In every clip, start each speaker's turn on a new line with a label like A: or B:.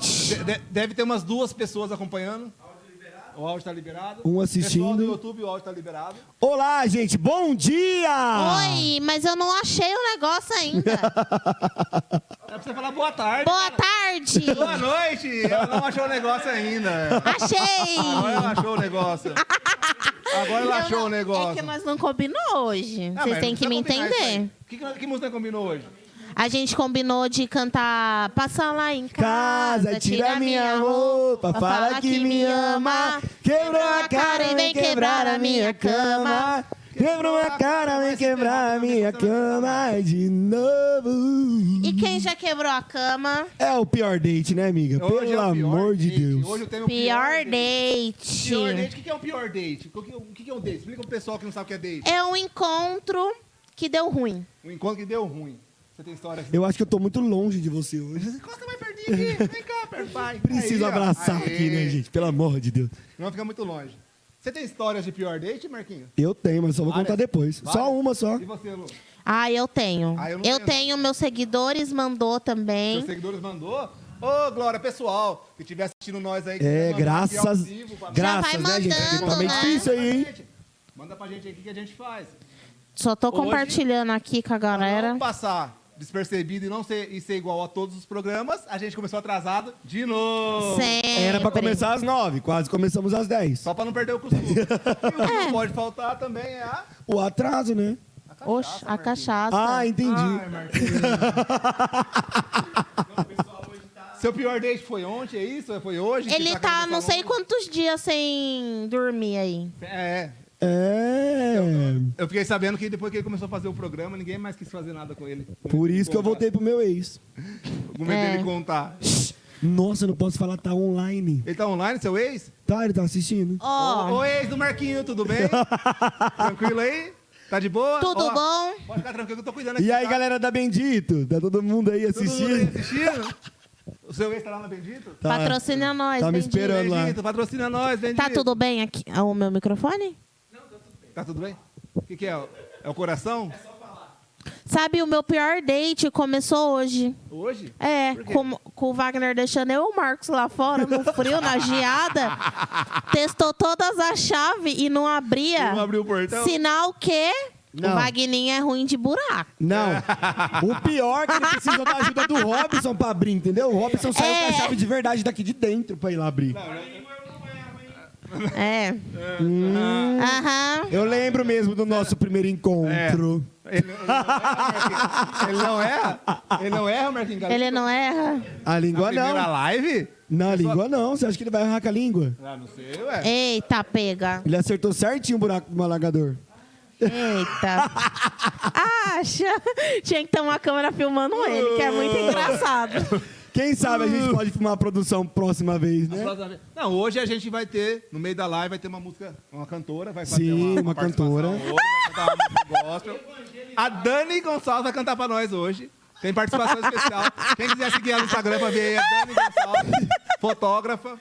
A: De- de- deve ter umas duas pessoas acompanhando. O áudio tá liberado.
B: Um
A: Pessoal do
B: assistindo.
A: YouTube, o áudio tá liberado.
B: Olá, gente, bom dia!
C: Oi, mas eu não achei o negócio ainda.
A: É pra você falar boa tarde.
C: Boa tarde.
A: Boa noite! Ela não achou o negócio ainda. Agora
C: Achei.
A: ela achou o negócio. Agora ela
C: Eu
A: achou
C: não-
A: o
C: É
A: negócio.
C: que nós não combinou hoje.
A: Ah,
C: Vocês
A: mas
C: têm que
A: precisa
C: me
A: combinar isso aí.
C: entender.
A: O que, que, que música combinou hoje?
C: A gente combinou de cantar Passa lá em casa,
B: Casa, tira minha roupa, fala que me ama. Quebrou a cara, vem quebrar a minha cama. Quebrou a cara, vem quebrar a minha cama de novo.
C: E quem já quebrou a cama?
B: É o pior date, né, amiga? Pelo
A: Hoje é o pior
B: amor de
A: date.
B: Deus.
A: Hoje eu tenho o
C: Pior
A: date.
C: date.
A: Pior date. O que que é o pior date? O que- O que que é um date? Explica pro pessoal que não sabe o que é date.
C: É um encontro que deu ruim.
A: Um encontro que deu ruim. Você tem história aqui?
B: Eu acho que eu tô muito longe de você hoje.
A: Encosta mais pertinho aqui. Vem cá, perto. Vai.
B: Preciso
A: Aí, ó. Aê.
B: abraçar aqui, né, gente? Pelo amor de Deus.
A: Não fica muito longe. Você tem histórias de pior date, Marquinhos?
B: Eu tenho, mas só vou
A: Várias?
B: contar depois. Só
A: Várias?
B: uma só.
A: E você, Lu?
C: Ah, eu tenho.
A: Ah, eu
C: eu
A: não tenho, não.
C: tenho, meus seguidores mandou também.
A: Seus seguidores mandou? Ô, Glória, pessoal, que estiver assistindo nós aí. que quiser
B: É,
A: mandar aqui ao
B: graças.
A: vivo pra-
B: Graças,
C: Já vai
B: né, gente? Porque Tá
C: mandando,
B: meio
C: né?
B: difícil aí, hein?
A: Pra gente. Manda pra gente aqui que a gente faz.
C: Só tô
A: Hoje-
C: compartilhando aqui com a
A: Pra
C: galera.
A: não passar despercebido e não ser, e ser igual a todos os programas, a gente começou atrasado de novo.
C: Sempre.
B: Era pra começar às nove, quase começamos às dez.
A: Só pra não perder o costume. e o que não pode faltar também é a...
B: O atraso, né?
C: Oxe, a cachaça.
B: Ah, entendi.
A: Ai, Marquinhos. Seu pior date foi ontem, é isso? Foi hoje? que
C: Ele tá
A: acabando
C: não sei
A: falando?
C: quantos dias sem dormir aí.
A: É,
B: É.
A: eu fiquei sabendo que depois que ele começou a fazer o programa, ninguém mais quis fazer nada com ele.
B: Por isso que eu voltei pro meu ex.
A: Com medo
C: É.
A: dele contar.
B: Nossa, eu não posso falar, tá online.
A: Ele tá online, seu ex?
B: Tá, ele tá assistindo.
C: Ó,
A: Ô, ô, ex do Marquinho, tudo bem? tranquilo aí? Tá de boa?
C: tudo
A: Ó,
C: bom?
A: Pode ficar tranquilo que eu tô cuidando aqui.
B: E aí,
A: tá?
B: galera da Bendito? Tá todo mundo aí
A: Todo mundo aí
B: assistindo?
A: assistindo? o seu ex tá lá no Bendito?
B: Tá.
C: Patrocina nós,
B: Tá me
C: bendito.
B: esperando. Tá lá.
A: Bendito, patrocina nós, Bendito.
C: Tá tudo bem aqui? Ah, O meu microfone?
A: Tá tudo bem? O que, que é? É o coração?
C: Sabe, o meu pior date começou hoje.
A: Hoje?
C: É,
A: Por quê?
C: com, com o Wagner deixando eu e o Marcos lá fora, no frio, na geada. Testou todas as chaves e não abria.
A: Ele não abriu o portão?
C: Sinal que
B: Não.
C: o Wagninho é ruim de buraco.
B: Não. O pior é que ele precisa da ajuda do Robson pra abrir, entendeu? O Robson saiu
C: É.
B: com a chave de verdade daqui de dentro pra ir lá abrir.
C: É. Aham.
A: Hum.
B: Eu lembro mesmo do nosso primeiro
A: É.
B: encontro.
A: Ele, ele não erra, Marquinhos? Ele não erra? Ele não erra, Marquinhos? Galera?
C: Ele não erra.
B: A língua
A: Primeira
B: não.
A: live?
B: Na língua não. Você acha que ele vai arrancar a língua?
A: Ah, não sei, ué.
C: É. Eita, pega.
B: Ele acertou certinho o buraco do malagador.
C: Eita. Acha. Tinha que ter uma câmera filmando ele, que é muito engraçado.
B: Quem sabe a gente pode filmar a produção próxima vez, né?
A: Uh. Próxima vez- Não, hoje a gente vai ter, no meio da live, vai ter uma música, uma cantora, vai fazer
B: Sim,
A: uma,
B: uma
A: participação
B: cantora.
A: hoje, vai cantar uma música gospel. A Dani Gonçalves vai cantar pra nós hoje. Tem participação especial. Quem quiser seguir ela no Instagram pra ver aí, a Dani Gonçalves, fotógrafa.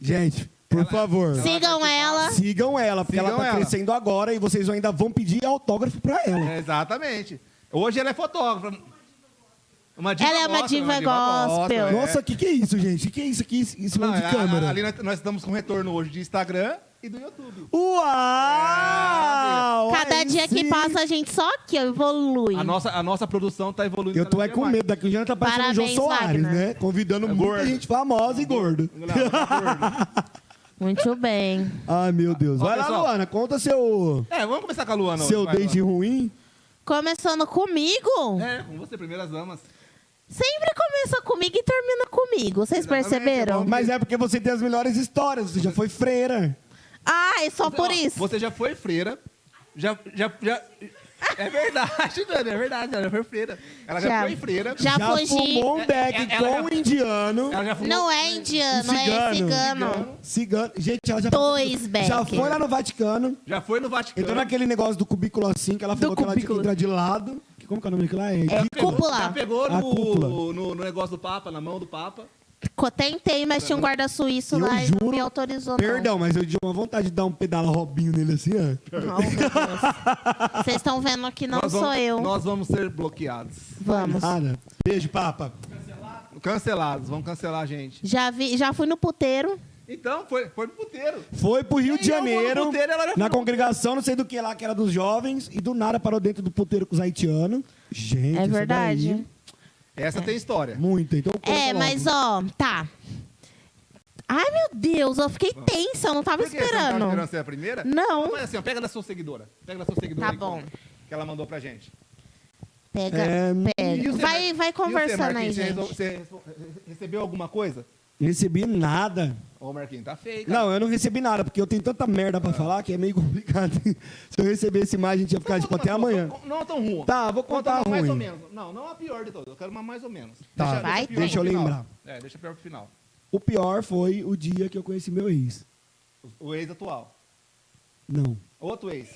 B: Gente, por favor,
C: Sigam ela.
B: sigam ela, porque ela
A: Sigam
B: tá
A: ela.
B: crescendo agora e vocês ainda vão pedir autógrafo pra ela.
A: É, exatamente. Hoje ela é fotógrafa. Uma
C: Ela é uma diva gospel.
B: Nossa, o que, que é isso, gente? O que, que é isso aqui em cima
A: Não,
B: de
A: a- a-
B: câmera?
A: ali nós, nós estamos com retorno hoje de Instagram e do YouTube.
B: Uau!
C: Cada
B: Aí
C: dia que
B: sim.
C: passa, a gente só que evolui.
A: A nossa, a nossa produção tá evoluindo.
B: Eu tô
A: cada
B: é
A: dia
B: com
A: mais.
B: medo daqui. O Jean tá parecendo o João
C: Parabéns,
B: Soares,
C: Wagner.
B: né? Convidando muita
A: É gordo.
B: gente famosa e gordo.
A: Vamos lá, vamos lá, gordo.
C: Muito bem.
B: Ai, meu Deus.
A: Ó,
B: Vai lá,
A: pessoal.
B: Luana, conta seu,
A: É, vamos começar com a Luana. hoje,
B: seu
A: vai,
B: date ruim.
C: Começando comigo.
A: É, com você, primeiras damas.
C: Sempre começa comigo e termina comigo. Vocês
A: Exatamente,
C: perceberam?
A: bom.
B: Mas é porque você tem as melhores histórias. Você já foi freira.
C: Ah, é só por isso.
A: Então, Você já foi freira. Já, já, já... É verdade, Dani, é verdade. Ela já foi freira. Ela já, foi freira.
C: Já,
B: já
C: fugi.
B: fumou um deck
A: É, é,
B: com
A: ela
B: um indiano.
A: Ela já foi
C: Não é indiano,
B: Cigano.
C: é cigano.
B: Cigano. Gente, ela já
C: Dois Beck.
B: Já foi lá no Vaticano.
A: Já foi no Vaticano.
B: Entrou naquele negócio do cubículo assim, que ela falou que ela tinha que
C: cubículo.
B: entrar de lado. Que- Como que é o nome daquilo lá? É,
C: É
B: ridículo.
A: Já
C: cúpula.
A: pegou
B: A cúpula.
A: no, no, no negócio do Papa, na mão do Papa.
C: Co- Tentei, mas tinha um guarda suíço
B: Eu
C: lá e
B: juro.
C: não me autorizou. não.
B: Perdão, mas eu tinha uma vontade de dar um pedala robinho nele assim, ó.
C: Oh, meu Deus. Vocês estão vendo que não
A: Nós Ah.
C: sou
A: vamos-
C: eu.
A: Nós vamos ser bloqueados.
C: Vamos.
B: Nada. Beijo, papa.
A: Cancelados, vão cancelar a gente.
C: Já, vi, já fui no puteiro.
A: Então, foi, foi pro puteiro.
B: Foi pro Rio de
A: Quem arrumou no
B: Janeiro,
A: puteiro, ela já
B: na
A: falou.
B: congregação, não sei do que lá, que era dos jovens, e do nada parou dentro do puteiro com os haitianos. Gente,
C: É
B: essa
C: verdade.
A: Essa tem história.
B: daí, muita, então conta
C: É,
B: logo.
C: mas ó, tá. Ai, meu Deus, eu fiquei tensa, eu não tava
A: Por que você não tá tava esperando
C: esperando.
A: ser a primeira?
C: Não.
A: Então faz assim, ó, pega da sua seguidora. Pega da sua seguidora
C: Tá
A: aí,
C: bom.
A: Que ela mandou pra gente.
C: Pega,
B: É,
A: E
C: pega.
A: você,
C: Vai,
A: Mar-
C: vai
A: e você,
C: conversando aí,
A: Marquinhos,
C: gente.
A: Você, resol- você resol- recebeu alguma coisa?
B: Não recebi nada.
A: Ô, Marquinhos, tá feio, cara.
B: Não, eu não recebi nada, porque eu tenho tanta merda pra falar que é meio complicado. Se eu recebesse mais, a gente ia ficar tipo até amanhã.
A: Não é tão ruim.
B: Tá, vou
A: Conta
B: contar
A: uma mais
B: ruim.
A: ou menos. Não, não a pior de todas. Eu quero uma mais ou menos.
B: Tá.
C: Vai,
A: pior
B: deixa
A: pro
B: eu
A: final.
B: lembrar.
A: É, deixa pior pro final.
B: O pior foi o dia que eu conheci meu ex.
A: O o ex atual.
B: Não.
A: Outro ex.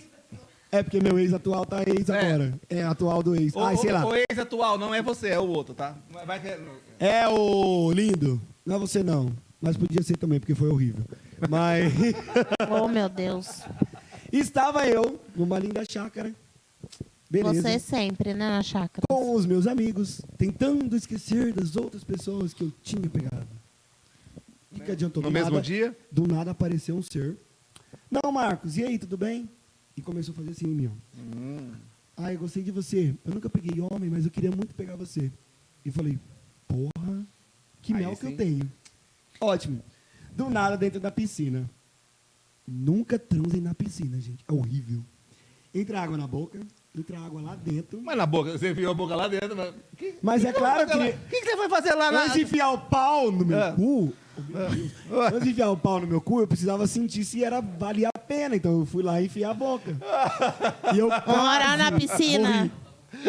B: É porque meu ex atual tá ex
A: É.
B: agora. É, atual do ex.
A: O,
B: Ai, sei
A: o-
B: lá.
A: o ex atual não é você, é o outro, tá? Vai que...
B: É o lindo. Não é você não. Mas podia ser também, porque foi horrível. Mas
C: Oh, meu Deus.
B: estava eu numa linda chácara. Beleza.
C: Você sempre, né, na chácara.
B: Com os meus amigos, tentando esquecer das outras pessoas que eu tinha pegado. O que, que adiantou?
A: No
B: Do
A: mesmo
B: nada-
A: dia?
B: Do nada apareceu um ser. Não, Marcos, e aí, tudo bem? E começou a fazer assim em mim. ó.
A: Hum.
B: Ah, eu gostei de você. Eu nunca peguei homem, mas eu queria muito pegar você. E falei, porra, que
A: Aí
B: mel que
A: sim.
B: eu tenho. Ótimo. Do nada dentro da piscina. Nunca transem na piscina, gente. É horrível. Entra água na boca, entra água lá dentro.
A: Mas na boca, você viu a boca lá dentro, mas... Que-
B: Mas é claro
A: O que,
B: que.
A: que você foi fazer lá na...
B: Antes de enfiar o pau no meu
A: Ah.
B: cu,
A: Ah.
B: antes de enfiar o pau no meu cu, eu precisava sentir se era valia a pena. Então eu fui lá enfiar a boca. E eu
A: ah,
C: Vamos orar na
B: quase
C: piscina.
B: morri.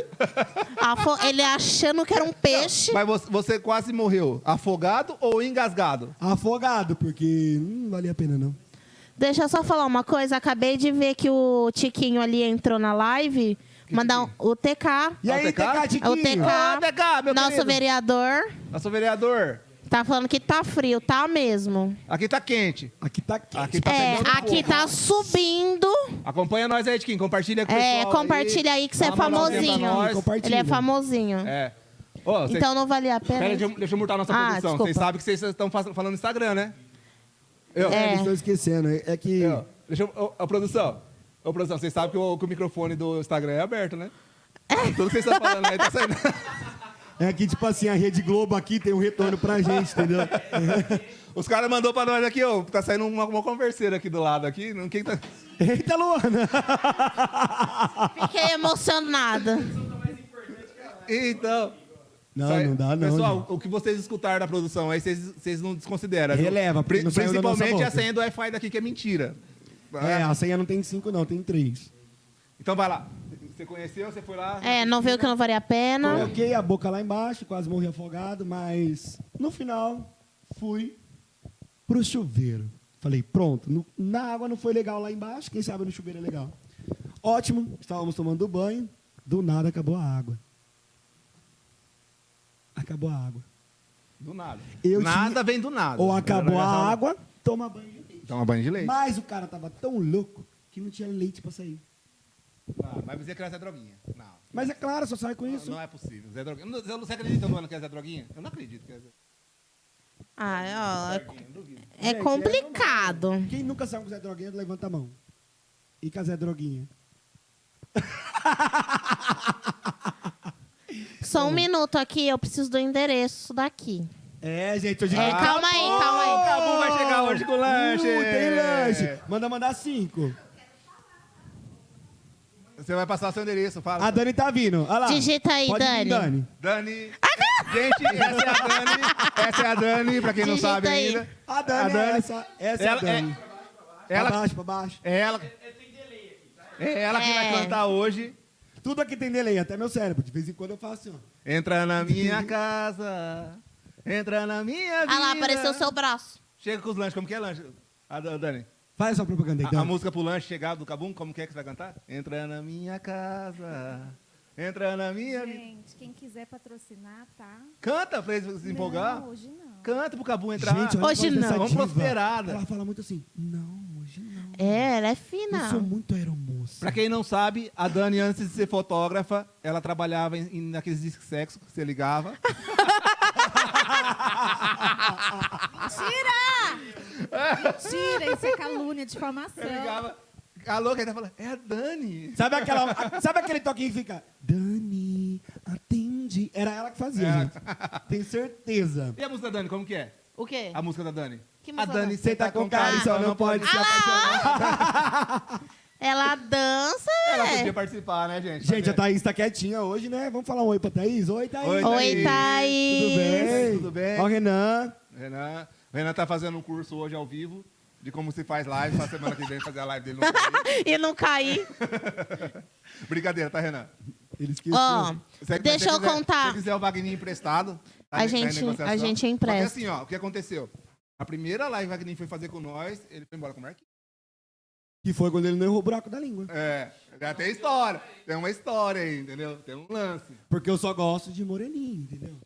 C: A fo- Ele achando que era um peixe.
A: Mas você, você quase morreu afogado ou engasgado?
B: Afogado, porque hum, não valia a pena, não.
C: Deixa eu só falar uma coisa. Acabei de ver que o Tiquinho ali entrou na live. Mandar um- o TK.
B: E
A: Ah, o
B: aí,
A: TK?
B: TK,
C: O
B: Tiquinho?
C: TK,
A: Ah, TK, meu
C: nosso
A: querido.
C: vereador,
A: Nosso vereador,
C: tá falando que tá frio, tá mesmo.
A: aqui tá quente.
B: Aqui tá quente.
A: Aqui tá
C: É,
A: pegando
C: aqui
A: fogo.
C: tá subindo.
A: Acompanha nós aí, Tiquinho. Compartilha com o
C: É,
A: pessoal
C: compartilha aí que você é
A: Dá uma moralzinha pra
C: famosinho.
A: nós.
B: Compartilha.
C: Ele é famosinho.
A: É. Ô, cê-
C: Então não valia a
A: Pera, um-
C: pena.
A: deixa, eu- deixa eu murtar a nossa
C: Ah,
A: produção.
C: desculpa.
A: Vocês sabem que vocês estão fa- falando no Instagram, né? Eu,
C: É.
B: Estou esquecendo. É que.
A: eu- deixa eu, ô, ô, produção. Ô, produção, vocês sabem que o, que o microfone do Instagram é aberto, né? Tudo que vocês estão falando aí tá saindo.
B: É que, tipo assim, a Rede Globo aqui tem um retorno pra gente, entendeu?
A: Os caras mandou pra nós aqui, ó. Tá saindo uma, uma converseira aqui do lado aqui. Não, quem tá...
B: Eita, Luana!
C: Fiquei emocionada.
A: Então.
B: Não,
A: sai-
B: não dá, não.
A: Pessoal,
B: gente.
A: o que vocês escutaram da produção aí, vocês, vocês não desconsideram. viu?
B: Releva, porque
A: Pri-
B: não saiu da nossa
A: Principalmente a
B: boca.
A: senha do Wi-Fi daqui, que é mentira. Ah,
B: É, a senha não tem cinco, não, tem três.
A: Então vai lá. Você conheceu, você foi lá.
C: É, não viu que não valia a pena.
B: Coloquei a boca lá embaixo, quase morri afogado, mas no final fui pro chuveiro. Falei, pronto, no- na água não foi legal lá embaixo, quem sabe no chuveiro é legal. Ótimo, estávamos tomando banho, do nada acabou a água. Acabou a água.
A: Do nada.
B: Eu
A: nada
B: tinha-
A: vem do nada. né? um-
B: Ou acabou a água, toma banho de leite.
A: Toma banho de leite.
B: Mas o cara tava tão louco que não tinha leite pra sair.
A: Ah, mas você que ela é Zé Droguinha. Não.
B: Mas é claro, só sai com isso.
A: Não, não é possível. Zé Droguinha. Não, Você acredita, Luana, que é Zé Droguinha? Eu não acredito que é Zé
C: Ah, ó,
A: Droguinha. não duvido.
C: é, é complicado.
B: Quem nunca saiu com Zé Droguinha, levanta a mão. E com a Zé Droguinha?
C: Só um minuto aqui, eu preciso do endereço daqui.
B: É, gente, hoje
C: É, calma aí, calma aí.
A: O Cabu vai chegar hoje com lanche.
B: Uh, tem lanche. Manda mandar cinco.
A: Você vai passar o seu endereço, fala.
B: A Dani tá vindo. Olha lá.
C: Digita aí,
B: Pode vir,
C: Dani.
B: Dani.
A: Dani.
B: Ah,
A: Gente, essa é a Dani. Essa é a Dani, pra quem não
C: Digita
A: sabe
C: aí.
A: ainda.
B: A Dani,
A: A Dani.
B: É essa, essa
A: Ela-
B: é a Dani.
A: é-
B: Pra
A: ela,
B: baixo, pra baixo.
A: é ela, é ela que vai
C: É.
A: cantar hoje.
B: Tudo aqui tem delay, até meu cérebro. De vez em quando eu faço assim, ó.
A: Entra na minha casa. Entra na minha vida.
C: Ah lá, apareceu o seu braço.
A: Chega com os lanches. Como que é lanche? Ah, da- Dani,
B: Faz essa propaganda aí,
A: a, a
B: Dani.
A: música pro lanche chegar do Cabum, como que é que você vai cantar? Entra na minha casa. Entra na minha vida.
D: Gente, quem quiser patrocinar, tá?
A: Canta pra eles se empolgar.
D: Não, hoje não.
A: Canta pro Cabum entrar.
B: Gente, olha
C: Hoje
B: como essa
C: não.
A: Vamos
B: diva.
A: prosperada.
B: Ela fala muito assim, não, hoje não.
C: É, ela é
B: Eu sou
C: fina.
B: muito aeromoça.
A: Pra quem não sabe, a Dani, antes de ser fotógrafa, ela trabalhava em, em- naqueles discos sexo que você ligava.
D: Mentira! Mentira, isso é calúnia, difamação.
A: Eu ligava. Alô, que ele tá falando, é a Dani.
B: Sabe, aquela, a- sabe aquele toquinho que fica? Dani, atende. Era ela que fazia,
A: É.
B: gente. Tenho certeza.
A: E a música da Dani, como que é?
C: O quê?
A: A música da Dani.
C: Que música
A: a Dani
C: da-
A: senta com cara e
C: Ah.
A: só não pode se
C: Ah
A: apaixonar.
C: Ela dança, é.
A: Ela podia
C: velho.
A: participar, né, gente?
B: Gente, a
A: Tá
B: Thaís tá quietinha hoje, né? Vamos falar um oi pra Thaís. Oi, Thaís.
A: Oi,
C: Oi, Thaís.
B: Tudo bem?
A: Tudo bem?
B: Ó, Renan.
A: vendo? Renan, Renan tá fazendo um curso hoje ao vivo de como se faz live, pra semana que vem fazer a live dele no Facebook.
C: e não cair.
A: Brincadeira, tá, Renan?
B: Ele esqueceu.
C: Ó,
A: Se- mas
C: deixa
A: se
C: eu
A: quiser-
C: contar.
A: Se quiser o Wagner emprestado, tá em-
C: A
A: tá em
C: gente-
A: negociação.
C: a gente empresta.
A: Só que assim, ó, o que aconteceu? A primeira live que o Wagner foi fazer com nós, ele foi embora com o Marquinhos.
B: Que foi quando ele não errou o buraco da língua.
A: É, já tem história. Tem uma história aí, entendeu? Tem um lance.
B: Porque eu só gosto de moreninho, entendeu?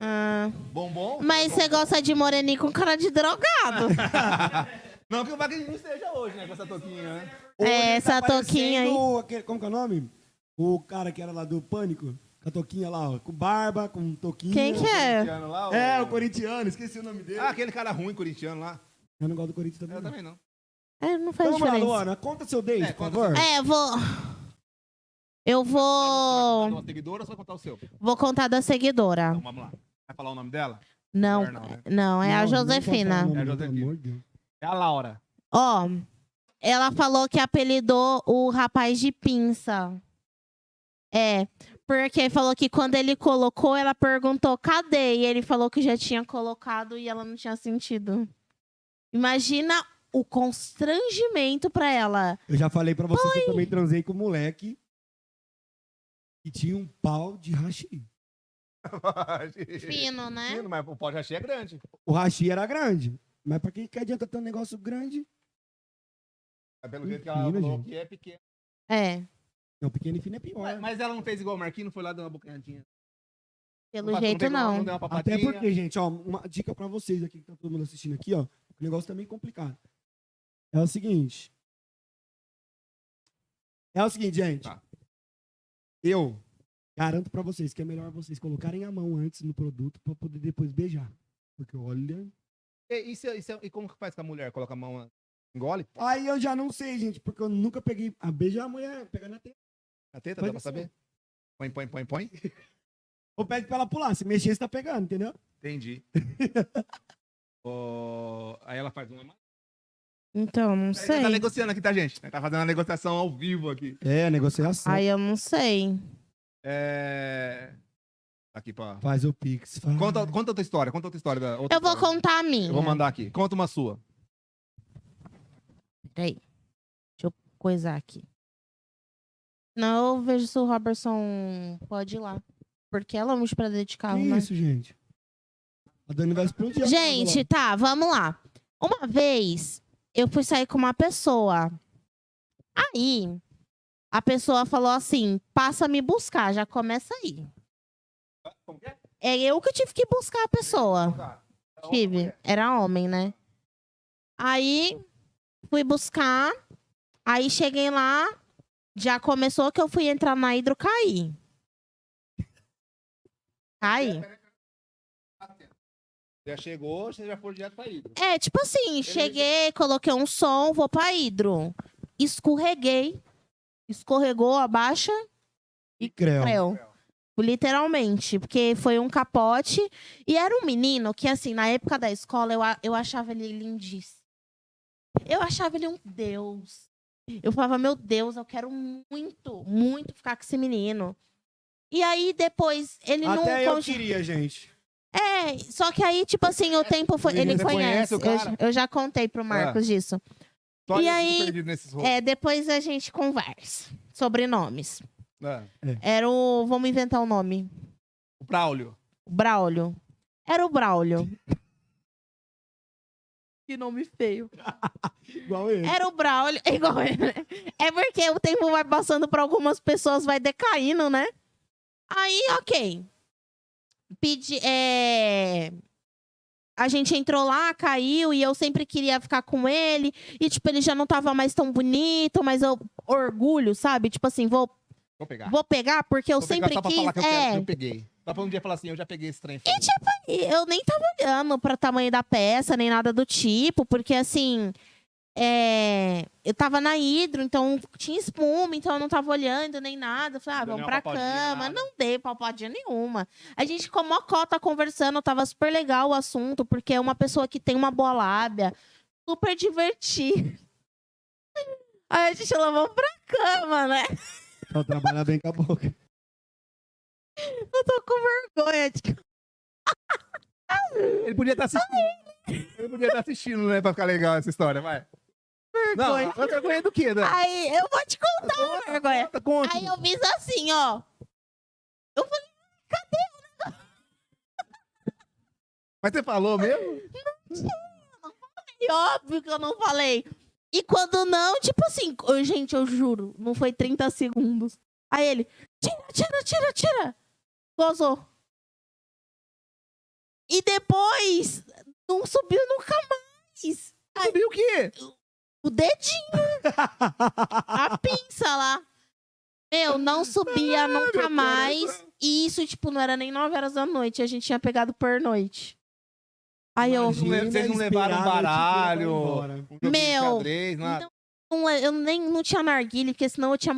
C: Ah,
A: Bombom?
C: mas você gosta de moreninho com cara de drogado.
A: Não que o Wagner não esteja hoje, né, com essa toquinha, né?
B: Hoje tá
C: É, essa toquinha aí.
B: parecendo aquele- como que é o nome? O cara que era lá do Pânico. Com a toquinha lá, ó. Com barba, com toquinha.
C: Quem que é?
A: Corintiano lá,
B: É, o corintiano. Esqueci o nome dele.
A: Ah, aquele cara ruim corintiano lá.
B: Eu não gosto do Corinthians também.
A: Eu
B: não.
A: também não.
C: É, não faz
B: Então, vamos lá,
C: diferença.
B: Luana. Conta seu date,
A: É,
B: por
A: conta
B: favor.
C: É, eu vou. Eu
A: Você vai contar
C: vou.
A: uma seguidora ou você vai contar o seu?
C: Vou contar da seguidora.
A: Então, vamos lá. Vai falar o nome dela?
C: Não,
A: Melhor não, né?
C: não, é
B: Não,
C: a
B: não vou falar o
C: Josefina.
B: nome,
A: É a Josefina.
B: pelo amor de Deus.
A: É a Laura.
C: Ó, ela falou que apelidou o rapaz de pinça. É, porque falou que quando ele colocou, ela perguntou cadê? E ele falou que já tinha colocado e ela não tinha sentido. Imagina o constrangimento pra ela.
B: Eu já falei pra vocês que eu também transei com um moleque que tinha um pau de hashi.
C: Fino, né?
A: Fino, mas o pó já é grande.
B: O hashi era grande. Mas pra que, que adianta ter um negócio grande?
A: Mas Pelo jeito que ela
B: Fino,
A: falou
B: gente.
A: que é pequeno.
C: É,
B: Não, pequeno e fino é pior.
A: Ué, Mas ela não fez igual o Marquinhos, foi lá dar uma bocanhadinha.
C: pelo
A: Não
C: jeito
A: pegou,
C: não.
A: deu uma
B: Até
A: papadinha.
B: porque, gente, ó, uma dica pra vocês aqui que tá todo mundo assistindo aqui, ó. O negócio tá meio complicado. É o seguinte. É o seguinte, gente.
A: Tá.
B: Eu garanto pra vocês que é melhor vocês colocarem a mão antes no produto pra poder depois beijar. Porque olha.
A: E, e se- e se- e como que faz com a mulher? Coloca a mão, engole
B: Aí eu já não sei, gente, porque eu nunca peguei a beijar a mulher, pegar na tela.
A: a teta,
B: Pode
A: dá pra
B: ser.
A: saber? Põe, põe, põe, põe.
B: Ou pede pra ela pular, se mexer, você tá pegando, entendeu?
A: Entendi. Ó, Aí ela faz uma...
C: Então, não sei.
A: Tá negociando aqui, tá, gente? Tá fazendo uma negociação ao vivo aqui.
B: É, negociação.
C: Aí eu não sei.
A: É... Aqui pra...
B: Faz o pix. Faz.
A: Conta, conta outra história, conta outra história. da- outra
C: Eu vou
A: história.
C: contar a minha.
A: Eu vou mandar aqui. Conta uma sua.
C: Peraí. Deixa eu coisar aqui. Não, eu vejo se o Robertson pode ir lá. Porque é longe pra dentro de carro,
B: Que
C: né?
B: isso, gente? A Dani vai explodir. a
C: Gente, tá, vamos lá. Uma vez eu fui sair com uma pessoa. Aí a pessoa falou assim: passa me buscar, já começa aí. É eu que tive que buscar a pessoa. Tive. Era homem, né? Aí fui buscar. Aí cheguei lá. Já começou que eu fui entrar na hidro, caí. Caí.
A: Já chegou, você já foi direto pra Hidro.
C: É, tipo assim, cheguei, coloquei um som, vou pra hidro. Escorreguei. Escorregou, abaixa,
B: E creu.
C: creu. Literalmente, porque foi um capote. E era um menino que, assim, na época da escola, eu, a- eu achava ele lindíssimo. Eu achava ele um deus. Eu falava, meu Deus, eu quero muito, muito ficar com esse menino. E aí, depois, ele não...
B: Até eu
C: conti-
B: queria, gente.
C: é, só que aí, tipo assim, o tempo foi. Ele
A: Você conhece o
C: conhece. eu,
A: cara?
C: já- eu já contei pro Marcos disso. E aí-
A: Perdido nesses rolos.
C: É, depois a gente conversa sobre nomes.
A: É.
C: Era o. Vamos inventar o nome.
A: O Braulio.
C: O Braulio. Era o Braulio. que nome feio.
B: Igual ele.
C: Era o Braulio. É igual ele, né? É porque o tempo vai passando pra algumas pessoas, vai decaindo, né? Aí, ok. Pedi. É... A gente entrou lá, caiu, e eu sempre queria ficar com ele. E, tipo, ele já não tava mais tão bonito, mas eu orgulho, sabe? Tipo assim, vou,
A: Vou pegar.
C: vou pegar, porque eu
A: Vou pegar
C: sempre
A: só pra
C: quis.
A: falar que eu,
C: é,
A: quero, que eu peguei. Só Só pra um dia falar assim, eu já peguei esse trem.
C: E, tipo, eu nem tava olhando pra tamanho da peça, nem nada do tipo, porque assim. é, Eu tava na hidro, então tinha espuma, então eu não tava olhando nem nada. Eu Falei, ah,
A: Não deu
C: vamos
A: nenhuma
C: pra
A: palpadinha,
C: cama.
A: nada.
C: Não dei palpadinha nenhuma. A gente ficou mocó, tá conversando, tava super legal o assunto, porque é uma pessoa que tem uma boa lábia, super divertida. Aí a gente falou, vamos pra cama, né?
B: Só trabalhar Então, bem com a boca.
C: Eu tô com vergonha de
A: Ele podia estar assistindo. Ele podia estar assistindo, né? Pra ficar legal essa história, vai. Não,
C: vergonha.
A: eu tô do quê, né?
C: Aí eu vou te contar uma vergonha.
A: Conta, conta.
C: Ah, é. Aí eu fiz assim, ó. Eu falei, cadê?
A: Mas você falou mesmo?
C: E É óbvio que eu não falei. E quando não, tipo assim, eu- gente, eu juro, não foi 30 segundos. Aí ele, tira, tira, tira, tira. Gozou. E depois, não subiu nunca mais.
A: Subiu o quê?
C: O dedinho. a pinça lá. Meu, não subia nunca
A: coração.
C: mais. E isso, tipo, não era nem 9 horas da noite. A gente tinha pegado por noite. Aí eu.
A: Vocês não le- vocês não levaram um baralho, um joguinho de
C: Meu,
A: xadrez, nada.
C: Então, Não, eu nem não tinha narguile, porque senão eu tinha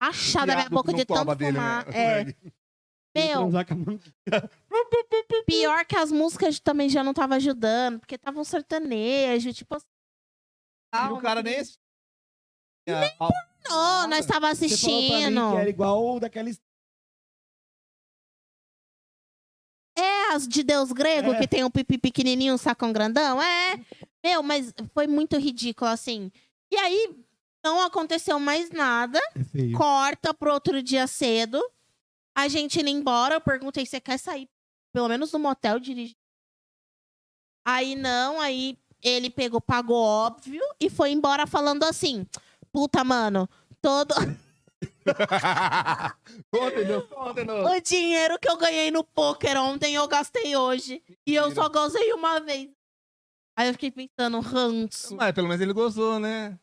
C: achado a tá, minha
A: Viado
C: boca
A: não
C: de
A: toma
C: tanto
A: dele, né?
C: fumar. É. Meu, pior que as músicas também já não tava ajudando, porque tava um sertanejo, tipo assim.
A: E o cara nem assistia. Ó,
C: Não, nós tava
B: Você falou pra mim
C: assistindo.
B: que era igual o daquela história.
C: É as de Deus grego,
B: É.
C: que tem um pipi pequenininho, um sacão grandão. É. Meu, mas foi muito ridículo, assim. E aí, não aconteceu mais nada.
B: É
C: Corta pro outro dia cedo. A gente indo embora. Eu perguntei, você quer sair? Pelo menos no motel dirigir. Aí não, aí ele pegou, pagou óbvio. E foi embora falando assim, puta, mano... Todo
A: Conta, meu, conta, meu.
C: o dinheiro que eu ganhei no poker ontem eu gastei hoje. E eu só gozei uma vez. Aí eu fiquei pensando, ranço.
A: Mas pelo menos ele gozou, né?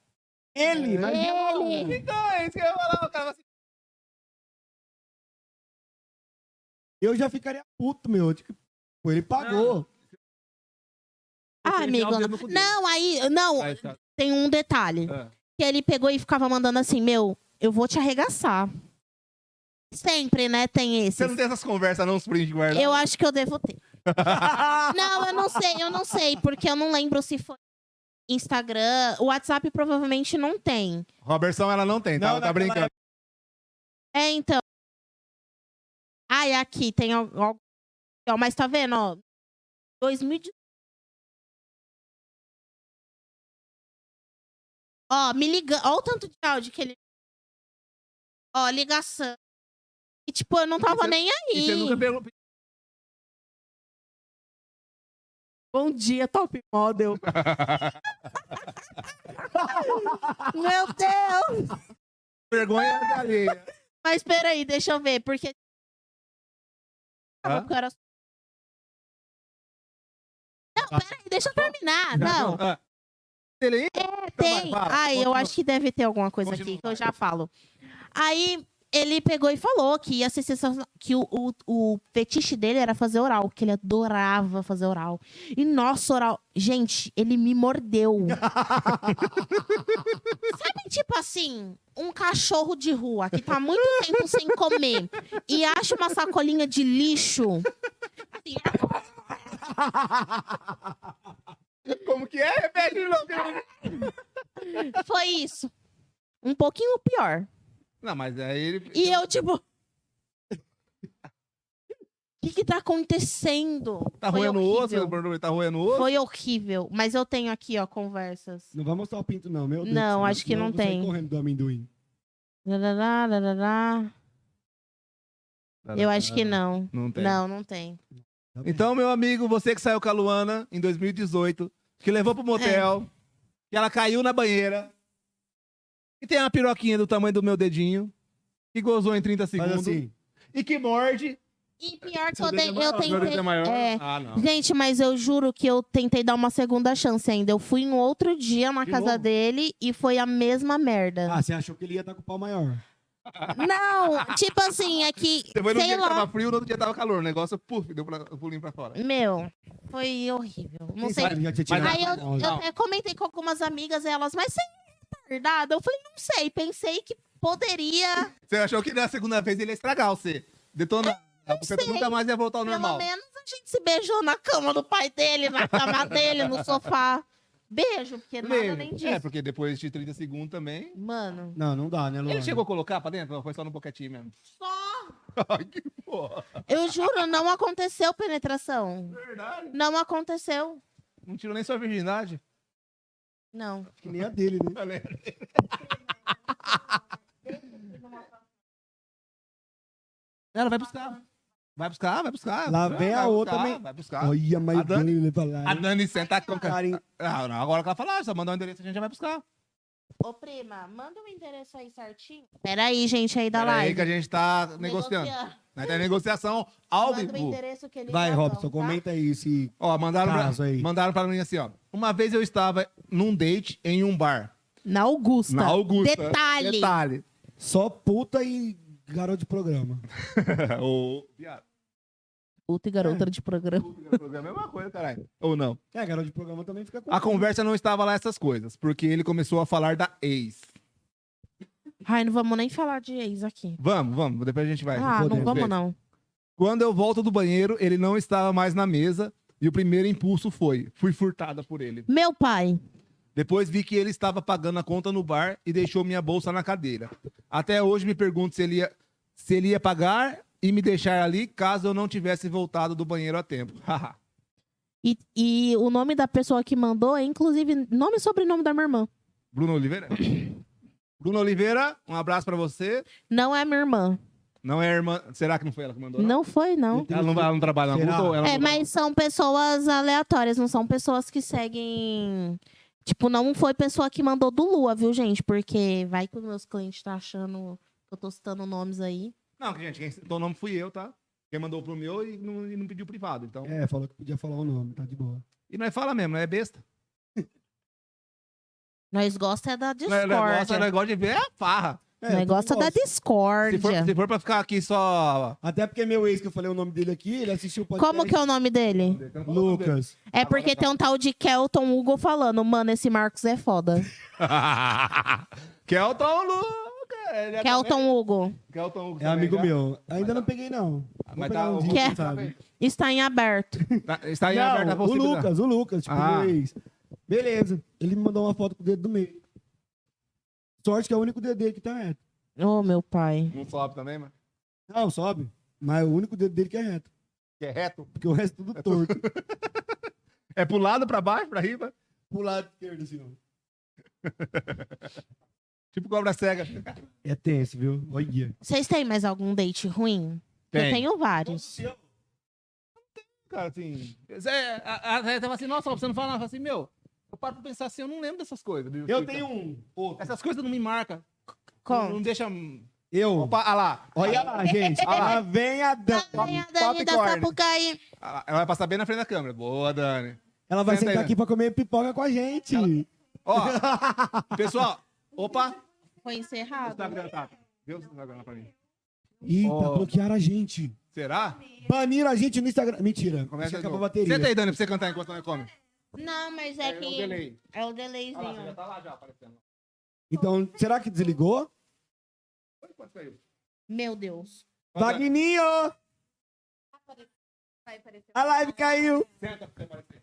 B: Ele, mas
C: Ele.
A: Então, é isso que eu ia falar. O cara vai assim,
B: eu já ficaria puto, meu. Tipo, ele pagou.
A: enfiar
C: Ah, amigo.
A: o dedo
C: Não.
A: no cu dele.
C: não, aí. Não,
A: Aí, tá.
C: tem um detalhe.
A: Ah.
C: Que ele pegou e ficava mandando assim: Meu, eu vou te arregaçar. Sempre, né? Tem esse.
A: Você não tem essas conversas, não, os prints guardados?
C: Eu acho que eu devo ter. não, eu não sei, eu não sei, porque eu não lembro se foi Instagram. O WhatsApp provavelmente não tem.
A: Robertson, ela não tem, tá?
B: Não,
A: Ela tá
B: naquela
A: brincando.
C: É, então. Ai, aqui tem algo. Mas tá vendo, ó. 2018. Ó, me ligando. Ó, o tanto de áudio que ele. Ó, ligação. E, tipo, eu não tava
A: você-
C: nem
A: E você nunca
C: aí.
A: pegou.
C: Bom dia, top model. Meu Deus!
A: Vergonha da alheia.
C: Mas peraí, deixa eu ver, porque.
A: Hã?
C: Porque eu era- Não, peraí, deixa eu terminar. Não. É,
A: Ah. Ele aí? vai,
C: tem.
A: fala,
C: Ai, eu
A: continua.
C: acho que deve ter alguma coisa
A: Continua,
C: aqui que eu
A: vai.
C: já falo. Aí ele pegou e falou que ia ser sensacional, que o, o, o fetiche dele era fazer oral, que ele adorava fazer oral. E nossa, oral. Gente, ele me mordeu. Sabe, tipo assim, um cachorro de rua que tá há muito tempo sem comer e acha uma sacolinha de lixo. Assim,
A: Como que é? Repete de novo. que eu não-
C: foi isso. Um pouquinho pior.
A: Não, mas aí ele.
C: E eu, tipo. O que, que tá acontecendo?
A: Tá
C: Foi
A: roendo o osso,
C: horrível.
A: meu Bruno, tá roendo o osso.
C: Foi horrível. Mas eu tenho aqui, ó, conversas.
B: Não vai mostrar o pinto, não, meu Deus.
C: Não,
B: do céu,
C: acho que
B: senão
C: não
B: eu vou sair
C: tem.
B: correndo do amendoim.
C: Larará, larará. Eu acho que não.
A: Não tem.
C: Não, não tem.
B: Tá bem.
A: Então, meu amigo, você que saiu com a Luana em 2018, que levou pro motel,
C: É.
A: que ela caiu na banheira, que tem uma piroquinha do tamanho do meu dedinho, que gozou em 30
B: Faz
A: segundos,
B: assim.
A: e que morde.
C: E pior que
B: Seu
C: eu,
B: dedo é
C: dei-
B: maior,
C: eu
B: seu
A: Meu dedo
C: tentei.
A: é maior.
C: é.
A: Ah, não.
C: Gente, mas eu juro que eu tentei dar uma segunda chance ainda. Eu fui em outro dia na
B: De
C: casa
B: novo?
C: dele e foi a mesma merda.
B: Ah, você achou que ele ia estar com o pau maior.
C: Não, tipo assim, é que.
A: Depois no
C: sei
A: dia que
C: lá.
A: tava frio, no outro dia tava calor. O negócio, puf, deu pra, o pulinho pra fora.
C: Meu, foi horrível. Não sei.
B: Sabe, já tinha
A: Mas-
B: tirado.
C: Aí eu,
B: Não,
C: eu
B: não.
C: até comentei com algumas amigas, elas, mas você é retardada? Eu falei, não sei, pensei que poderia,
A: Você achou que na segunda vez ele ia estragar você. Detonar. Você
C: sei.
A: nunca mais ia voltar ao
C: pelo
A: normal.
C: menos a gente se beijou na cama do pai dele, na cama dele, no sofá. Beijo, porque nada nem disso.
A: É, porque depois de 30 segundos também.
C: Mano,
B: Não, não dá, né, Luana?
A: Ele chegou a colocar pra dentro? ou Foi só no boquetinho mesmo.
C: só,
A: Ai, que porra.
C: eu juro, não aconteceu penetração.
A: Verdade.
C: Não aconteceu,
A: Não tirou nem sua virgindade.
C: não.
B: Que nem a dele, né?
A: Ela vai buscar. Vai buscar, vai buscar.
B: Lá
A: Vai,
B: vem a
A: vai
B: outra
A: buscar,
B: também.
A: Vai buscar.
B: Olha, mas
A: A Dani-
B: Dani pra lá.
A: A Dani senta com
B: Karen.
A: Ah, não, agora que ela fala, ah, só mandar o endereço, a gente já vai buscar.
C: Ô, prima, manda o endereço aí certinho. Peraí, gente, aí da
A: Pera É aí
C: live.
A: que a gente tá negociando. Nós tá em negociação ao
C: Manda o
A: vivo.
C: endereço que ele
B: Vai,
C: tá
B: Robson,
C: bom, tá?
B: comenta aí se.
A: Ó, mandaram
B: Caso
A: pra,
B: aí.
A: mandaram pra mim assim, ó. Uma vez eu estava num date em um bar.
C: Na Augusta.
A: Na Augusta.
C: Tá. Detalhe.
A: Detalhe.
B: Só puta e garoto de programa.
A: Ô, viado,
C: Puta e garota de programa.
A: é a mesma coisa, caralho. Ou não.
B: É, garoto de programa também fica com.
A: A conversa não estava lá essas coisas, porque ele começou a falar da ex.
C: Ai, não vamos nem falar de ex aqui.
A: Vamos, vamos, depois a gente vai.
C: ah, não
B: podemos.
C: vamos não.
A: Quando eu volto do banheiro, ele não estava mais na mesa e o primeiro impulso foi: fui furtada por ele.
C: Meu pai.
A: Depois vi que ele estava pagando a conta no bar e deixou minha bolsa na cadeira. Até hoje me pergunto se ele ia, se ele ia pagar e me deixar ali caso eu não tivesse voltado do banheiro a tempo. Haha.
C: E, e o nome da pessoa que mandou é, inclusive, nome e sobrenome da minha irmã.
A: Bruno Oliveira? Bruno Oliveira, um abraço pra você.
C: Não é minha irmã.
A: Não é a irmã. Será que não foi ela que mandou?
C: Não foi, não.
A: Ela não, vai- ela não trabalha na
B: Será?
A: Augusta ou ela
C: É,
A: Então, não-
C: mas são pessoas aleatórias, não são pessoas que seguem. Tipo, não foi pessoa que mandou do Lua, viu, gente? Porque vai que os meus clientes tá achando que eu tô citando nomes aí.
A: Não, gente, quem citou o nome fui eu, tá? Quem mandou pro meu e não, e não pediu privado, então.
B: É, falou que podia falar o nome, tá de boa.
A: E nós fala mesmo, não é besta.
C: Nós gosta é da
A: Nós- nós gosta-
C: discórdia.
A: nós gosta é de ver a farra.
B: É,
C: Nós gosta
B: eu
C: da
B: gosto.
A: Se for,
C: discórdia.
A: se for pra ficar aqui só.
B: Até porque meu ex, que eu falei o nome dele aqui, ele assistiu o podcast.
C: Como que é o nome dele?
B: Lucas.
C: É porque tem um tal de Kelton Hugo falando, mano, esse Marcos é foda.
A: Kelton Lucas. ele é também-
C: Kelton Hugo
A: Kelton Lucas
B: É
A: também,
B: amigo
A: já.
B: meu. Ainda não peguei, não. Vou
A: Mas
B: pegar
A: tá,
B: um
A: o
B: dia,
C: Quer?
B: quem sabe?
C: está em aberto.
A: Tá- está aí aberta a
B: Não, o
A: possibilidade.
B: Lucas, o Lucas, tipo,
A: Ah.
B: meu ex. Beleza. Ele me mandou uma foto com o dedo do meio. Sorte que é o único dedo dele que tá reto.
C: Ô, meu pai.
A: Não sobe também, mas.
B: Não, sobe. Mas é o único dedo dele que é reto.
A: Que é reto.
B: Porque o resto é tudo torto.
A: É pro lado, pra baixo, pra riba.
B: Pro lado esquerdo, assim, ó.
A: Tipo cobra cega.
B: É tenso, viu? Olha.
C: Vocês têm mais algum date ruim? Eu
A: Tem.
C: tenho vários.
A: Cara, assim. é, a- a- Ela tava assim, nossa, você não fala nada. Eu falo assim, meu, eu paro pra pensar assim, eu não lembro dessas coisas. do
B: Eu
A: Justiça.
B: tenho um. Outro.
A: Essas coisas não me marcam. Não,
C: Com.
A: não deixa.
B: Eu.
A: Opa, ah lá.
B: Olha lá, gente.
A: Olha lá.
B: Lá vem a Dan.
C: Ai, a Dani Tá da
A: Popcorn.
C: Sapucaí.
A: Ah lá, Ela vai passar bem na frente da câmera. Boa, Dani.
B: Ela vai
A: Senta aí,
B: sentar
A: Dan.
B: aqui pra comer pipoca com a gente.
A: Ó, pessoal. Opa.
C: Foi
A: O
C: encerrado.
A: Instagram tá. Vê o Instagram lá pra mim.
B: Eita,
A: Ó.
B: bloquearam a gente.
A: Será?
B: Baniram a gente no Instagram. Mentira. Começa
A: Começa
B: Deixa
A: de
B: acabar a
A: novo.
B: bateria.
A: Senta aí, Dani, pra você cantar enquanto nós come.
C: Não, mas é
A: o
C: que.
A: delay.
C: É o
A: Ah lá, você já
C: delayzinho.
A: tá lá já aparecendo.
B: Então, será que desligou?
A: Olha quanto saiu.
C: Meu Deus.
A: Tá,
B: Vagninho!
D: Vai aparecer.
B: A live caiu!
A: Senta pra você aparecer.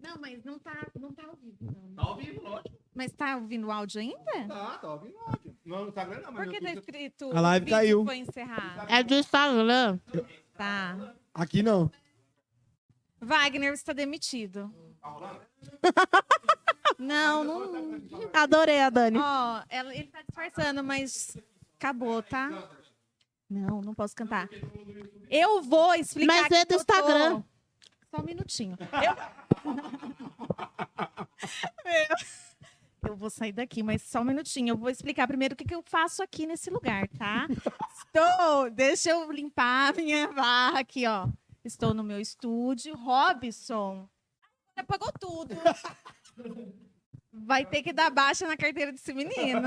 D: Não, mas não tá, não tá ao vivo. não.
A: Tá ao vivo, lógico.
D: Mas tá ouvindo o áudio ainda?
A: Tá, tá ao vivo, lógico. Não, no Instagram não, mas
D: Por
A: no
D: que tá
A: YouTube.
D: escrito?
B: A live
D: vídeo
B: caiu.
D: Foi encerrado.
C: É do Instagram.
D: Tá.
B: Aqui não.
D: Wagner está demitido. Não, não.
C: Adorei a Dani.
D: Ó, ela- ele tá disfarçando, mas acabou, tá? Não, não posso cantar. Eu vou explicar.
C: Mas é
D: que
C: do
D: eu tô-
C: Instagram.
D: Só um minutinho. Eu- Meu. Eu vou sair daqui, mas só um minutinho. Eu vou explicar primeiro o que, que eu faço aqui nesse lugar, tá? Estou. Deixa eu limpar a minha barra aqui, ó. Estou no meu estúdio. Robson. Já pagou tudo. Vai ter que dar baixa na carteira desse menino.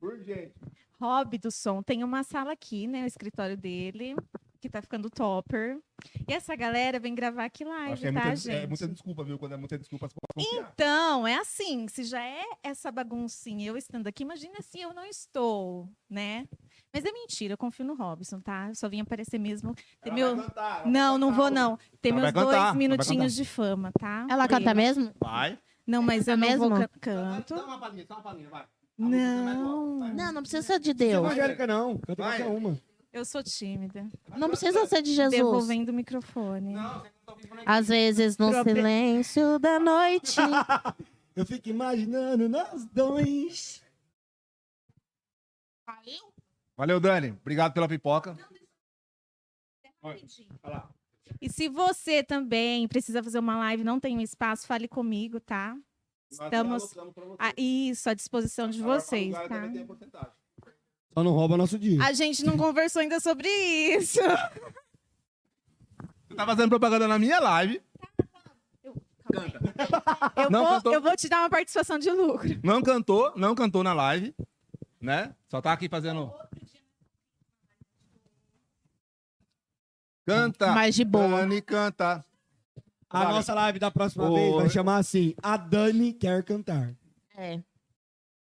A: Urgente.
D: hobby do som. Tem uma sala aqui, né? O escritório dele, que tá ficando topper. E essa galera vem gravar aqui live,
A: Acho que é,
D: tá,
A: muita,
D: gente?
A: é muita desculpa, viu? Quando é muita desculpa, as pessoas confiam.
D: Então, é assim, se já é essa baguncinha eu estando aqui, imagina se eu não estou, né? Mas é mentira, eu confio no Robson, tá? Eu só vim aparecer mesmo. Tem meu... Não, não vou, não. Tem
A: Ela vai
D: meus
A: cantar, ela
D: dois
A: vai
D: minutinhos de fama, tá?
C: Ela
D: Pra
C: canta
D: ele.
C: mesmo?
A: Vai.
D: Não, mas eu
C: Ela
D: não
C: canta
D: vou
C: mesmo?
D: ca- canto.
A: uma palhinha, só uma palhinha, vai. um
D: Não,
C: Não, não precisa ser de
B: Não é
C: Deus.
B: evangélica, não. Canta
A: Vai.
B: qualquer uma.
D: eu sou tímida.
C: Não precisa ser de Jesus.
D: Devolvendo o microfone.
A: tá
C: Às vezes, no
D: Probe-
C: silêncio da noite.
B: Eu fico imaginando nós dois.
A: Valeu, Dani. Obrigado pela pipoca.
D: E se você também precisa fazer uma live, não tem um espaço, fale comigo, tá?
A: tá
D: Estamos a- isso à disposição de vocês, tá?
B: Só não rouba nosso dia.
D: A gente não conversou ainda sobre isso.
A: Você tá fazendo propaganda na minha live.
D: Eu,
A: Não,
D: vou,
A: cantou.
D: eu vou te dar uma participação de lucro.
A: Não cantou, não cantou na live. Né? Só tá aqui fazendo. Canta.
C: Mas de boa.
A: Dani canta.
B: A
A: Olha,
B: nossa live da próxima
A: o-
B: vez vai chamar assim: A Dani quer cantar.
C: É.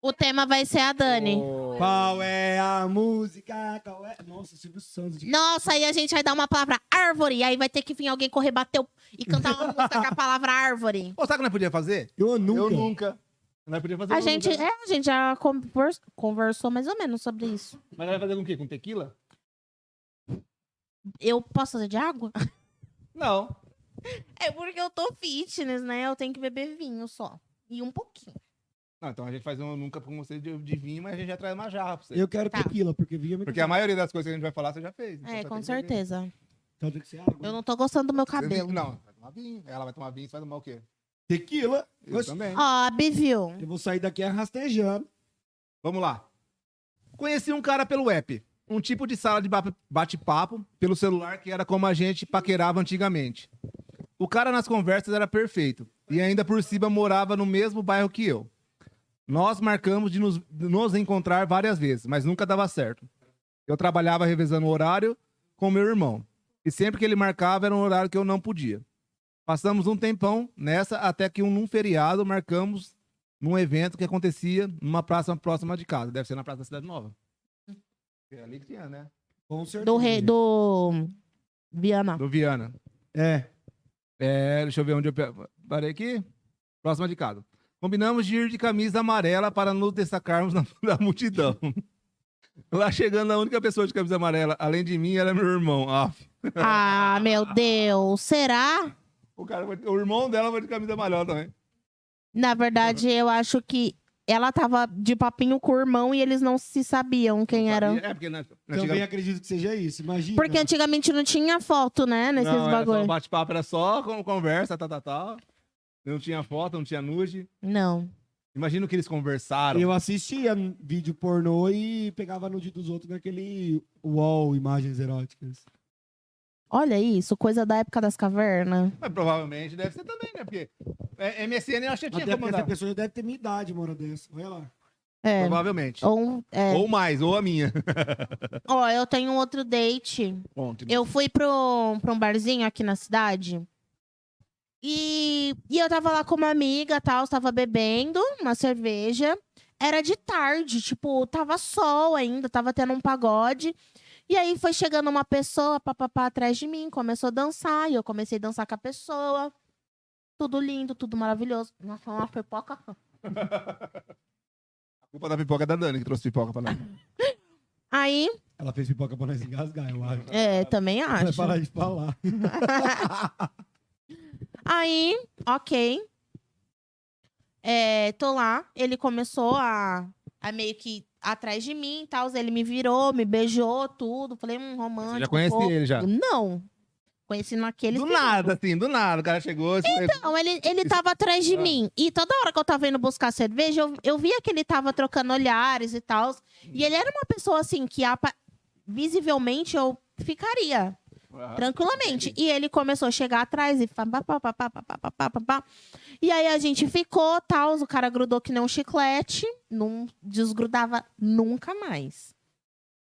C: O tema vai ser a Dani.
A: o-
B: Qual é a música? Qual é. Nossa, Silvio Santos. de-
C: Nossa, aí a gente vai dar uma palavra árvore. Aí vai ter que vir alguém correr, bater o- e cantar uma música com a palavra árvore.
A: Pô, sabe o que nós podíamos fazer?
B: Eu nunca.
A: Eu nunca. Nós podíamos fazer
C: A
A: eu
C: gente,
A: nunca.
C: é, a gente já convers- conversou mais ou menos sobre isso.
A: Mas vai fazer com o quê? Com tequila?
C: Eu posso fazer de água?
A: Não.
C: É porque eu tô fitness, né? Eu tenho que beber vinho só. E um pouquinho.
A: Não, então a gente faz um nunca com você de, de vinho, mas a gente já traz uma jarra pra você.
B: Eu quero
C: Tá.
B: tequila, porque vinha muito.
A: Porque é a maioria das coisas que a gente vai falar você já fez. então
C: É,
A: só
C: com
A: tem que beber.
C: certeza.
B: Então tem que ser água.
C: Eu não tô gostando do meu
A: Você
C: cabelo.
A: vinho- Não, vai tomar vinho. Ela vai tomar vinho, você vai tomar o quê?
B: Tequila?
A: Eu
B: Oxe,
A: também.
C: Ó, Bivil.
B: Eu vou sair daqui rastejando.
A: Vamos lá. Conheci um cara pelo app. Um tipo de sala de ba- bate-papo pelo celular que era como a gente paquerava antigamente. O cara nas conversas era perfeito. E ainda por cima morava no mesmo bairro que eu. Nós marcamos de nos, de nos encontrar várias vezes, mas nunca dava certo. Eu trabalhava revezando o horário com meu irmão. E sempre que ele marcava era um horário que eu não podia. Passamos um tempão nessa até que um, num feriado marcamos num evento que acontecia numa praça próxima de casa. Deve ser na Praça da Cidade Nova. É ali que tinha, né?
B: Com certeza.
C: Do rei. Do. Viana.
A: Do Viana.
B: É.
A: É, deixa eu ver onde eu pe- parei aqui. Próxima de casa. Combinamos de ir de camisa amarela para nos destacarmos na, na multidão. Lá chegando, a única pessoa de camisa amarela, além de mim, era meu irmão. Ah,
C: Ah, meu Deus. Será?
A: o, cara, foi- o irmão dela foi de camisa amarela também.
C: Na verdade,
A: Uhum.
C: eu acho que ela tava de papinho com o irmão e eles não se sabiam quem eram.
A: É, porque na, na
B: Também
A: antiga-
B: acredito que seja isso. Imagina.
C: Porque antigamente não tinha foto, né? Nesses
A: não, era só um
C: bagulho.
A: bate-papo, era só con- conversa, tal, tal, tal. Não tinha foto, não tinha nude.
C: Não.
A: Imagina o que eles conversaram.
B: Eu assistia vídeo pornô e pegava nude dos outros naquele UOL, imagens eróticas.
C: Olha isso, coisa da época das cavernas.
A: Mas provavelmente deve ser também, né? Porque é, MSN eu acho que
B: Até
A: tinha como
B: porque essa
A: mandar.
B: pessoa já deve ter minha idade, mora dessa. Olha lá.
C: É.
A: Provavelmente.
C: Ou, é.
A: Ou mais, ou a minha.
C: Ó, eu tenho um outro date.
A: Ontem.
C: Eu fui pro, pra um barzinho aqui na cidade. E, e eu tava lá com uma amiga tal, tava bebendo uma cerveja. Era de tarde, tipo, tava sol ainda, tava tendo um pagode. E aí foi chegando uma pessoa, papapá, atrás de mim, começou a dançar, e eu comecei a dançar com a pessoa. Tudo lindo, tudo maravilhoso. Nossa, é uma pipoca.
A: A culpa da pipoca é da Dani que trouxe pipoca pra nós.
C: Aí,
B: Ela fez pipoca pra nós engasgar, eu acho.
C: é, também
B: Vai
C: acho.
B: parar de falar.
C: Aí, ok. É, tô lá. Ele começou a, a meio que atrás de mim e tal. Ele me virou, me beijou, tudo. Falei, um romântico.
A: Você já conhecia
C: pô.
A: ele já?
C: Não. Conheci naquele.
A: do nada, assim, do nada. O cara chegou. Então...
C: Não, ele, ele tava atrás de
A: Ah.
C: mim. E toda hora que eu tava indo buscar cerveja, eu, eu via que ele tava trocando olhares e tal. E ele era uma pessoa assim que apa- visivelmente eu ficaria.
A: É
C: tranquilamente. E ele começou a chegar atrás e fa- pá, pá, pá, pá, pá, pá, pá, pá, pá, pá. E aí a gente ficou, tal, o cara grudou que nem um chiclete, não desgrudava nunca mais.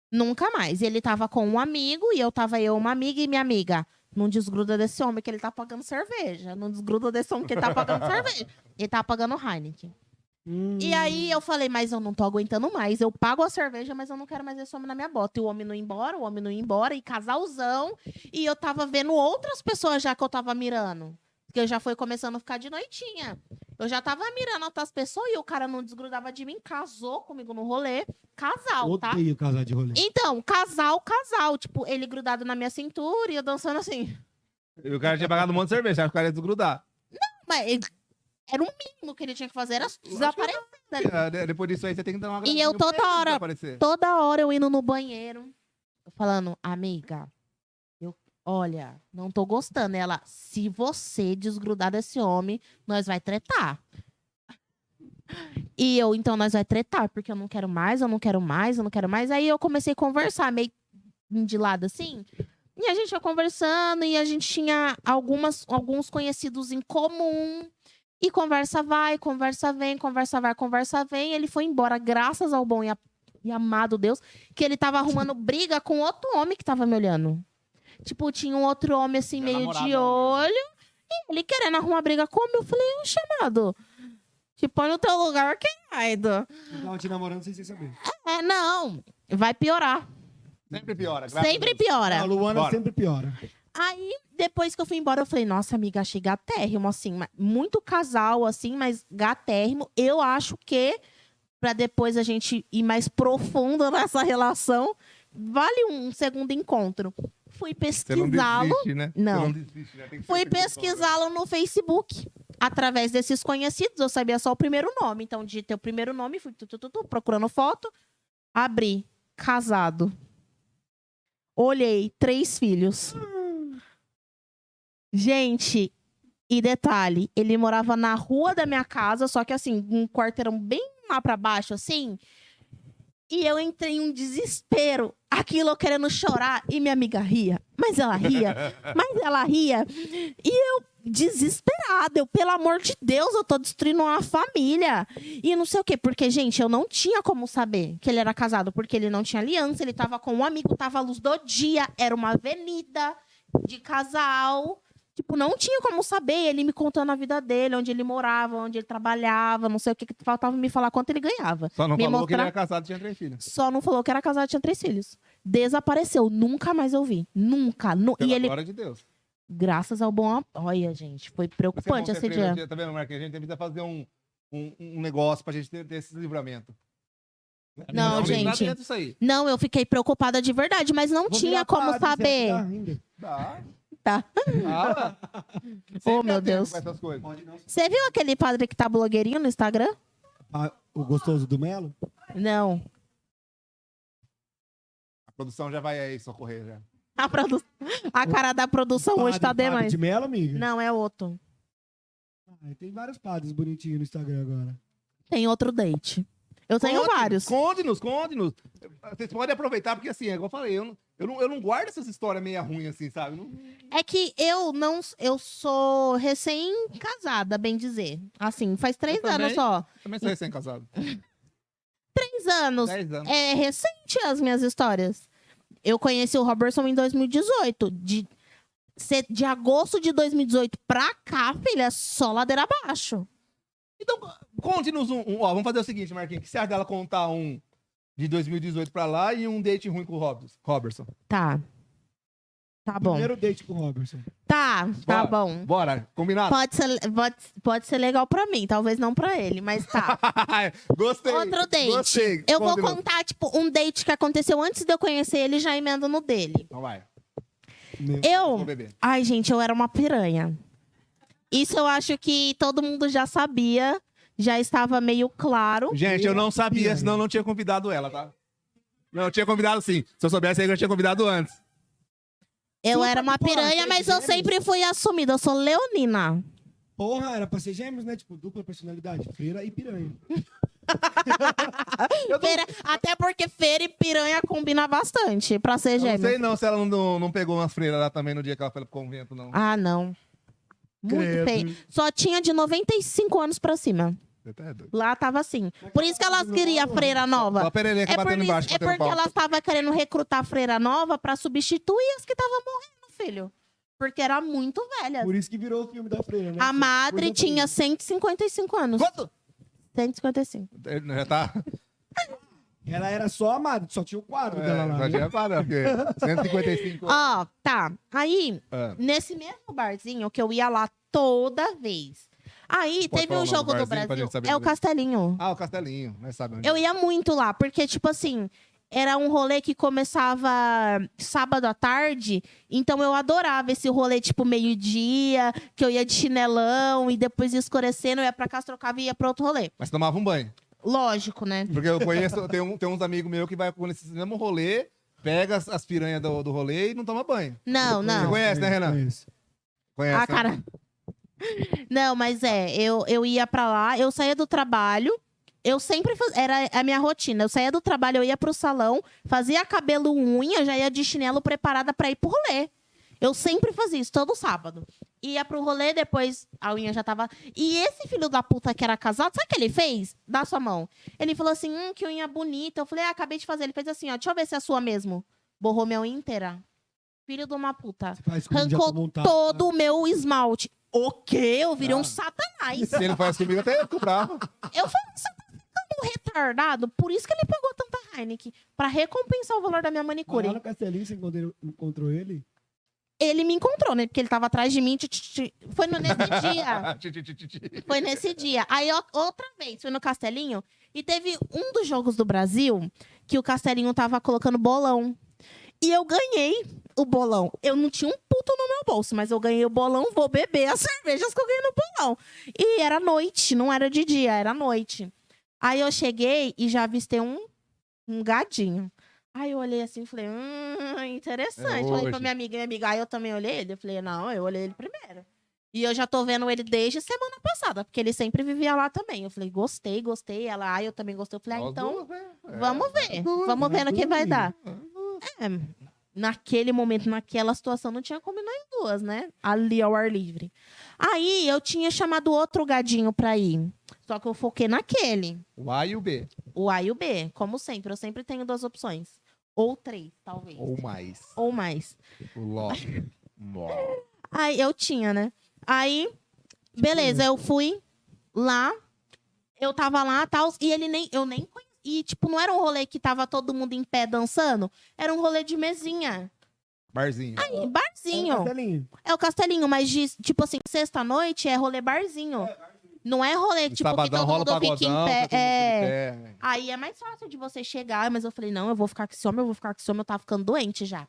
C: Nunca mais. E ele tava com um amigo e eu tava eu, uma amiga e minha amiga. Não desgruda desse homem que ele tá pagando cerveja. Não desgruda desse homem que ele tá pagando cerveja. Ele tá pagando Heineken. E aí eu falei, mas eu não tô aguentando mais. Eu pago a cerveja, mas eu não quero mais esse homem na minha bota. E o homem não ia embora, o homem não ia embora, e casalzão. E eu tava vendo outras pessoas já que eu tava mirando. Porque eu já foi começando a ficar de noitinha. Eu já tava mirando outras pessoas e o cara não desgrudava de mim, casou comigo no rolê. Casal, tá?
B: Hum, Odeio casar de rolê.
C: Então, casal, casal. Tipo, ele grudado na minha cintura e eu dançando assim.
A: E o cara tinha pagado um monte de cerveja, acho que o cara ia desgrudar.
C: Mas ele- era o mínimo que ele tinha que fazer, era desaparecer.
A: Ah, de- Depois disso aí, você tem que dar uma
C: E
A: graninha
C: eu toda
A: pra ele
C: hora-
A: desaparecer.
C: toda hora eu indo no banheiro, eu falando, amiga, eu, olha, não tô gostando. Ela, se você desgrudar desse homem, nós vai tretar. E eu, então, nós vai tretar, porque eu não quero mais, eu não quero mais, eu não quero mais. Aí eu comecei a conversar, meio de lado assim. E a gente foi conversando, e a gente tinha algumas, alguns conhecidos em comum. E conversa vai, conversa vem, conversa vai, conversa vem. Ele foi embora, graças ao bom e a e amado Deus, que ele tava arrumando briga com outro homem que tava me olhando. Tipo, tinha um outro homem assim,
A: Era
C: meio
A: namorado,
C: de
A: né?
C: olho, e ele querendo arrumar briga comigo. Eu falei, ô chamado, te põe no teu lugar, querido.
B: Eu tava te namorando sem você saber.
C: É, não, vai piorar.
A: Sempre piora. graças a
C: Sempre
A: Deus.
B: A
C: piora.
B: Luana
A: Bora.
B: sempre piora.
C: Aí, depois que eu fui embora, eu falei, nossa, amiga, achei gatérrimo, assim, ma- muito casal, assim, mas gatérrimo. Eu acho que, pra depois a gente ir mais profundo nessa relação, vale um segundo encontro. Fui
A: Você não
C: pesquisá-lo,
A: desiste, né?
C: Não.
A: Você não desiste, né? Tem que ser
C: fui
A: sempre
C: pesquisá-lo no Facebook. Através desses conhecidos, eu sabia só o primeiro nome. Então, digitei o primeiro nome, fui tu, tu, tu, tu, procurando foto, abri, casado. Olhei, três filhos. Gente, e detalhe, ele morava na rua da minha casa, só que assim, um quarteirão bem lá pra baixo, assim. E eu entrei em um desespero, aquilo eu querendo chorar, e minha amiga ria. Mas ela ria, mas ela ria. E eu, desesperada, eu, pelo amor de Deus, eu tô destruindo uma família. E não sei o quê, porque, gente, eu não tinha como saber que ele era casado, porque ele não tinha aliança, ele tava com um amigo, tava à luz do dia, era uma avenida de casal. Tipo, não tinha como saber. Ele me contando a vida dele, onde ele morava, onde ele trabalhava, não sei o que, que faltava me falar quanto ele ganhava.
A: Só não
C: me
A: falou que ele
C: mostrar-
A: era casado e tinha três filhos.
C: Só não falou que era casado e tinha três filhos. Desapareceu. Nunca mais eu vi. Nunca. Nu-
A: Pela
C: E ele,
A: glória de Deus.
C: graças ao bom. Olha, gente, foi
A: Por isso que é bom
C: preocupante
A: ser
C: esse
A: freira,
C: dia.
A: Tá vendo, Marquinhos? A gente precisa fazer um, um, um negócio pra gente ter, ter esse livramento.
C: Não,
A: Vamos livrar
C: gente.
A: dentro isso aí.
C: Não, eu fiquei preocupada de verdade, mas não
B: Vou virar
C: tinha
B: padre,
C: como
B: tá? você
C: saber.
B: vai ficar ainda?
A: Dá.
C: Tá.
A: Dá.
C: Oh,
A: Sempre
C: meu
A: atento
C: Deus.
A: com essas coisas.
B: Pode não.
C: Você viu aquele padre que tá blogueirinho no Instagram?
B: Ah, o gostoso do Melo?
C: Não.
A: A produção já vai aí socorrer já.
C: A, produ... a cara da produção hoje tá
B: Padre- padre
C: demais.
B: de Melo, amiga?
C: Não, é outro.
B: Ah, tem vários padres bonitinhos no Instagram agora.
C: Tem outro date. Eu tenho
A: Conte-nos,
C: vários.
A: Conte-nos, conte-nos. Vocês podem aproveitar, porque assim, é igual eu falei, eu não, eu não, eu não guardo essas histórias meia ruim assim, sabe? Não-
C: É que eu não. Eu sou recém-casada, bem dizer. Assim, faz três
A: Eu também.
C: anos só.
A: também sou recém-casado.
C: Três anos.
A: Dez anos.
C: É recente as minhas histórias. Eu conheci o Robertson em 2018. De, se- de agosto de 2018 pra cá, filha, é só ladeira abaixo.
A: Então, conte-nos um, um- Ó, vamos fazer o seguinte, Marquinhos. O que você acha dela contar um de 2018 pra lá e um date ruim com o Robson? Robertson.
C: Tá. Tá bom.
B: Primeiro date com o Robertson.
C: Tá, tá
A: Bora.
C: bom.
A: Bora, combinado?
C: Pode ser, le- pode, pode ser legal pra mim, talvez não pra ele, mas tá.
A: gostei.
C: Outro date.
A: Gostei.
C: Eu vou
A: Conte-nos.
C: contar, tipo, um date que aconteceu antes de eu conhecer ele, já emendo no dele.
A: Então vai.
B: Meu.
C: Eu.
A: Vou beber.
C: Ai, gente, eu era uma piranha. Isso eu acho que todo mundo já sabia, já estava meio claro.
A: Gente, eu não sabia, senão eu não tinha convidado ela, tá? Não, eu tinha convidado sim. Se eu soubesse aí, eu já tinha convidado antes.
C: Eu
B: Sim,
C: era uma
B: pô,
C: piranha,
B: tem
C: mas eu
B: gêmeos.
C: sempre fui assumida. Eu sou leonina.
B: Porra, era pra ser gêmeos, né? Tipo, dupla personalidade, freira e piranha.
C: Feira- até porque feira e piranha combina bastante pra ser
A: Eu não
C: gêmeo.
A: sei não se ela não- não, não pegou umas freiras lá também no dia que ela foi pro convento, não.
C: Ah, não. Muito
B: Credo.
C: feio. Só tinha de 95 anos pra cima.
A: Você tá é doido.
C: Lá tava assim. Por isso que elas queriam freira
A: Só a
C: nova.
A: perereca
C: É, por
A: batendo
C: isso-
A: embaixo,
C: é
A: batendo
C: porque
A: pau.
C: elas estavam querendo recrutar freira nova pra substituir as que estavam morrendo, filho. Porque era muito velha.
B: Por isso que virou o filme da Freira, né?
C: É. A madre
B: Coisa
C: tinha 155 anos.
A: Quanto?
C: 155.
A: É, Já tá...
B: Ela era só a madre, só tinha o quadro dela
A: É,
C: né?
B: lá. né?
A: já tinha parado, porque 155...
C: Ó, tá. Aí,
A: Ah,
C: nesse mesmo barzinho que eu ia lá toda vez. Aí
A: Pode
C: teve
A: falar
C: um
A: o nome do
C: jogo do
A: barzinho pra
C: Brasil.
A: gente saber
C: É o
A: também.
C: Castelinho.
A: Ah, o castelinho, né? Sabe onde
C: Eu ia muito lá, porque, tipo assim, era um rolê que começava sábado à tarde. Então eu adorava esse rolê, tipo, meio-dia, que eu ia de chinelão e depois ia escurecendo, eu ia pra casa, trocava e ia pra outro rolê.
A: Mas tomava um banho.
C: Lógico, né?
A: Porque eu conheço, tem, um, tem uns amigos meus que vai com esse mesmo rolê, pega as, as piranhas do, do rolê e não toma banho.
C: Não,
A: Você
C: não.
A: conhece, né, Renan?
B: Conheço.
A: Conhece.
C: Ah,
A: né?
C: cara. Não, mas é, eu, eu ia pra lá, eu saía do trabalho, eu sempre faz... era a minha rotina. Eu saía do trabalho, eu ia pro salão, fazia cabelo, unha, já ia de chinelo preparada pra ir pro rolê. Eu sempre fazia isso, todo sábado. Ia pro rolê, depois a unha já tava. E esse filho da puta que era casado, sabe o que ele fez? Dá sua mão. Ele falou assim: hum, que unha bonita. Eu falei: ah, acabei de fazer. Ele fez assim: ó, deixa eu ver se é a sua mesmo. Borrou minha unha inteira. Filho de uma puta.
B: Você faz quando já tomou
C: Arrancou
B: um tapa.
C: todo o meu esmalte. O quê? Eu virei um satanás.
A: Se ele faz comigo, até eu fico bravo.
C: Eu falei, você tá ficando retardado? Por isso que ele pagou tanta Heineken. Pra recompensar o valor da minha
B: Mas
C: manicure.
B: Lá no Castelinho, você encontrou, encontrou ele?
C: Ele me encontrou, né? Porque ele tava atrás de mim. tch, tch, tch. Foi no- nesse dia.
A: Ti, ti, ti, ti, ti.
C: Foi nesse dia. Aí, ó, outra vez, fui no Castelinho e teve um dos jogos do Brasil que o Castelinho tava colocando bolão. E eu ganhei o bolão. Eu não tinha um puto no meu bolso, mas eu ganhei o bolão, vou beber as cervejas que eu ganhei no bolão. E era noite, não era de dia, era noite. Aí eu cheguei e já avistei um, um gadinho. Aí eu olhei assim e falei, hum, interessante.
A: É
C: falei pra
A: hoje.
C: minha amiga, minha amiga, aí eu também olhei ele. Eu falei, não, eu olhei ele primeiro. E eu já tô vendo ele desde semana passada, porque ele sempre vivia lá também. Eu falei, gostei, gostei. Ela, ah, eu também gostei. Eu falei, ah,
A: Nós
C: então,
A: duas, né? É.
C: vamos ver. Vamos ver no que vai dar. É, naquele momento, naquela situação, não tinha como ir nós duas, né? Ali ao ar livre. Aí eu tinha chamado outro gadinho pra ir. Só que eu foquei naquele.
A: O A e o B.
C: O A e o B, como sempre. Eu sempre tenho duas opções. Ou três, talvez.
A: Ou mais.
C: Ou mais.
A: O Ló. Mó.
C: Aí eu tinha, né? Aí, beleza, eu fui lá, eu tava lá tal, e ele nem, eu nem conhecia. E, tipo, não era um rolê que tava todo mundo em pé dançando, era um rolê de mesinha.
A: Barzinho.
C: Aí,
B: É o
C: barzinho.
B: Castelinho.
C: É o castelinho, mas de- tipo assim, sexta-noite é rolê barzinho. Não é rolê, tipo,
A: Sabadão
C: que todo
A: rola o
C: mundo fica em
A: pagodão.
C: pé.
A: tá todo mundo
C: é.
A: em pé.
C: Aí é mais fácil de você chegar, mas eu falei, não, eu vou ficar com esse homem, eu vou ficar com esse homem, eu tava ficando doente já.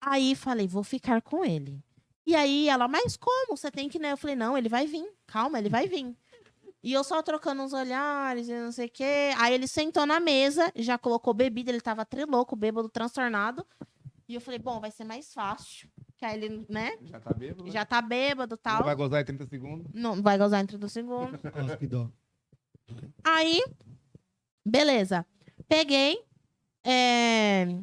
C: Aí falei, vou ficar com ele. E aí ela, mas como? Você tem que, né? Eu falei, não, ele vai vir, calma, ele vai vir. E eu só trocando uns olhares e não sei o quê. Aí ele sentou na mesa, já colocou bebida, ele tava trilouco, bêbado, transtornado. E eu falei, bom, vai ser mais fácil. Que aí ele, né,
A: Já tá bêbado? né?
C: já tá bêbado e
A: Não Vai
C: tal.
A: gozar em 30 segundos.
C: Não vai gozar entre dois segundos.
B: Nossa, que dó.
C: Aí, beleza. Peguei. é,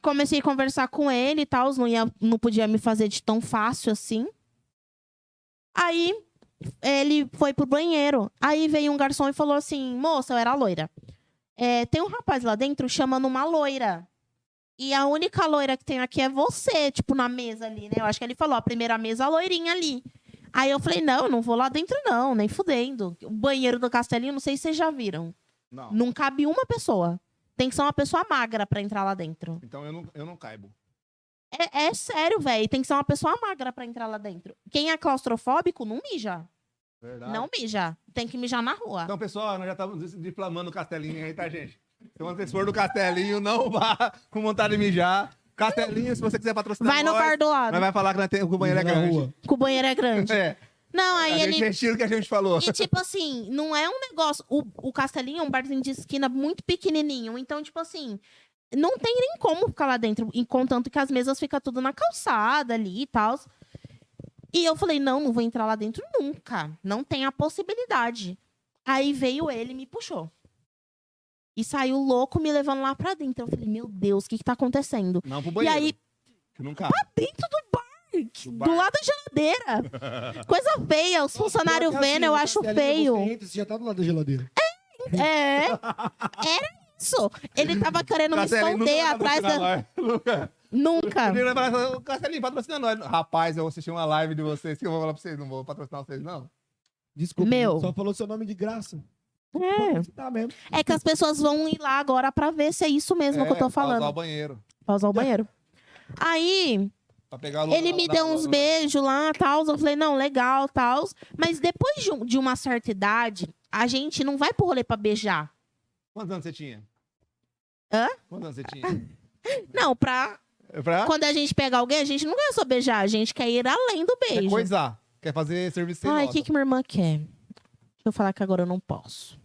C: Comecei a conversar com ele e tal. Não, ia, não podia me fazer de tão fácil assim. Aí, ele foi pro banheiro. Aí veio um garçom e falou assim: Moça, eu era loira. É, tem um rapaz lá dentro chamando uma loira. E a única loira que tem aqui é você, tipo, na mesa ali, né? Eu acho que ele falou: a primeira mesa, a loirinha ali. Aí eu falei, não, eu não vou lá dentro, não, nem fudendo. O banheiro do castelinho, não sei se vocês já viram.
A: Não.
C: Não cabe uma pessoa. Tem que ser uma pessoa magra pra entrar lá dentro.
A: Então eu não, eu não caibo.
C: É, é sério, velho. Tem que ser uma pessoa magra pra entrar lá dentro. Quem é claustrofóbico, não mija.
A: Verdade.
C: Não mija. Tem que mijar na rua.
A: Então, pessoal, nós já estamos diflamando o castelinho aí, tá, gente? Se vocês for do castelinho, não vá com vontade de mijar. Castelinho, se você quiser patrocinar
C: vai no
A: nós,
C: bar do lado,
A: nós vai falar que, nós tem, que o banheiro é
B: Na
A: grande.
B: rua.
C: que o banheiro é grande.
A: É,
C: Não,
A: a
C: aí ele...
A: gente retira o que a gente falou.
C: E, tipo assim, não é um negócio. O, o Castelinho é um barzinho de esquina muito pequenininho. Então, tipo assim, não tem nem como ficar lá dentro. e Contanto que as mesas ficam tudo na calçada ali e tal. E eu falei, não, não vou entrar lá dentro nunca. Não tem a possibilidade. Aí veio ele e me puxou. E saiu louco me levando lá pra dentro. Eu falei, meu Deus, o que que tá acontecendo?
A: Não pro banheiro.
C: E aí,
A: que nunca.
C: dentro do bar, que-
A: Do
C: do,
A: bar.
C: lado da geladeira. Coisa feia, os
B: é
C: funcionários
B: assim,
C: vendo, eu acho feio.
B: Você entra, você já tá do lado da geladeira.
C: É. Era isso. Ele tava querendo me
A: Castelinho nunca
C: esconder
A: vai
C: atrás
A: patrocinar
C: da. Ah.
A: nós. Nunca.
C: Nunca.
A: Ele vai falar, "Ô, Castelinho, patrocina nós. Rapaz, eu assisti uma live de vocês que eu vou falar pra vocês, não vou patrocinar vocês, não.
B: Desculpa,
C: Meu.
B: só falou seu nome de graça.
C: É.
B: Tá mesmo.
C: É que as pessoas vão ir lá agora pra ver se é isso mesmo que eu
A: É,
C: tô
A: pra usar
C: falando.
A: o banheiro.
C: Pra usar o banheiro. Aí,
A: Pra pegar a luz
C: ele
A: da-
C: me
A: da-
C: deu uns
A: da-
C: beijos lá, tal. Eu falei, não, legal, tal. Mas depois de, um- de uma certa idade, a gente não vai pro rolê pra beijar.
A: Quantos anos você tinha?
C: Hã?
A: Quantos anos você tinha? "Ah,
C: Não, pra.
A: Pra
C: Quando a gente pega alguém, a gente não quer só beijar, a gente quer ir além do
A: é
C: beijo.
A: coisar. Quer fazer serviço sem
C: Ai, o
A: nota.
C: que, que minha irmã quer? Deixa eu falar que agora eu não posso.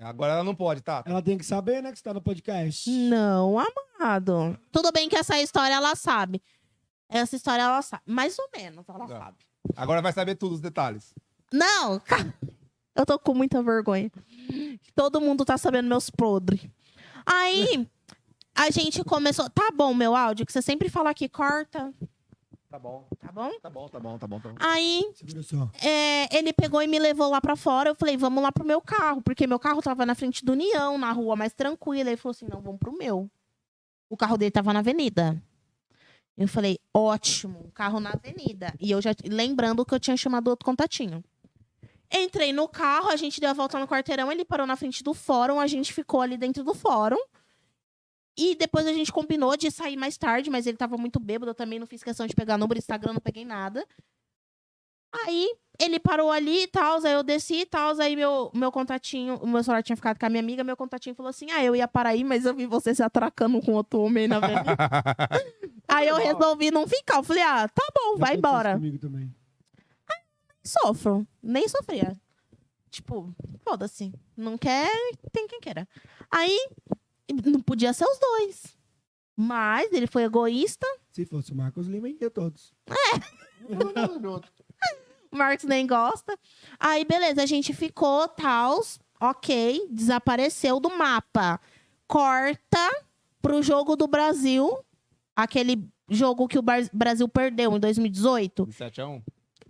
A: Agora ela não pode, tá?
B: Ela tem que saber, né, que você tá no podcast.
C: Hum. Não, amado. Tudo bem que essa história ela sabe. Essa história ela sabe. Mais ou menos ela
A: Tá.
C: sabe.
A: Agora vai saber todos os detalhes.
C: Não! ca- Eu tô com muita vergonha. Todo mundo tá sabendo meus podres. Aí, a gente começou. Tá bom, meu áudio, que você sempre fala que corta,
A: Tá bom,
C: tá bom?
A: tá bom, tá bom, tá bom. Tá bom.
C: Aí,
B: Segura só.
C: é, ele pegou e me levou lá pra fora. Eu falei, vamos lá pro meu carro, porque meu carro tava na frente do União, na rua mais tranquila. Ele falou assim: não, vamos pro meu. O carro dele tava na avenida. Eu falei, ótimo, um carro na avenida. E eu já, lembrando que eu tinha chamado outro contatinho. Entrei no carro, a gente deu a volta no quarteirão, ele parou na frente do fórum, a gente ficou ali dentro do fórum. E depois a gente combinou de sair mais tarde, mas ele tava muito bêbado, eu também não fiz questão de pegar número, Instagram, não peguei nada. Aí ele parou ali e tal, aí eu desci e tal, aí meu, meu contatinho, o meu celular tinha ficado com a minha amiga, meu contatinho falou assim, ah, eu ia parar aí, mas eu vi você se atracando com outro homem na verdade. aí eu resolvi não ficar, eu falei, ah, tá bom, vai
B: Acontece
C: embora.
B: Comigo também.
C: Sofro, nem sofria. Tipo, foda-se, não quer, tem quem queira. Aí, não podia ser os dois. Mas ele foi egoísta,
B: Se fosse o Marcos Lima, ia todos.
C: o Marcos nem gosta. Aí, beleza, a gente ficou, tals, ok, desapareceu do mapa. Corta pro jogo do Brasil, aquele jogo que o Bar- Brasil perdeu em 2018.
A: De 7 a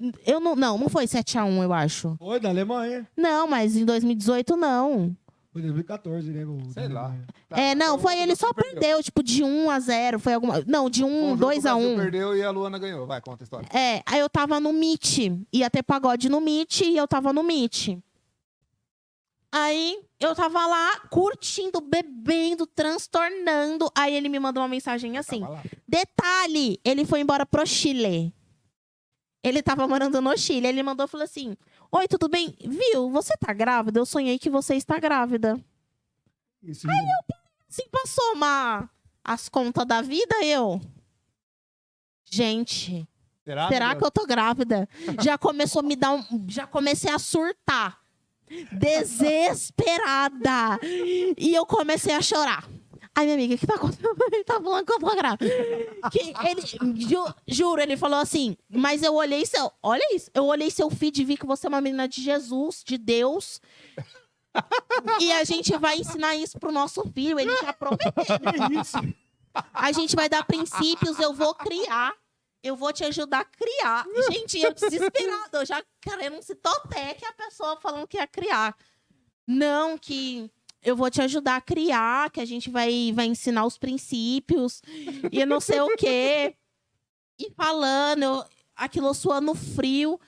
A: 1?
C: É, Eu não, não, não foi 7x1, eu acho.
B: Foi da Alemanha.
C: Não, mas em 2018 não.
B: Foi 2014, né? o da
A: Sei lá.
B: Alemanha.
A: tá
C: É, não, foi ele só perdeu, tipo, de 1 a 0, foi alguma, não, de
A: Foi
C: 1,
A: jogo
C: 2
A: que o
C: a
A: Brasil
C: 1.
A: perdeu e a Luana ganhou. Vai, conta a história.
C: É, aí eu tava no Meet, ia ter pagode no Meet e eu tava no Meet. Aí eu tava lá curtindo, bebendo, transtornando, aí ele me mandou uma mensagem assim:
A: Tava lá.
C: Detalhe, ele foi embora pro Chile. Ele tava morando no Chile. Ele mandou e falou assim: Oi, tudo bem? Viu, você tá grávida? Eu sonhei que você está grávida.
B: Isso. Ai,
C: Assim, pra somar as contas da vida, eu. Gente,
A: Será?
C: será que eu tô grávida? Já começou a me dar um. Já comecei a surtar. Desesperada. E eu comecei a chorar. Ai, minha amiga, o que tá acontecendo? Ele tá falando que eu tô grávida. Que ele, ju- juro, ele falou assim, mas eu olhei seu. Olha isso. Eu olhei seu feed e vi que você é uma menina de Jesus, de Deus. E a gente vai ensinar isso pro nosso filho. Ele tá prometendo. A gente vai dar princípios, eu vou criar. Eu vou te ajudar a criar. Gente, eu desesperada. Eu já querendo um citotec, a pessoa falando que ia criar. Não, que eu vou te ajudar a criar, que a gente vai, vai ensinar os princípios e não sei o quê. E falando, eu- aquilo suando frio.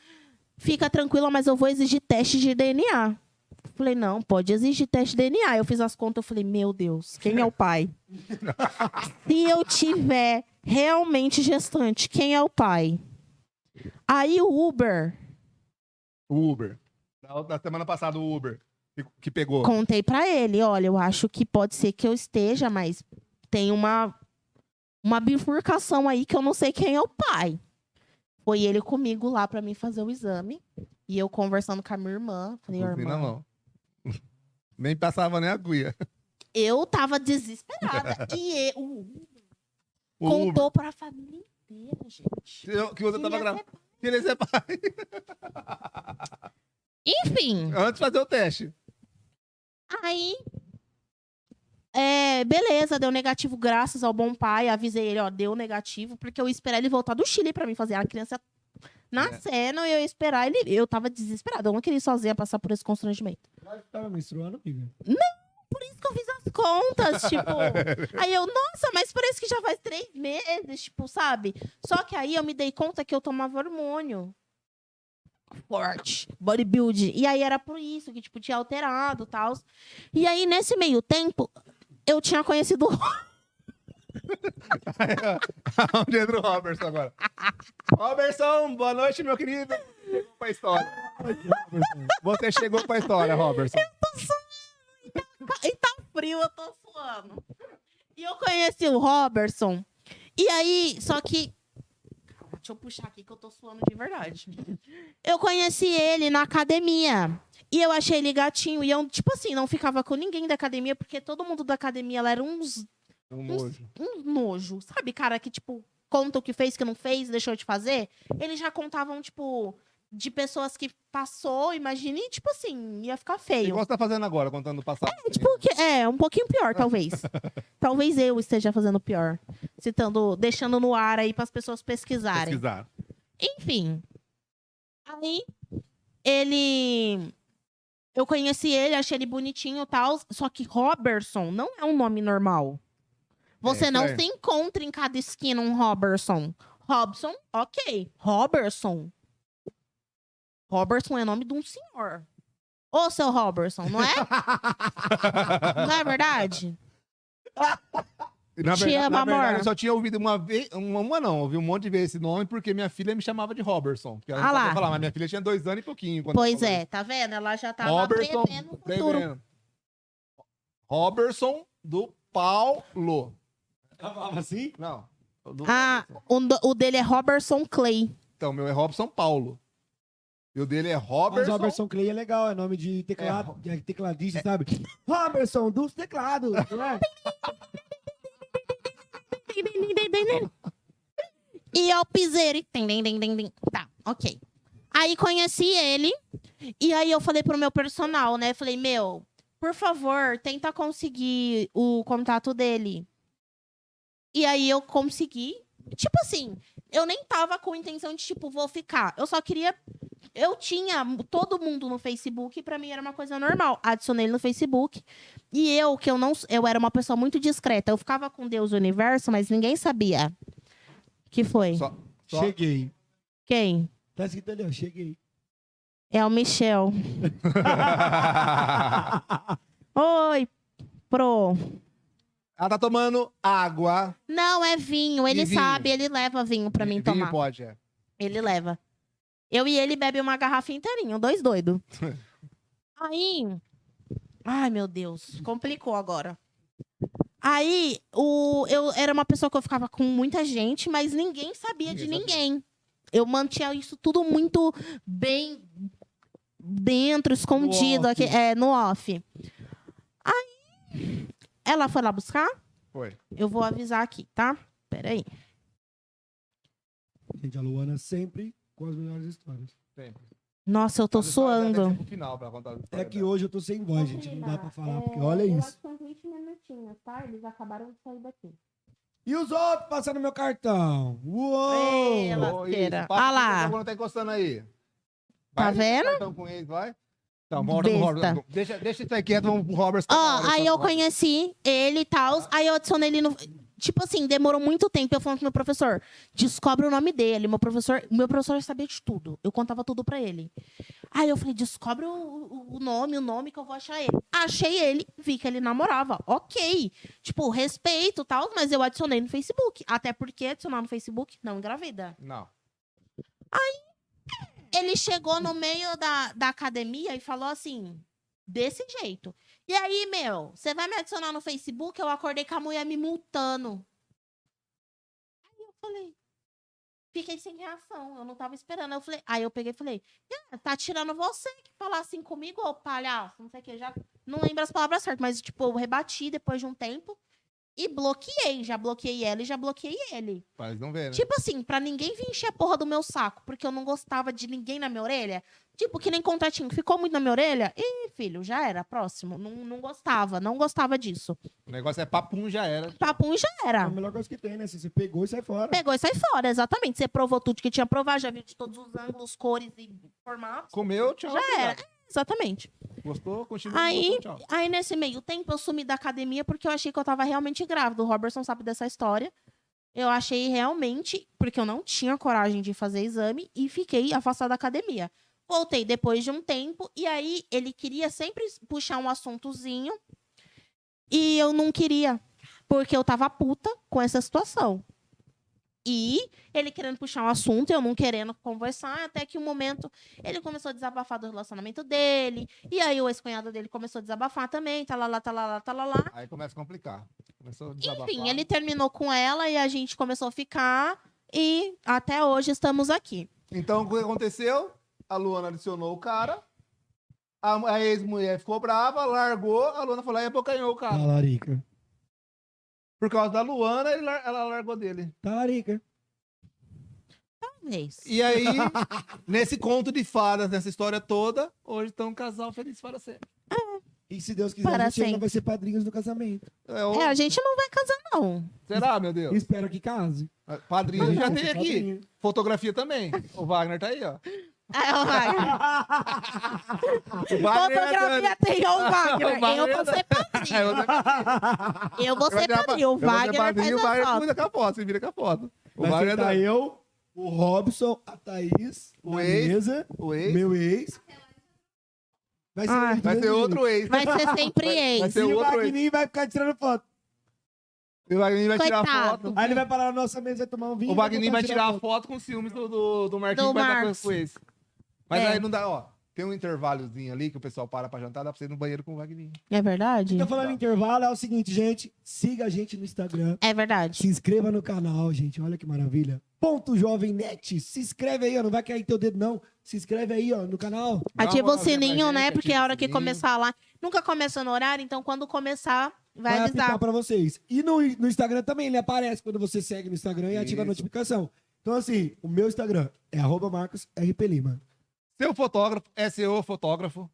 C: Fica tranquila, mas eu vou exigir teste de DNA. Falei, não, pode exigir teste de DNA. Eu fiz as contas, eu falei, meu Deus, quem é o pai? Se eu tiver realmente gestante, quem é o pai? Aí o Uber,
A: O Uber. Da, da semana passada, o Uber. que- Que pegou.
C: contei pra ele, olha, eu acho que pode ser que eu esteja, mas tem uma uma bifurcação aí que eu não sei quem é o pai. Foi ele comigo lá pra mim fazer o exame e eu conversando com a minha irmã, falei,
A: Não vi na
C: irmã,
A: mão. Nem passava nem a agulha.
C: eu tava desesperada e eu, o Uber
A: O
C: contou pra família inteira, gente. é
A: Uber. Que você
C: Que
A: tava
C: ia
A: gravando.
C: ser
A: Que ele é pai.
C: Enfim.
A: Antes de fazer o teste.
C: Aí. É, beleza, deu negativo, graças ao bom pai. Avisei ele, ó, deu negativo, porque eu ia esperar ele voltar do Chile pra mim fazer a criança nascendo e eu ia esperar ele. Eu tava desesperada, eu não queria ir sozinha passar por esse constrangimento.
B: Tava menstruando, amiga?
C: Por isso que eu fiz as contas, tipo. aí eu, nossa, mas parece que já faz três meses, tipo, sabe? Só que aí eu me dei conta que eu tomava hormônio. Forte, bodybuilding. E aí era por isso que, tipo, tinha alterado e tal. E aí, nesse meio tempo, eu tinha conhecido o
A: Onde entra o Robertson agora? Robertson, boa noite, meu querido. Chegou pra história. Você chegou pra história, Robertson.
C: E tá frio, eu tô suando. E eu conheci o Robertson. E aí, só que. Calma, deixa eu puxar aqui que eu tô suando de verdade. Eu conheci ele na academia. E eu achei ele gatinho. E eu, tipo assim, não ficava com ninguém da academia, porque todo mundo da academia ela era uns,
A: Um nojo.
C: um nojo. Sabe, cara, que, tipo, conta o que fez, que não fez, deixou de fazer? Eles já contavam, tipo, de pessoas que passou, imagine, e, tipo assim, ia ficar feio.
A: Igual você tá fazendo agora, contando o passado.
C: É, tipo, que, é, um pouquinho pior, talvez. talvez eu esteja fazendo pior. Citando, deixando no ar aí para as pessoas pesquisarem.
A: Pesquisar.
C: Enfim. Aí, ele. Eu conheci ele, achei ele bonitinho e tal. Só que Robertson não é um nome normal. Você
A: É,
C: não
A: estranho.
C: se encontra em cada esquina um Robertson. Robson, ok. Robertson. Robertson é nome de um senhor. Ô, seu Robertson, não é? não é verdade?
A: Na
C: Te
A: verdade,
C: amo,
A: na verdade,
C: amor.
A: eu só tinha ouvido uma vez, uma, uma não, eu ouvi um monte de vezes esse nome, porque minha filha me chamava de Robertson. Porque ela não
C: Ah lá.
A: sabia falar, mas minha filha tinha dois anos e pouquinho. quando
C: Pois
A: falou
C: é, tá vendo? Ela já tava
A: Robertson,
C: prevendo o futuro.
A: prevendo. Robertson do Paulo.
B: Tava assim?
A: Não. do
C: Ah,
A: Robertson.
C: o, do- o dele é Robertson Clay.
A: Então, meu é Robson Paulo. E o dele é
B: Mas
A: Robertson.
B: Robertson Clay é legal, é nome de, teclado, de tecladista, sabe? Robertson dos teclados, não é?
C: E é o Piseiro. Tá, ok. Aí conheci ele. E aí eu falei pro meu personal, né? Falei, meu, por favor, tenta conseguir o contato dele. E aí eu consegui. Tipo assim, eu nem tava com intenção de, tipo, vou ficar. Eu só queria. Eu tinha todo mundo no Facebook, pra mim era uma coisa normal. Adicionei ele no Facebook. E eu, que eu não. Eu era uma pessoa muito discreta. Eu ficava com Deus e o universo, mas ninguém sabia. Que foi?
A: Só- só-
B: Cheguei.
C: Quem?
B: Tá escrito ali, ó, cheguei.
C: É o Michel. Oi, pro.
A: Ela tá tomando água.
C: Não, é vinho. Ele
A: E vinho?
C: sabe, ele leva vinho pra mim
A: Vinho
C: tomar.
A: pode, é.
C: Ele leva. Eu e ele bebe uma garrafa inteirinha, dois doidos. Aí. Ai, meu Deus. Complicou agora. Aí, o, eu era uma pessoa que eu ficava com muita gente, mas ninguém sabia de
A: Ninguém sabia.
C: ninguém. Eu mantinha isso tudo muito bem dentro, escondido,
B: off.
C: aqui, é, no off. Aí, ela foi lá buscar.
A: Foi.
C: Eu vou avisar aqui, tá? Peraí.
B: Gente, a Luana sempre com as melhores histórias.
A: Sempre.
C: Nossa, eu tô
A: As histórias devem
C: suando.
A: ser pro né, final pra contar. as
B: É
A: histórias né?
B: que
A: dela.
B: hoje eu tô sem voz, gente. Não dá pra falar, porque olha
C: é, eu
B: isso.
C: acho que são 20 minutinhos, tá? Eles acabaram de sair daqui.
B: E os outros passaram meu cartão.
C: Ei, ela-
B: Uou!
A: Ô,
C: lasqueira.
A: isso, passa
C: Ah lá.
A: pro microfone, tá encostando aí.
C: Tá vendo?
A: Então, com ele, vai. Então, bora pro
C: Besta.
A: Robertson. Deixa, deixa isso aí quieto, vamos pro Robertson.
C: Ó,
A: Robertson,
C: aí eu
A: Robertson.
C: conheci ele e tal. Aí eu adicionei ele no. Tipo assim, demorou muito tempo. Eu falando com meu professor, descobre o nome dele. Meu professor, meu professor sabia de tudo. Eu contava tudo pra ele. Aí eu falei, descobre o, o- o nome, o nome que eu vou achar ele. Achei ele, vi que ele namorava. Ok. Tipo, respeito e tal, mas eu adicionei no Facebook. Até porque adicionar no Facebook não engravida.
A: Não.
C: ele chegou no meio da, da academia e falou assim, desse jeito. E aí, meu, você vai me adicionar no Facebook? Eu acordei com a mulher me multando. Aí eu falei, fiquei sem reação, eu não tava esperando. Eu falei, aí eu peguei e falei, "Ah, tá tirando você que falar assim comigo, ô palhaço, não sei o que, já não lembro as palavras certas, mas tipo, eu rebati depois de um tempo. E bloqueei, já bloqueei ela e já bloqueei ele.
A: Mas não vê, né?
C: Tipo assim, pra ninguém vir encher a porra do meu saco, porque eu não gostava de ninguém na minha orelha. Tipo, que nem contratinho, ficou muito na minha orelha. Ih, filho, já era, próximo. Não, não gostava, não gostava disso.
A: O negócio é papum, já era.
C: Papum já
B: É a
C: era.
B: melhor coisa que tem, né? Se você pegou e sai fora.
C: Pegou e sai fora, exatamente. Você provou tudo que tinha a provar, já viu de todos os ângulos, cores e formatos.
A: Comeu, tchau.
C: Já era.
A: obrigado.
C: Exatamente.
A: Gostou, continua. não
C: Aí-
A: gostou, tchau.
C: Aí, nesse meio tempo, eu sumi da academia porque eu achei que eu tava realmente grávida. O Robertson sabe dessa história. Eu achei realmente, porque eu não tinha coragem de fazer exame e fiquei afastada da academia. Voltei depois de um tempo e aí ele queria sempre puxar um assuntozinho e eu não queria, porque eu tava puta com essa situação. E ele querendo puxar um assunto, eu não querendo conversar, até que um momento ele começou a desabafar do relacionamento dele, e aí o ex-cunhado dele começou a desabafar também, tá lá, lá, tá lá, lá, tá lá, lá.
A: Aí começa a complicar. Começou a desabafar.
C: Enfim, ele terminou com ela e a gente começou a ficar, e até hoje estamos aqui.
A: Então, o que aconteceu? A Luana adicionou o cara. A, a ex-mulher ficou brava, largou. A Luana foi lá e abocanhou o cara.
B: Talarica.
A: Por causa da Luana, ele lar- ela largou dele.
B: Talarica.
C: É isso.
A: E aí, nesse conto de fadas, nessa história toda, hoje estão um casal feliz para sempre.
B: E se Deus quiser,
C: Para
B: a gente ainda
C: sempre.
B: vai ser padrinhos do casamento.
A: É, o-
C: É, a gente não vai casar, não.
A: Será, meu Deus?
B: Espero que case.
A: Padrinho já tem aqui.
B: Padrinho.
A: Fotografia também. O Wagner tá aí, ó.
C: É, o Wagner.
A: O Wagner é
C: Fotografia tem o Wagner.
A: O Wagner
C: Eu vou ser
A: doido. É,
C: padrinho.
A: eu vou-
C: Eu vou
A: eu vou
C: ser
A: tirar pa-
C: padrinho. O
A: eu vou ser
C: Wagner
A: padrinho, o
C: faz
A: Wagner
C: a foto.
A: cuida com a foto, se vira com a foto. O
B: Vai
A: Wagner é
B: sentar
A: doido.
B: eu, o Robson, a Thaís,
A: O
B: na
A: ex,
B: mesa,
A: O ex.
B: meu ex. Vai ser,
C: Ah.
B: outro,
A: Vai
B: né,
A: ter
B: menino?
A: outro ex.
C: Vai ser sempre
A: vai
C: ex.
A: ser
B: E o
A: outro ex.
B: Wagninho vai ficar tirando foto.
A: E o Wagner vai tirar a
C: Coitado.
A: foto.
B: Aí ele vai parar na nossa mesa, vai tomar um vinho.
A: O Wagninho vai
B: voltar
A: tirar a foto com os ciúmes do, do, do Marquinhos
C: Do
A: que vai dar
C: Marcos.
A: com esse. Mas
C: É.
A: aí não dá, ó. Tem um intervalozinho ali que o pessoal para pra jantar, dá pra você ir no banheiro com o Wagninho.
C: É verdade?
B: Então, falando em intervalo, é o seguinte, gente. Siga a gente no Instagram.
C: É verdade.
B: Se inscreva no canal, gente. Olha que maravilha. Ponto Jovem Net. Se inscreve aí, ó. Não vai cair teu dedo, não. Se inscreve aí, ó, no canal.
A: Dá uma
C: Ativa o
A: moralzinha pra
C: sininho, né?
A: gente,
C: Porque
A: ativa
C: a
A: o
C: hora que
A: sininho.
C: começar lá. Nunca começa no horário, então quando começar, vai,
B: apitar
C: avisar.
B: pra vocês. E no, no Instagram também, ele aparece quando você segue no Instagram e ativa a
A: Isso.
B: notificação. Então, assim, o meu Instagram é arroba marcosrplima.
A: Seu fotógrafo, SEO fotógrafo.